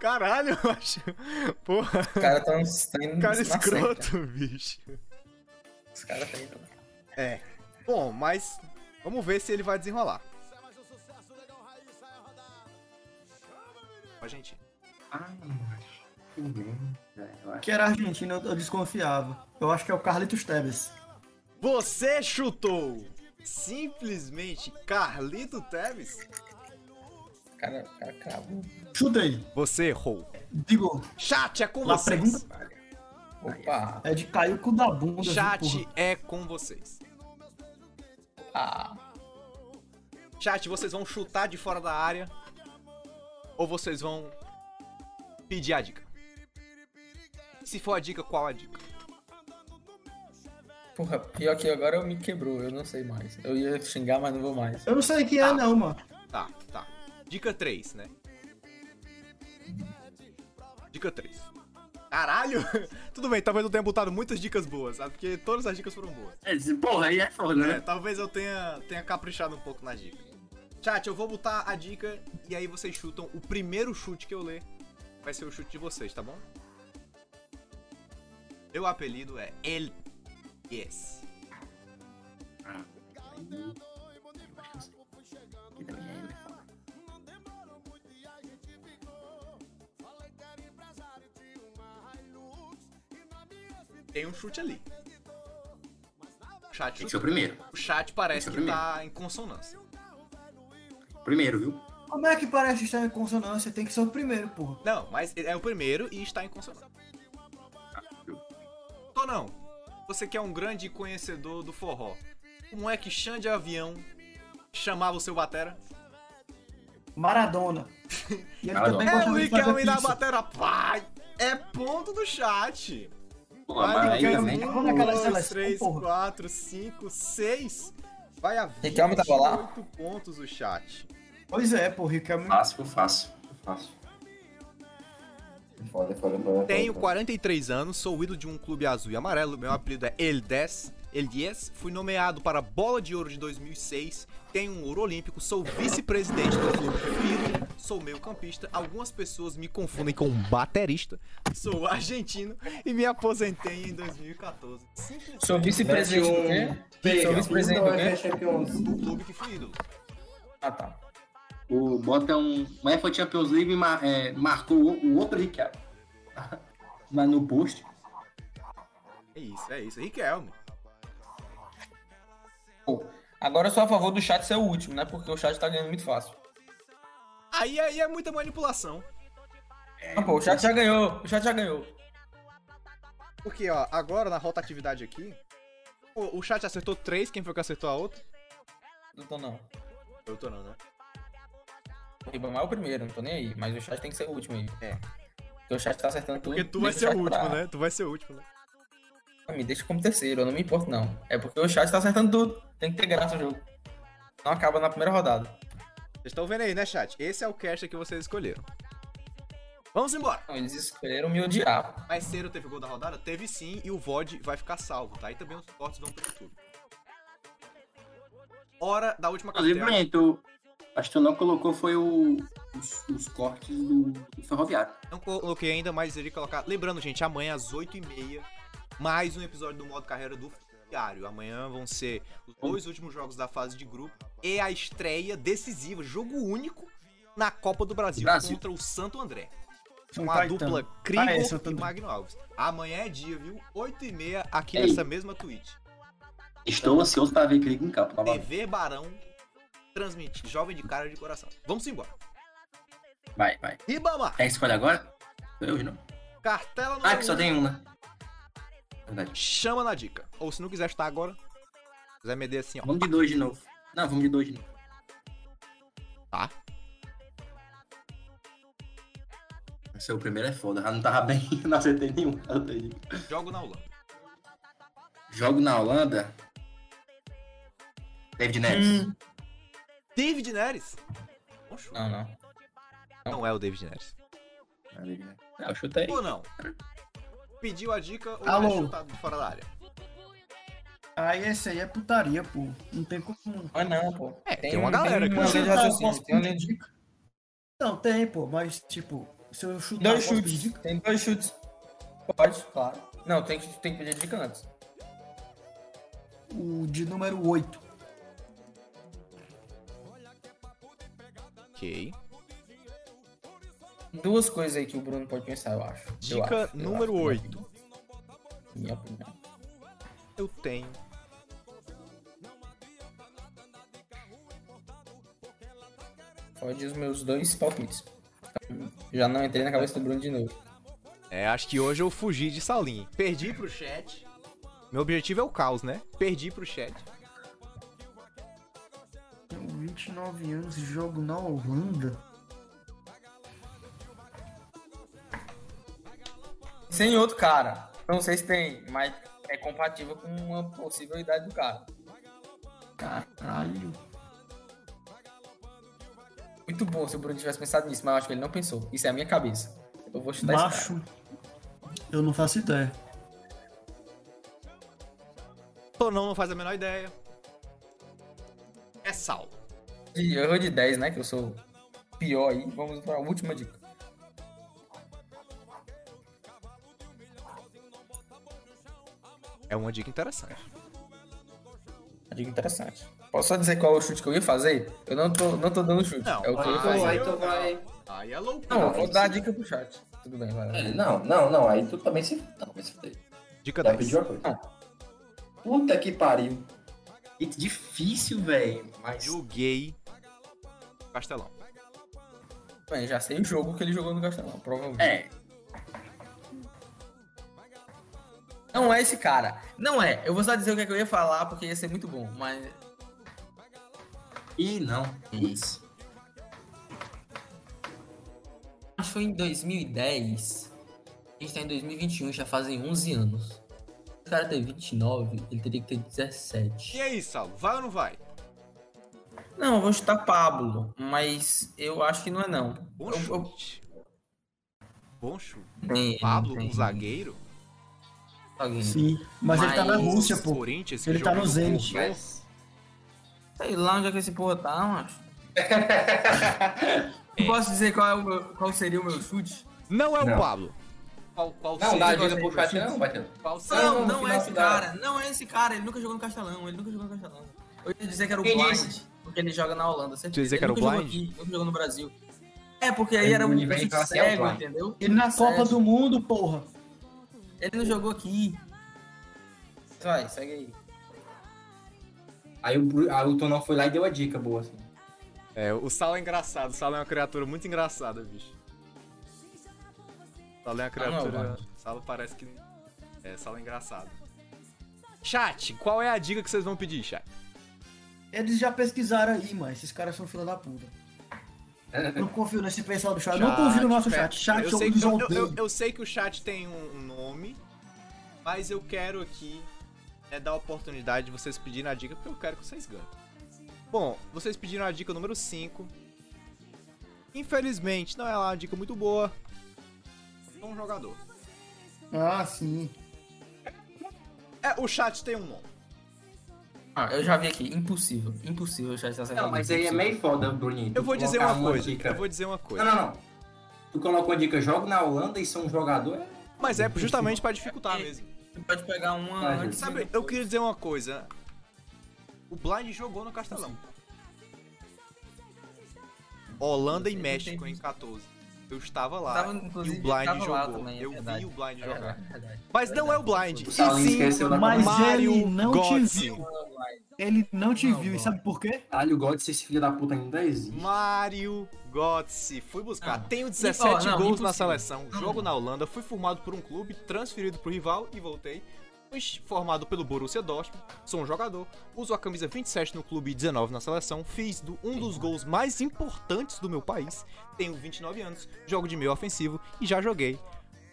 S1: Caralho, eu acho. Porra,
S13: Os caras tão tão tá indo
S1: cara
S13: na seca.
S1: escroto, bicho.
S13: Os caras tão indo.
S1: É. Bom, mas vamos ver se ele vai desenrolar. A gente.
S2: Ai, macho. Que merda, eu acho.
S12: Que era argentino, eu, eu desconfiava. Eu acho que é o Carlitos Tevez.
S1: Você chutou simplesmente Carlito Teves?
S13: O cara, o cara cravou.
S12: Chuta aí.
S1: Você errou.
S12: Digo,
S1: Chat é com
S12: La
S1: vocês.
S13: Opa.
S12: é de cair o cu da bunda. viu,
S1: Chat
S12: porra?
S1: é com vocês.
S13: Ah.
S1: Chat, vocês vão chutar de fora da área ou vocês vão pedir a dica? Se for a dica, qual a dica?
S13: Porra, pior que agora eu me quebrou, eu não sei mais. Eu ia xingar, mas não vou mais.
S12: Eu não sei quem é, não, mano.
S1: Tá, tá. Dica 3, né? Dica 3. Caralho! [LAUGHS] Tudo bem, talvez eu tenha botado muitas dicas boas, sabe? Porque todas as dicas foram boas.
S2: É, esse- porra, aí é foda,
S1: É,
S2: né?
S1: talvez eu tenha, tenha caprichado um pouco na dica. Chat, eu vou botar a dica e aí vocês chutam. O primeiro chute que eu ler vai ser o chute de vocês, tá bom? Meu apelido é El Yes. Tem um chute ali. O chat,
S2: Esse é o primeiro.
S1: O chat parece
S2: Esse é o
S1: que tá em consonância.
S2: Primeiro, viu?
S12: Como é que parece estar em consonância? Tem que ser o primeiro, porra.
S1: Não, mas é o primeiro e está em consonância.
S2: Ah,
S1: Tô não. Você que é um grande conhecedor do forró. Como é que Xande de Avião chamava o seu batera?
S12: Maradona. E ele também
S1: É o
S12: gostava Tá de fazer
S1: Riquelme da
S12: pizza.
S1: batera. Pai, é ponto do chat.
S2: Pô, mas
S1: Vai um,
S2: aí também
S1: Riquelme.
S2: tá
S1: 1,
S2: falando daquela
S1: 2,
S12: é
S2: seleção,
S1: 3,
S2: porra.
S1: 4, 5, 6. Vai a
S12: Riquelme tava lá?
S1: 28 pontos o chat.
S12: Pois é, porra, Riquelme.
S2: Fácil, fácil, fácil. É Foda, foda, foda,
S1: Tenho
S2: foda.
S1: 43 anos, sou ídolo de um clube azul e amarelo. Meu apelido é El 10. El 10, fui nomeado para a Bola de Ouro de 2006. Tenho um ouro olímpico, sou vice-presidente do clube. Fui ídolo, sou meio-campista. Algumas pessoas me confundem com um baterista. Sou argentino e me aposentei em 2014.
S13: Sou vice-presidente do quê? Sou vice-presidente do quê?
S1: Do clube que fui ídolo.
S13: Ah, tá.
S2: O, bota um. Uma FA Champions League ma- é, marcou o, o outro Ricardo. [LAUGHS] Mas no post.
S1: É isso, é isso. Riquelme.
S13: Agora eu sou a favor do chat ser o último, né? Porque o chat tá ganhando muito fácil.
S1: Aí, aí é muita manipulação. É,
S13: Ah, pô, o chat já ganhou. O chat já ganhou.
S1: Porque, ó, agora na rotatividade aqui, o, o chat acertou três, quem foi que acertou a outra?
S13: Não tô não.
S1: Eu tô não, né?
S13: O Ribamar é o primeiro, não tô nem aí. Mas o chat tem que ser o último aí. É. Porque o chat tá acertando tudo.
S1: Porque tu vai
S13: deixa
S1: ser o
S12: é.
S13: chat
S1: último,
S13: pra-
S1: né? Tu vai ser o último, né?
S13: Me deixa como terceiro, eu não me importo não. É porque o chat tá acertando tudo. Tem que ter graça o jogo. Não acaba na primeira rodada.
S1: Vocês estão vendo aí, né, chat? Esse é o cast que vocês escolheram. Vamos embora.
S13: eles escolheram me odiar.
S1: Mas cedo teve gol da rodada? Teve sim, e o VOD vai ficar salvo, tá? E também os cortes vão pro YouTube. Hora da última
S2: Inclusive,
S1: cartela.
S2: Breno, tu, acho que tu não colocou foi o, os, os cortes do, do ferroviário.
S1: Não coloquei ainda, mas iria colocar. Lembrando, gente, amanhã às 8h30, mais um episódio do modo carreira do Diário. Amanhã vão ser os dois últimos jogos da fase de grupo e a estreia decisiva, jogo único na Copa do Brasil,
S2: Brasil.
S1: contra o Santo André.
S12: São
S1: Com a
S12: Caetano.
S1: dupla
S12: Ah, é,
S1: Krigo
S12: Santo
S1: e
S12: André.
S1: Magno Alves. Amanhã é dia, viu? 8h30
S12: É
S1: aqui
S2: Ei.
S1: nessa mesma Twitch.
S2: Estou ansioso pra ver Crigo em campo. tá
S12: Tá
S2: novamente.
S1: TV Barão transmite jovem de cara e de coração. Vamos embora.
S2: Vai, vai.
S1: Ribamar.
S2: É escolhe agora? Eu não.
S1: Cartela no
S2: Ah, que só tem uma. Verdade.
S1: Chama na dica. Ou se não quiser estar agora, quiser meter assim, ó.
S2: Vamos de dois de novo. Não, vamos de dois de novo.
S1: Tá.
S2: Esse é o primeiro é foda. Já não tava bem, [LAUGHS] não acertei nenhum. Eu tenho.
S13: Hum?
S1: Jogo na Holanda.
S2: Jogo na Holanda. David
S13: Hum.
S2: Neres.
S1: David Neres? Bom chute.
S13: Não, não.
S1: Não é o David Neres.
S2: Ah, eu
S13: É
S2: chutei.
S1: Ou não. Pediu a dica ou
S12: Alô.
S1: é chutado de fora da área?
S12: Aí esse aí é putaria, pô. Não tem como. tá
S13: Ah, não, pô.
S1: É,
S12: tem,
S1: tem uma galera
S12: que
S13: que-
S12: tem
S13: Não,
S12: uma
S13: eu um posso
S12: tem uma
S13: pedir
S12: dica. Não, tem, pô, mas tipo, se eu chutar.
S13: Dois
S12: eu posso
S13: chutes.
S12: pedir?
S13: Tem dois chutes. Pode, claro. Não, tem que, tem que pedir dica antes.
S12: O de número 8.
S1: Ok.
S13: Duas coisas aí que o Bruno pode pensar, eu acho. Eu
S1: Dica
S13: acho, eu
S1: número
S13: acho.
S1: 8.
S13: Minha opinião.
S1: Eu tenho.
S13: Pode os meus dois palpites. Já não entrei na cabeça do Bruno de novo.
S1: É, acho que hoje eu fugi de salinha. Perdi pro chat. Meu objetivo é o caos, né? Perdi pro chat.
S12: Tenho 29 anos e jogo na Holanda.
S13: Sem outro cara. Não sei se tem, mas é compatível com uma possível idade do cara.
S12: Caralho.
S13: Muito bom se o Bruno tivesse pensado nisso, mas eu acho que ele não pensou. Isso é a minha cabeça. Eu vou chutar esse cara.
S12: Macho. Eu não faço ideia.
S1: Ou não, não faz a menor ideia. É Saulo.
S13: De- Eu errou de 10, né? Que eu sou pior aí. Vamos pra última dica.
S1: É uma dica interessante.
S13: dica interessante. Posso só dizer qual é o chute que eu ia fazer? Eu não tô, não tô dando chute. é o que eu ia fazer.
S2: vai.
S1: Aí é louco.
S13: Não, eu vou dar a dica pro chat. Tudo bem, vai. lá.
S2: Não, não, não. Aí tu também se. Não, vai se fuder.
S1: Dica
S13: Tá,
S2: Já pediu uma coisa. Puta que pariu. Que difícil, velho. Mas.
S1: Joguei. Castelão.
S13: Bem, já sei o jogo que ele jogou no Castelão, provavelmente.
S2: É.
S13: Não é esse cara. Não é. Eu vou só dizer o que, é que eu ia falar, porque ia ser muito bom, mas. É
S2: Ih, não. Putz.
S13: Acho que foi em 2010. A gente tá em 2021, já fazem 11 anos. O cara tem 29, ele teria que ter 17.
S1: E aí, Saulo? Vai ou não vai?
S13: Não, eu vou chutar Pablo, mas eu acho que não é não.
S1: Bom chute. Bom chute.
S13: Tem,
S1: Pablo,
S13: tem.
S1: um zagueiro?
S12: Sim, mas ele tá na
S13: Mas-
S12: Rússia, pô.
S1: Corinthians, que
S12: Ele tá no
S1: jogou
S12: Zenit.
S1: com o
S13: Sei lá onde é que esse porra tá, macho. Eu Posso dizer qual, é o meu- qual seria o meu chute?
S1: Não é o
S13: Não.
S1: Pablo. Qual, qual
S2: Não,
S1: seria
S2: dá a
S1: o
S2: dica
S1: seu
S2: pro chat,
S1: chute?
S2: não, Batendo.
S1: Qual seria?
S13: Não, não,
S2: Não, no
S13: é
S2: final
S13: esse
S2: dá.
S13: cara. Não é esse cara. Ele nunca jogou no Castelão. Ele nunca jogou no Castelão. Eu ia dizer que era o
S2: Quem
S13: Blind,
S2: disse?
S13: porque ele joga na Holanda. Certeza.
S1: Tu ia dizer que
S13: Ele
S1: era o
S13: nunca jogou
S1: Blind?
S13: aqui, nunca jogou no Brasil. É, porque aí
S2: Ele
S13: era um
S2: não vem
S13: chute
S2: falar se é o
S13: cego,
S2: Blind.
S13: entendeu?
S12: Ele na Copa
S13: Cego.
S12: do Mundo, porra.
S13: Ele não jogou aqui. Vai, segue aí.
S2: Aí o, Bru- aí o Tonal foi lá e deu a dica boa, assim.
S1: É, o Saulo é engraçado. O Saulo é uma criatura muito engraçada, bicho. O Saulo é uma criatura...
S13: não,
S1: o Saulo parece que... É, o Saulo é engraçado. Chat, qual é a dica que vocês vão pedir, chat?
S12: Eles já pesquisaram aí, mas esses caras são fila da puta. Não confio nesse pessoal do chat. Não confio no nosso
S1: pera-
S12: chat. Chat,
S1: eu,
S12: eu
S1: sei que,
S12: os
S1: eu, eu-
S12: odeio.
S1: eu sei que o chat tem um um nome, mas eu quero aqui né, dar a oportunidade de vocês pedirem a dica, porque eu quero que vocês ganhem. Bom, vocês pediram a dica número 5. Infelizmente, não é lá uma dica muito boa. É um jogador.
S12: Ah, sim.
S1: É, o chat tem um nome.
S13: Ah, eu já vi aqui. Impossível. Impossível o chat estar acertando.
S2: Não, mas aí é
S13: Impossível.
S2: meio foda, Bruninho.
S1: Eu vou
S2: Tu
S1: dizer
S2: colocar
S1: uma coisa.
S2: dica.
S1: Eu vou dizer uma
S2: Não,
S1: coisa.
S2: não, não. Tu colocou a dica, jogo na Holanda e sou um jogador.
S1: Mas é justamente pra dificultar
S13: É.
S1: mesmo.
S13: Você pode pegar uma
S2: Vai,
S13: antes.
S1: Sabe, eu queria dizer uma coisa. O Blind jogou no Castelão. Holanda e México em 14. Eu estava lá
S13: Tava,
S1: e
S13: inclusive,
S1: o Blind
S13: tava lá
S1: jogou.
S13: também, é
S1: eu
S13: verdade.
S1: vi o Blind
S13: É
S1: jogar.
S13: verdade, é verdade.
S1: Mas não é o Blind.
S2: O
S1: E
S2: Salim
S1: sim,
S2: esqueceu da
S12: Mas
S1: Mario
S12: ele não te
S1: Götze.
S12: viu. Ele não te viu. E sabe por quê?
S2: Caralho, o God, esse filho da puta ainda existe. [LAUGHS]
S1: Mário Götze. Fui buscar.
S13: Não.
S1: Tenho
S13: Ah. Ó,
S1: 17
S13: não,
S1: gols
S13: impossível.
S1: na seleção.
S13: Não, não.
S1: Jogo na Holanda. Fui formado por um clube, transferido pro rival e voltei. Fui formado pelo Borussia Dortmund. Sou um jogador. Uso a camisa 27 no clube e 19 na seleção. Fiz do- um dos gols mais importantes do meu país. Tenho 29 anos. Jogo de meio ofensivo e já joguei.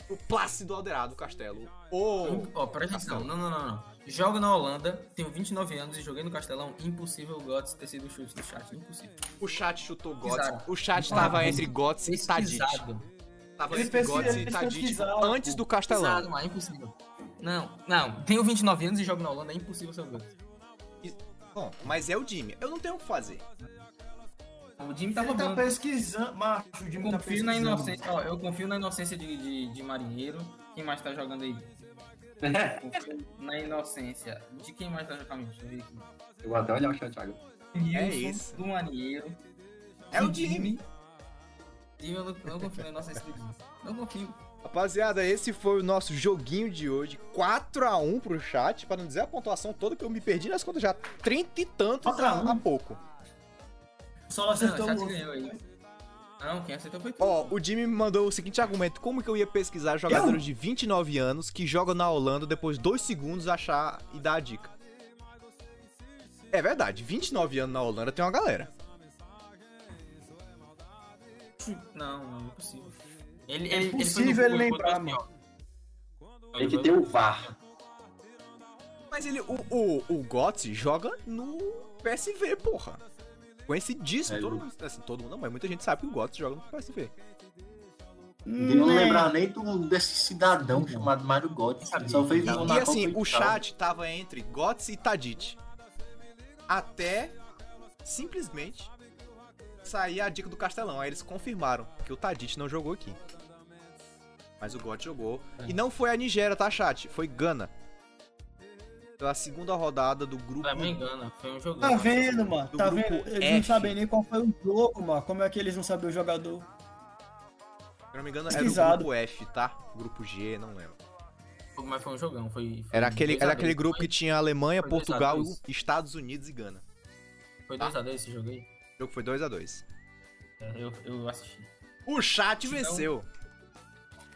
S1: O Plácido Alderado Castelo. Ô!
S13: Ó, presta atenção. Não, não, não, não. Jogo na Holanda, tenho 29 anos e joguei no Castelão. Impossível o Götze ter sido o chute do chat. Impossível.
S1: o chat chutou Götze.
S13: Pesquisado.
S1: O chat tava
S13: Pesquisado.
S1: entre Götze e Tadic.
S13: Pesquisado.
S1: Tava
S12: Eles
S1: entre
S12: pesquisa-
S1: Götze e
S12: eles
S1: Tadic
S12: pesquisaram,
S1: antes
S12: pô.
S1: do Castelão.
S13: Pesquisado, mas impossível. Não, não. Tenho 29 anos e jogo na Holanda. É impossível ser o Götze.
S1: Bom, mas é o Jimmy. Eu não tenho o que fazer.
S13: O Jimmy tava
S12: Ele tá
S13: bom.
S12: pesquisando. Macho, o Jimmy tá
S13: Confio na
S12: pesquisando.
S13: inocência, ó, eu confio na inocência de, de, de marinheiro. Quem mais tá jogando aí?
S2: É,
S13: Confio na inocência de quem mais tá jogando? Deixa eu ver aqui.
S2: Eu vou até olhar o chat agora.
S1: É
S13: Wilson,
S1: isso.
S13: Do marinheiro.
S1: É o Jimmy.
S13: Jimmy, eu não, não confio na inocência do Jimmy. Não confio.
S1: Rapaziada, esse foi o nosso joguinho de hoje. 4x1 pro chat, pra não dizer a pontuação toda, que eu me perdi nas contas já. 30 e tantos
S12: 4 a 1.
S1: há pouco.
S12: Só não acertou
S13: não,
S12: o
S13: o chat
S12: gol.
S13: ganhou aí. Não, quem acertou foi tu.
S1: Ó, o Jimmy me mandou o seguinte argumento: como que eu ia pesquisar jogador de 29 anos que joga na Holanda depois de 2 segundos achar e dar a dica? É verdade, 29 anos na Holanda tem uma galera.
S13: Não, não, é possível. Ele, ele,
S12: É
S13: foi no
S12: impossível ele
S13: Google e botou
S12: lembrar,
S13: assim, ó. um
S2: Tem que ter um o VAR.
S1: Mas ele, o, o, o Götze joga no PSV, porra. Com esse disco,
S2: É,
S1: todo
S2: ele-
S1: mundo, assim, todo mundo não, mas muita gente sabe que o Götze joga no PSV. Hum,
S2: Eu não lembrar nem do, desse cidadão chamado Mário God. Só fez gol
S1: é. E,
S2: na
S1: e assim,
S2: Copa
S1: o
S2: Itaú.
S1: chat tava entre Gotts e Tadit. Até simplesmente sair a dica do Castelão. Aí eles confirmaram que o Tadit não jogou aqui. Mas o Gotts jogou. E não foi a Nigéria, tá, chat? Foi Gana. pela segunda rodada do grupo.
S13: Tá me engano, foi um jogo.
S12: Tá vendo, mano?
S1: Do
S12: tá
S1: grupo
S12: vendo? Eles não
S1: F.
S12: sabem nem qual foi o jogo, mano. Como é que eles não sabem o jogador?
S1: Se eu não me engano, era o
S12: Pesquisado.
S1: grupo F, tá? Grupo G, não lembro.
S13: Mas foi um jogão, foi. foi
S1: Era aquele,
S13: dois a
S1: era
S13: dois,
S1: aquele grupo
S13: foi?
S1: que tinha Alemanha,
S13: Foi dois a
S1: Portugal,
S13: dois.
S1: Estados Unidos e Gana.
S13: Foi 2x2 esse jogo aí?
S1: O jogo foi 2x2.
S13: É, Eu, eu assisti.
S1: O chat
S13: Então-
S1: venceu.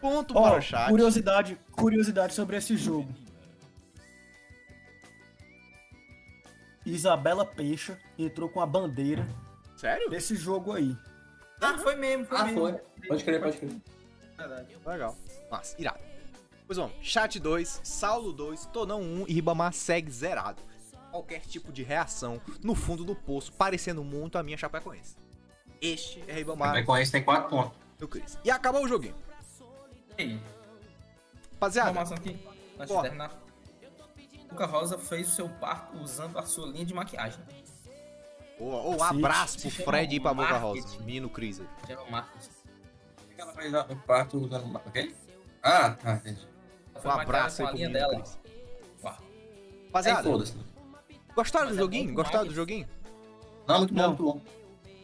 S1: Ponto
S12: Ó,
S1: para o chat.
S12: curiosidade, curiosidade sobre esse jogo. Isabela Peixa entrou com a bandeira
S1: Sério?
S12: desse jogo aí.
S13: Ah, foi mesmo, foi
S12: Ah,
S13: mesmo.
S12: foi. Pode crer, pode crer.
S13: Verdade.
S1: Legal. Mas, irado. Pois vamos, chat 2, Saulo 2, Tonão 1 e Ribamar segue zerado. Qualquer tipo de reação no fundo do poço, parecendo muito a minha Chapecoense. Este é Ribamar.
S2: Chapecoense tem 4 pontos.
S1: do Chris. E acabou o joguinho. Rapaziada,
S13: Informação aqui, antes de
S1: Bora.
S13: terminar. Luca Rosa fez o seu parto usando a sua linha de maquiagem.
S1: boa. Ou um
S13: Sim,
S1: abraço
S13: se
S1: pro
S13: chama
S1: Fred e pra Boca
S13: marketing.
S1: Rosa. Menino Cris aí.
S13: Chama marketing.
S2: Ela fez o parto usando o quê? Ah, tá, entendi.
S1: Um abraço
S13: com
S1: aí
S13: a
S1: pro
S13: linha
S1: menino
S13: dela.
S1: Cris.
S13: Pá.
S1: Rapaziada,
S2: Aí foda-se.
S1: gostaram do
S13: Mas é
S1: joguinho?
S13: bom
S1: Gostaram do
S13: demais.
S1: joguinho?
S2: Não, é muito bom, muito bom.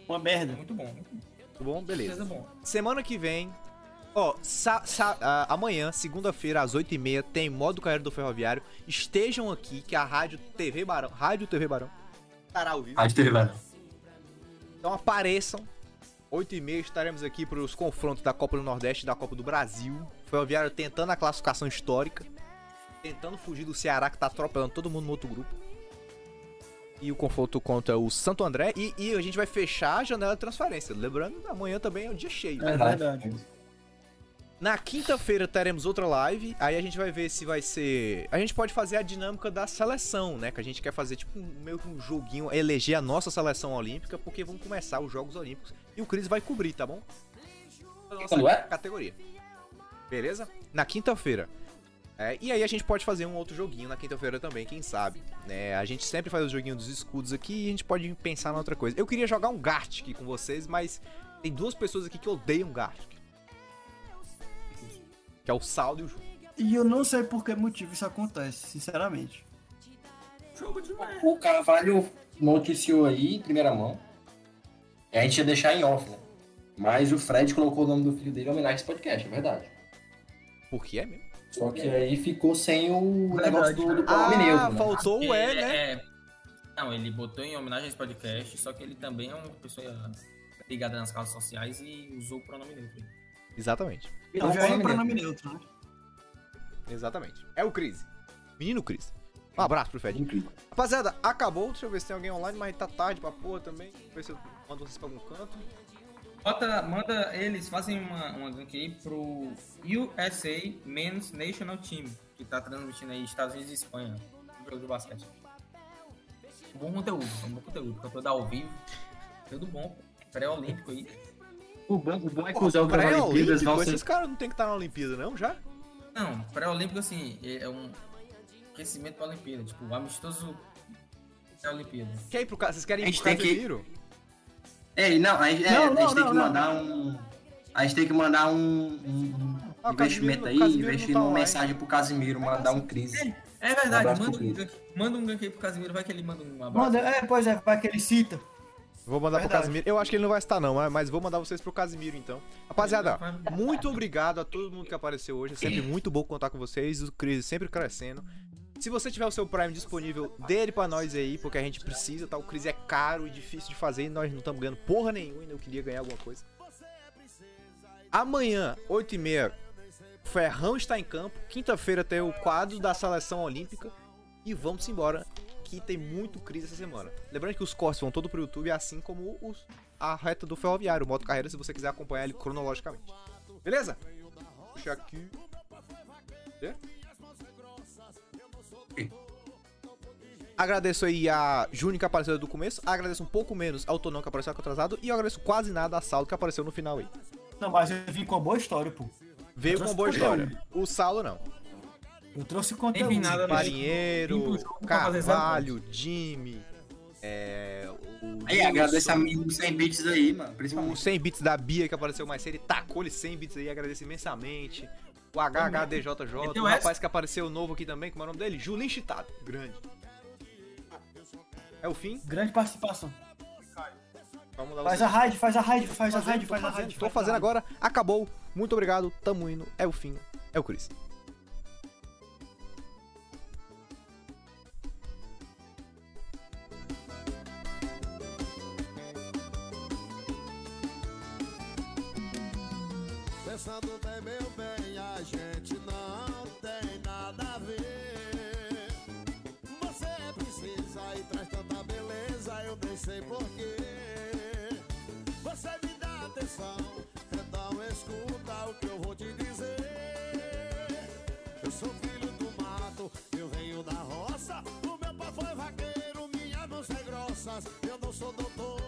S12: Uma merda.
S13: Muito bom. muito bom.
S1: Tudo bom? Beleza.
S13: Coisa bom.
S1: Semana que vem, ó, sa- sa- ah, amanhã, segunda-feira, às 8h30, tem modo carreira do ferroviário. Estejam aqui que a Rádio TV Barão, Rádio TV Barão, estará ao vivo.
S2: Rádio TV Barão.
S1: Então apareçam. 8h30 estaremos aqui para os confrontos da Copa do Nordeste e da Copa do Brasil. Ferroviário tentando a classificação histórica. Tentando fugir do Ceará, que tá atropelando todo mundo no outro grupo. E o confronto contra o Santo André. E, e a gente vai fechar a janela de transferência. Lembrando, amanhã também é um dia cheio.
S12: É verdade.
S1: Na quinta-feira teremos outra live, aí a gente vai ver se vai ser. A gente pode fazer a dinâmica da seleção, né? Que a gente quer fazer tipo um, meio que um joguinho, eleger a nossa seleção olímpica, porque vão começar os Jogos Olímpicos e o Cris vai cobrir, tá bom? A nossa
S2: Quando é?
S1: categoria. Beleza? Na quinta-feira. É, e aí a gente pode fazer um outro joguinho na quinta-feira também, quem sabe. né? a gente sempre faz o joguinho dos escudos aqui e a gente pode pensar em outra coisa. Eu queria jogar um Gartic com vocês, mas tem duas pessoas aqui que odeiam Gartic. Que é o Saulo e o Ju.
S12: E eu não sei por que motivo isso acontece, sinceramente.
S2: O Carvalho noticiou aí em primeira mão. E a gente ia deixar em off, né? Mas o Fred colocou o nome do filho dele em homenagem a esse podcast, é verdade.
S1: Por que é mesmo?
S2: Só que aí ficou sem o
S12: Verdade.
S2: negócio do, do Paulo Mineiro. né?
S1: Ah, faltou o E,
S13: Ele
S1: né?
S13: é- Não, ele botou em homenagem a esse podcast, só que ele também é uma pessoa ligada nas causas sociais e usou o pronome neutro.
S1: Exatamente.
S12: Então já é um pronome neutro, né?
S1: Exatamente. É o Cris. Menino Cris. Um abraço pro Fred. Rapaziada, acabou. Deixa eu ver se tem alguém online, mas tá tarde pra porra também. Deixa eu ver se eu mando vocês pra algum canto.
S13: Bota, manda eles, fazem uma, uma gank aí pro USA Men's National Team, que tá transmitindo aí Estados Unidos e Espanha, um jogo de basquete. Um bom conteúdo, um bom conteúdo, porque eu tô ao vivo, tudo bom, pré-olímpico aí.
S2: O bom, o bom é que
S1: Pô,
S2: os Olimpíadas
S1: pré-olímpico,
S2: vão ser
S1: esses caras não tem que estar na Olimpíada, não, já?
S13: Não, pré-olímpico assim, é é um aquecimento pra Olimpíada, tipo, um amistoso pré-Olimpíada.
S1: Quer ir pro ca- Vocês querem
S2: A
S1: ir
S2: gente
S1: pro
S2: tem que-
S1: Casemiro?
S2: Ei, não, a gente, é,
S12: Não,
S2: a gente
S12: não,
S2: tem
S12: não,
S2: que
S12: não.
S2: mandar um. A gente tem que mandar um, um- um
S1: Ah, o
S2: investimento
S1: Casimiro-
S2: aí,
S1: o Casimiro não
S2: investir
S1: tá
S2: uma
S1: online.
S2: mensagem pro Casimiro, mandar um crise.
S13: É
S2: Um
S13: verdade,
S2: abraço
S13: manda,
S2: pro
S13: um gank, manda um gank aí pro Casimiro, vai que ele manda um abraço.
S12: Manda, é, pois é, vai que ele cita.
S1: Vou mandar pro
S12: Verdade.
S1: Casimiro. Eu acho que ele não vai estar, não, mas- mas vou mandar vocês pro Casimiro, então. Rapaziada, muito obrigado a todo mundo que apareceu hoje. É sempre muito bom contar com vocês. O Cris sempre crescendo. Se você tiver o seu Prime disponível, dê ele pra nós aí, porque a gente precisa, tá? O Cris é caro e difícil de fazer e nós não estamos ganhando porra nenhuma. ainda Eu queria ganhar alguma coisa. Amanhã, 8h30, Ferrão está em campo. Quinta-feira tem o quadro da seleção olímpica. E vamos embora, que tem muito Cris essa semana. Lembrando que os cortes vão todo pro YouTube, assim como os- a reta do ferroviário, o modo carreira, se você quiser acompanhar ele cronologicamente. Beleza? Puxa aqui. É? Agradeço aí a Juni que apareceu do começo, agradeço um pouco menos ao Tonão que apareceu atrasado e eu agradeço quase nada a Saulo que apareceu no final aí.
S12: Não, mas eu vim com uma boa história, pô.
S1: Veio com
S12: trouxe
S1: boa
S12: conteúdo.
S1: história. O Saulo não.
S12: Eu trouxe
S13: Nem
S12: conteúdo.
S13: vi nada, né? Vim pro
S1: Marinheiro,
S13: jogo pra fazer zero
S1: Carvalho, Jimmy, é, o
S2: Aí, agradeço a
S1: Wilson.
S2: mim os 100 bits aí, mano,
S1: O
S2: principalmente.
S1: 100 bits da Bia que apareceu mais cedo, ele tacou ele 100 bits aí, agradeço imensamente. O HHDJJ, o um rapaz que apareceu novo aqui também, como é o nome dele? Julinho Chitado. Grande. É o fim?
S12: Grande participação.
S1: Vamos lá,
S12: Faz
S1: você-
S12: a raid, faz a raid, faz a
S1: Fazendo,
S12: raid,
S1: tô
S12: faz a
S1: fazendo,
S12: raid.
S1: Tô fazendo agora, acabou. Muito obrigado, tamo indo. É o fim. É o Chris.
S6: Pensando bem, meu bem, a gente não tem nada a ver. Você precisa e traz tanta beleza, eu nem sei porquê. Você me dá atenção, então escuta o que eu vou te dizer. Eu sou filho do mato, eu venho da roça. O meu pai foi vaqueiro, minhas mãos são grossas. Eu não sou doutor,